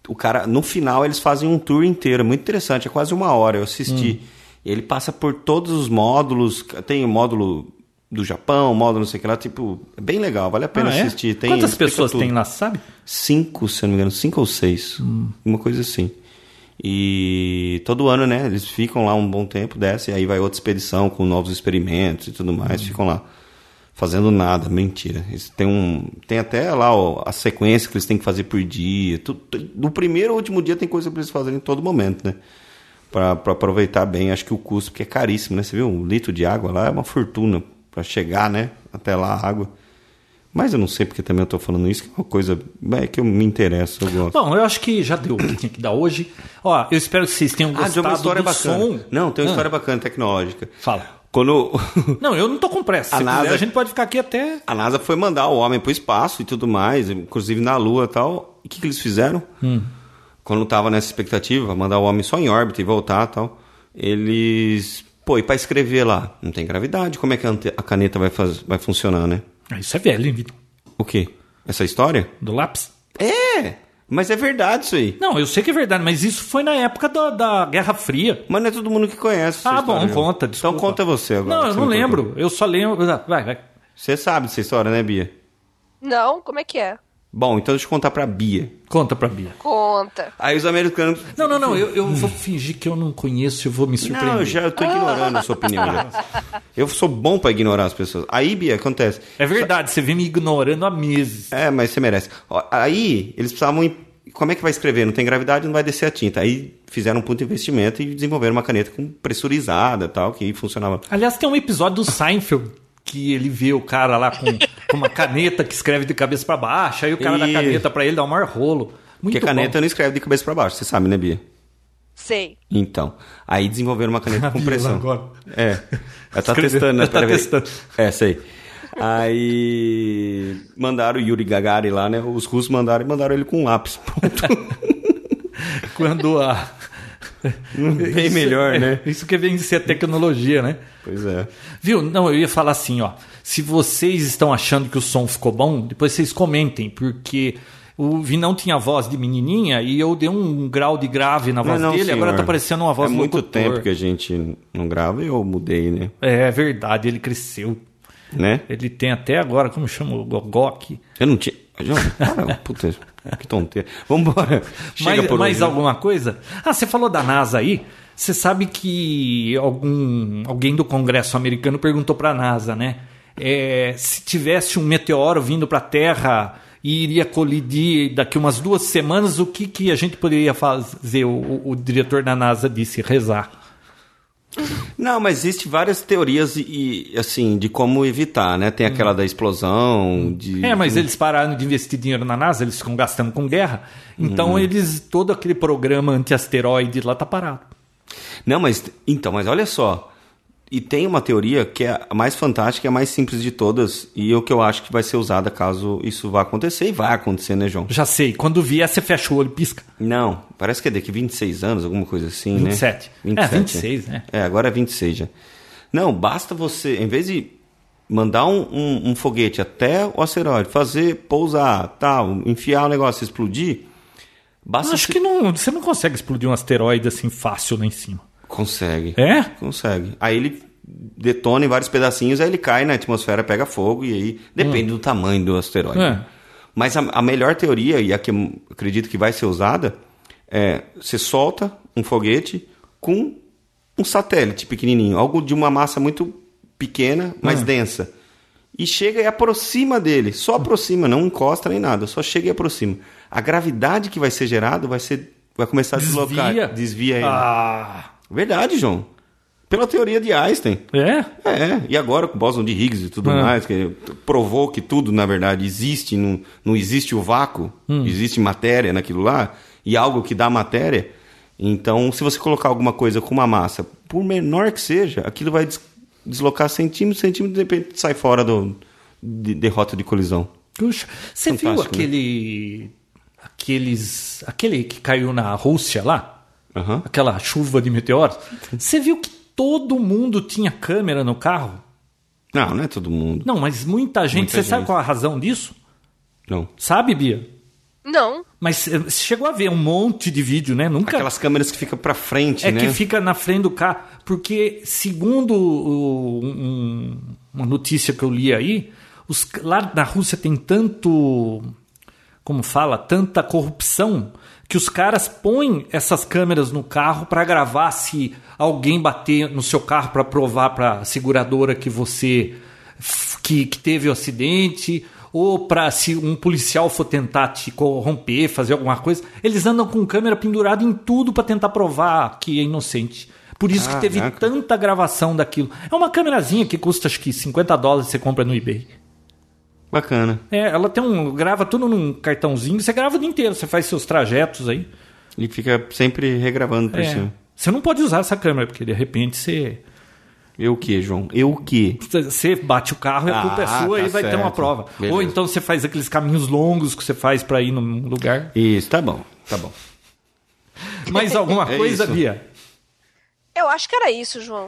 S2: o cara. No final eles fazem um tour inteiro, é muito interessante, é quase uma hora, eu assisti.
S1: Hum.
S2: E Ele passa por todos os módulos, tem o módulo do Japão, módulo não sei o que lá, tipo, é bem legal, vale a pena
S1: Ah, é?
S2: assistir. Tem,
S1: Quantas
S2: explica
S1: pessoas
S2: tudo.
S1: tem lá, sabe?
S2: Cinco, se eu não me engano, cinco ou seis. Uma coisa assim. E todo ano, né? Eles ficam lá um bom tempo, descem, aí vai outra expedição com novos experimentos e tudo mais, ficam lá. Fazendo nada, mentira. Eles têm um, tem até lá ó, a sequência que eles têm que fazer por dia. Tu- tu- do primeiro ao último dia tem coisa pra eles fazerem em todo momento, né? Pra, pra aproveitar bem. Acho que o custo, porque é caríssimo, né? Você viu? Um litro de água lá é uma fortuna pra chegar, né? Até lá a água. Mas eu não sei porque também eu tô falando isso, que é uma coisa é, que eu me interesso, eu gosto.
S1: Bom, eu acho que já deu o que tinha que dar hoje. Ó, eu espero que vocês tenham
S2: Ah,
S1: gostado
S2: tem uma história
S1: do
S2: bacana.
S1: som.
S2: Não, tem
S1: Ah,
S2: uma história bacana tecnológica.
S1: Fala.
S2: Quando
S1: Não, eu não tô com pressa.
S2: A
S1: Se quiser,
S2: NASA-
S1: a gente pode ficar aqui até.
S2: a NASA foi mandar o homem pro espaço e tudo mais, inclusive na Lua e tal, o que, que eles fizeram?
S1: Hum.
S2: Quando tava nessa expectativa, mandar o homem só em órbita e voltar e tal, eles. Pô, e pra escrever lá? Não tem gravidade, como é que a ante- a caneta vai, faz... vai funcionar, né?
S1: Ah, Isso é velho, hein, Vitor?
S2: O quê? Essa história?
S1: Do lápis?
S2: É! Mas é verdade isso aí.
S1: Não, eu sei que é verdade, mas isso foi na época da, da Guerra Fria.
S2: Mas não é todo mundo que conhece. essa
S1: Ah,
S2: história,
S1: bom,
S2: João.
S1: conta,
S2: Então
S1: desculpa.
S2: conta você agora.
S1: Não, eu
S2: você
S1: não
S2: me contou.
S1: lembro. Eu só lembro. Ah, Vai, vai.
S2: Você sabe dessa história, né, Bia?
S3: Não, como é que é?
S2: Bom, então deixa eu contar pra Bia.
S1: Conta pra Bia.
S3: Conta.
S2: Aí os americanos.
S1: Não, não, não. Eu, eu vou fingir que eu não conheço e vou me surpreender.
S2: Hum. Não, eu já eu tô ignorando a sua opinião. já. Eu sou bom pra ignorar as pessoas. Aí, Bia, acontece.
S1: É verdade, você vem me ignorando há meses.
S2: É, mas você merece. Ó, Aí, eles precisavam. ir- como é que vai escrever? Não tem gravidade, não vai descer a tinta. Aí fizeram um puto investimento e desenvolveram uma caneta com pressurizada tal, que funcionava.
S1: Aliás, tem um episódio do Seinfeld que ele vê o cara lá com, com uma caneta que escreve de cabeça para baixo, aí o cara dá
S2: Isso.
S1: caneta para ele, dá um maior rolo. Muito
S2: Porque caneta
S1: bom.
S2: não escreve de cabeça para baixo, você sabe, né, Bia?
S3: Sei.
S2: Então, aí desenvolveram uma caneta com
S1: Vila
S2: pressão.
S1: agora.
S2: É. Ela tá
S1: Escreveu.
S2: testando, né?
S1: Ela tá
S2: pra ver.
S1: testando.
S2: É, sei. Aí mandaram o Yuri Gagari lá, né? Os russos mandaram e mandaram ele com um lápis. Pronto.
S1: Quando a.
S2: Hum, Bem melhor,
S1: é,
S2: né?
S1: Isso que vem de ser tecnologia, né?
S2: Pois é.
S1: Viu? Não, eu ia falar assim, ó. Se vocês estão achando que o som ficou bom, depois vocês comentem, porque o Vinão tinha voz de menininha e eu dei um grau de grave na voz
S2: Mas não,
S1: dele, agora
S2: senhor.
S1: tá parecendo uma voz
S2: É
S1: de
S2: muito
S1: locutor.
S2: tempo que a gente não grava e eu mudei, né?
S1: É verdade, ele cresceu.
S2: Né?
S1: Ele tem até agora, como chama o Gogó aqui.
S2: Eu não tinha. João, para, puta, que tonteira. Vambora. Chega
S1: mais
S2: por
S1: mais
S2: hoje. né?
S1: alguma coisa? Ah, você falou da NASA aí. Você sabe que algum, alguém do Congresso americano perguntou para a NASA, né? É, se tivesse um meteoro vindo para a Terra e iria colidir daqui umas duas semanas, o que, que a gente poderia fazer? O, o- o diretor da NASA disse rezar.
S2: Não, mas existe várias teorias e, e, assim de como evitar, né? Tem aquela da explosão, de
S1: Hum. É, mas eles pararam de investir dinheiro na NASA, eles ficam gastando com guerra. Então
S2: Uhum.
S1: eles todo aquele programa anti-asteroide lá tá parado.
S2: Não, mas então, mas olha só. E tem uma teoria que é a mais fantástica, e a mais simples de todas, e é o que eu acho que vai ser usada caso isso vá acontecer, e vai acontecer, né, João?
S1: Já sei, quando vier você fecha o olho e pisca.
S2: Não, parece que é daqui 26 anos, alguma coisa assim, né?
S1: 27. É, 26, né?
S2: É, agora é 26 já. Não, basta você, em vez de mandar um, um- um foguete até o asteroide, fazer, pousar, tal, enfiar o negócio, explodir,
S1: Eu
S2: basta...
S1: acho
S2: você-
S1: que não, você não consegue explodir um asteroide assim fácil lá em cima.
S2: Consegue.
S1: É?
S2: Consegue. Aí ele detona em vários pedacinhos, aí ele cai na atmosfera, pega fogo, e aí depende do tamanho do asteroide.
S1: Hum. É.
S2: Mas a, a melhor teoria, e a que eu acredito que vai ser usada, é você solta um foguete com um satélite pequenininho, algo de uma massa muito pequena, mas
S1: Hum.
S2: densa. E chega e aproxima dele, só aproxima, não encosta nem nada, só chega e aproxima. A gravidade que vai ser gerada vai ser vai começar a
S1: Desvia.
S2: deslocar, desvia ele.
S1: Ah,
S2: Verdade, João. Pela teoria de Einstein.
S1: é?
S2: É, e agora com o bóson de Higgs e tudo
S1: Ah.
S2: mais, que provou que tudo, na verdade, existe, não, não existe o vácuo,
S1: Hum.
S2: existe matéria naquilo lá, e algo que dá matéria. Então, se você colocar alguma coisa com uma massa, por menor que seja, aquilo vai des- deslocar centímetro, centímetro, de repente sai fora do de, derrota de colisão.
S1: Puxa, você viu
S2: Fantástico, né?
S1: aquele aqueles aquele que caiu na Rússia lá?
S2: Aham.
S1: Aquela chuva de meteoros? Você viu que todo mundo tinha câmera no carro?
S2: Não, não é todo mundo.
S1: Não, mas muita gente,
S2: Muita
S1: você sabe
S2: gente.
S1: qual a razão disso?
S2: Não.
S1: Sabe, Bia?
S3: Não.
S1: Mas eh, você chegou a ver um monte de vídeo, né? Nunca
S2: Aquelas câmeras que ficam pra frente,
S1: É
S2: né?
S1: que fica na frente do carro. Porque, segundo o- um- uma notícia que eu li aí, os, c- lá na Rússia tem tanto. Como fala? Tanta corrupção que os caras põem essas câmeras no carro para gravar se alguém bater no seu carro para provar para a seguradora que você f- que, que teve o acidente ou para se um policial for tentar te corromper, fazer alguma coisa, eles andam com câmera pendurada em tudo para tentar provar que é inocente. Por isso que teve
S2: Caraca.
S1: tanta gravação daquilo. É uma câmerazinha que custa acho que 50 dólares você compra no eBay.
S2: Bacana.
S1: É, ela tem um grava tudo num cartãozinho, você grava o dia inteiro, você faz seus trajetos aí.
S2: E fica sempre regravando pra
S1: É.
S2: cima.
S1: Você não pode usar essa câmera porque de repente você
S2: Eu o quê, João? Eu o quê?
S1: Você bate o carro e a
S2: Ah,
S1: culpa é sua
S2: tá
S1: e vai ter uma
S2: certo.
S1: prova.
S2: Beleza.
S1: Ou então você faz aqueles caminhos longos que você faz pra ir num lugar.
S2: Isso, tá bom, tá bom.
S1: Mais alguma
S2: É
S1: coisa,
S2: isso.
S1: Bia?
S3: Eu acho que era isso, João.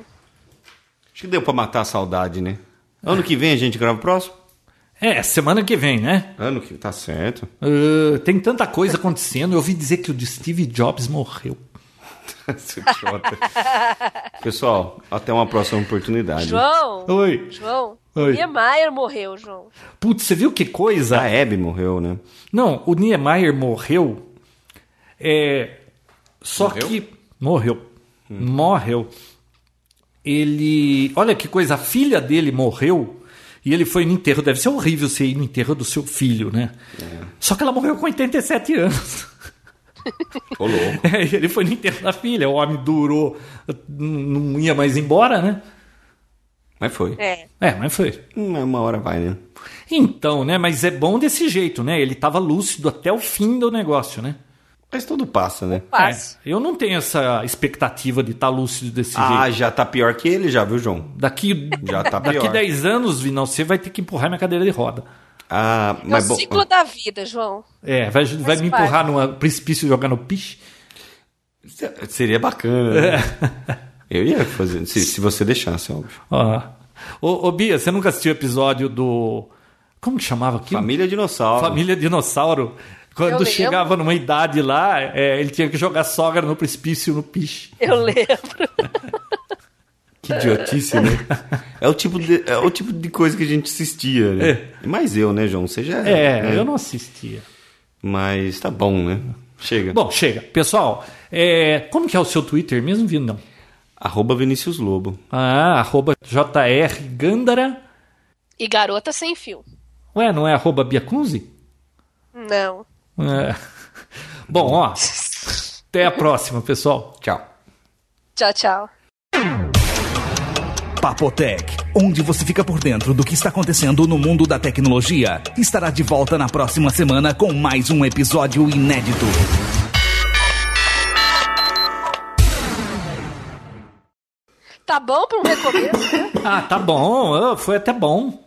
S2: Acho que deu pra matar a saudade, né? Ano que vem a gente grava o próximo?
S1: É, semana que vem, né?
S2: Ano que tá certo.
S1: Ah, tem tanta coisa acontecendo. Eu ouvi dizer que o de Steve Jobs morreu.
S2: Seu idiota. Pessoal, até uma próxima oportunidade.
S3: João.
S1: Oi.
S3: João.
S1: Oi.
S3: Niemeyer morreu, João.
S1: Putz, você viu que coisa?
S2: A Hebe morreu, né?
S1: Não, o Niemeyer morreu. É, só
S2: Morreu?
S1: que morreu, morreu. Ele, olha que coisa, a filha dele morreu e ele foi no enterro. Deve ser horrível você ir no enterro do seu filho, né? Só que ela morreu com 87 anos.
S2: Ô, louco.
S1: ele foi Nintendo da filha, o homem durou, não ia mais embora, né?
S2: Mas foi.
S3: É.
S1: É, mas foi.
S2: Hum, Uma hora vai, né?
S1: Então, né? Mas é bom desse jeito, né? Ele tava lúcido até o fim do negócio, né?
S2: Mas tudo passa, né?
S3: Fácil.
S1: É, eu não tenho essa expectativa de estar lúcido desse
S2: Ah,
S1: jeito.
S2: já tá pior que ele já, viu, João?
S1: Daqui,
S2: Já tá
S1: daqui
S2: pior.
S1: 10 anos, Vinão, você vai ter que empurrar minha cadeira de roda.
S2: Ah,
S3: É o
S2: mas bom.
S3: ciclo da vida, João.
S1: É, vai, vai me
S3: parte.
S1: empurrar num ah, precipício e jogar no piche.
S2: Seria bacana. né? Eu ia fazer, se, se você deixasse, óbvio.
S1: Ó. Ô, ô, Bia, você nunca assistiu o episódio do. Como que chamava aquilo?
S2: Família Dinossauro.
S1: Família Dinossauro. Quando
S3: lembro.
S1: chegava numa idade lá, é, ele tinha que jogar sogra no precipício no piche.
S3: Eu lembro.
S2: Que idiotice, né? É o, tipo de, é o tipo de coisa que a gente assistia, né? Mas eu, né, João? Você já
S1: É,
S2: né?
S1: eu não assistia.
S2: Mas tá bom, né? Chega.
S1: Bom, chega. Pessoal, é, como que é o seu Twitter mesmo, Vindo? Não.
S2: Arroba Vinícius Lobo.
S1: Ah, arroba JR Gandara.
S3: E garota sem fio.
S1: Ué, não é arroba Biacunzi?
S3: Não.
S1: É. Bom, ó, até a próxima, pessoal.
S2: Tchau.
S3: Tchau, tchau.
S5: Papotec, onde você fica por dentro do que está acontecendo no mundo da tecnologia, estará de volta na próxima semana com mais um episódio inédito.
S3: Tá bom pra um recomeço? né?
S1: Ah, tá bom, ah, foi até bom.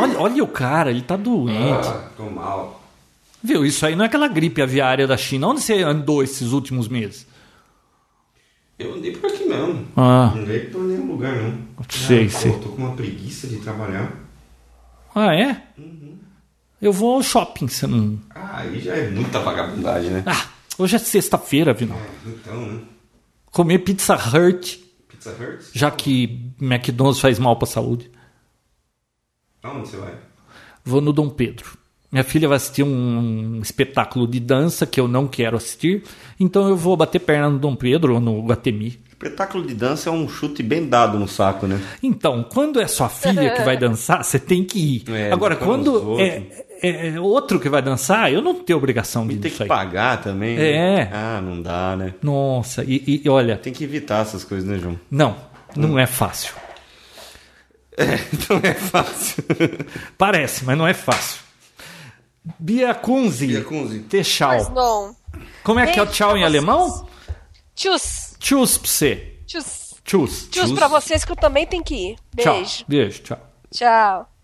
S1: Olha, olha o cara, ele tá doente.
S2: Ah, Tô mal.
S1: Viu, isso aí não é aquela gripe aviária da China. Onde você andou esses últimos meses?
S2: Eu andei por aqui mesmo.
S1: Ah,
S2: Não veio pra nenhum lugar, não.
S1: Sei,
S2: Ah, pô,
S1: sei.
S2: Tô com uma preguiça de trabalhar.
S1: ah é? Eu vou ao shopping, você não...
S2: Ah, aí já é muita vagabundagem, né?
S1: Ah, hoje é sexta-feira, Vinão.
S2: Então, né?
S1: Comer pizza Hut,
S2: Pizza Hurts?
S1: já que McDonald's faz mal pra saúde.
S2: Aonde você vai?
S1: Vou no Dom Pedro. Minha filha vai assistir um espetáculo de dança que eu não quero assistir, então eu vou bater perna no Dom Pedro ou no Guatemi.
S2: Espetáculo de dança é um chute bem dado no saco, né?
S1: Então, quando é sua filha que vai dançar, você tem que ir.
S2: É,
S1: Agora,
S2: não quando os
S1: quando é, é- é outro que vai dançar, eu não tenho obrigação de ir
S2: Tem
S1: nisso
S2: que
S1: aí.
S2: pagar também.
S1: É.
S2: Né? Ah, não dá, né?
S1: Nossa, e, e- e olha,
S2: Tem que evitar essas coisas, né, João?
S1: não, não
S2: Hum.
S1: é fácil.
S2: Então é fácil.
S1: Parece, mas não é fácil. Bia Kunze,
S2: Bia Kunze.
S3: Mas
S1: tchau.
S3: não.
S1: Como é que é o
S3: Beijo
S1: tchau
S3: pra
S1: em
S3: vocês.
S1: alemão?
S3: Tchus.
S1: Tschüss pra você.
S3: Tchus.
S1: Tschüss.
S3: Tchus pra vocês que eu também tenho que ir.
S1: Tchau.
S3: Beijo.
S1: Beijo, tchau.
S3: Tchau.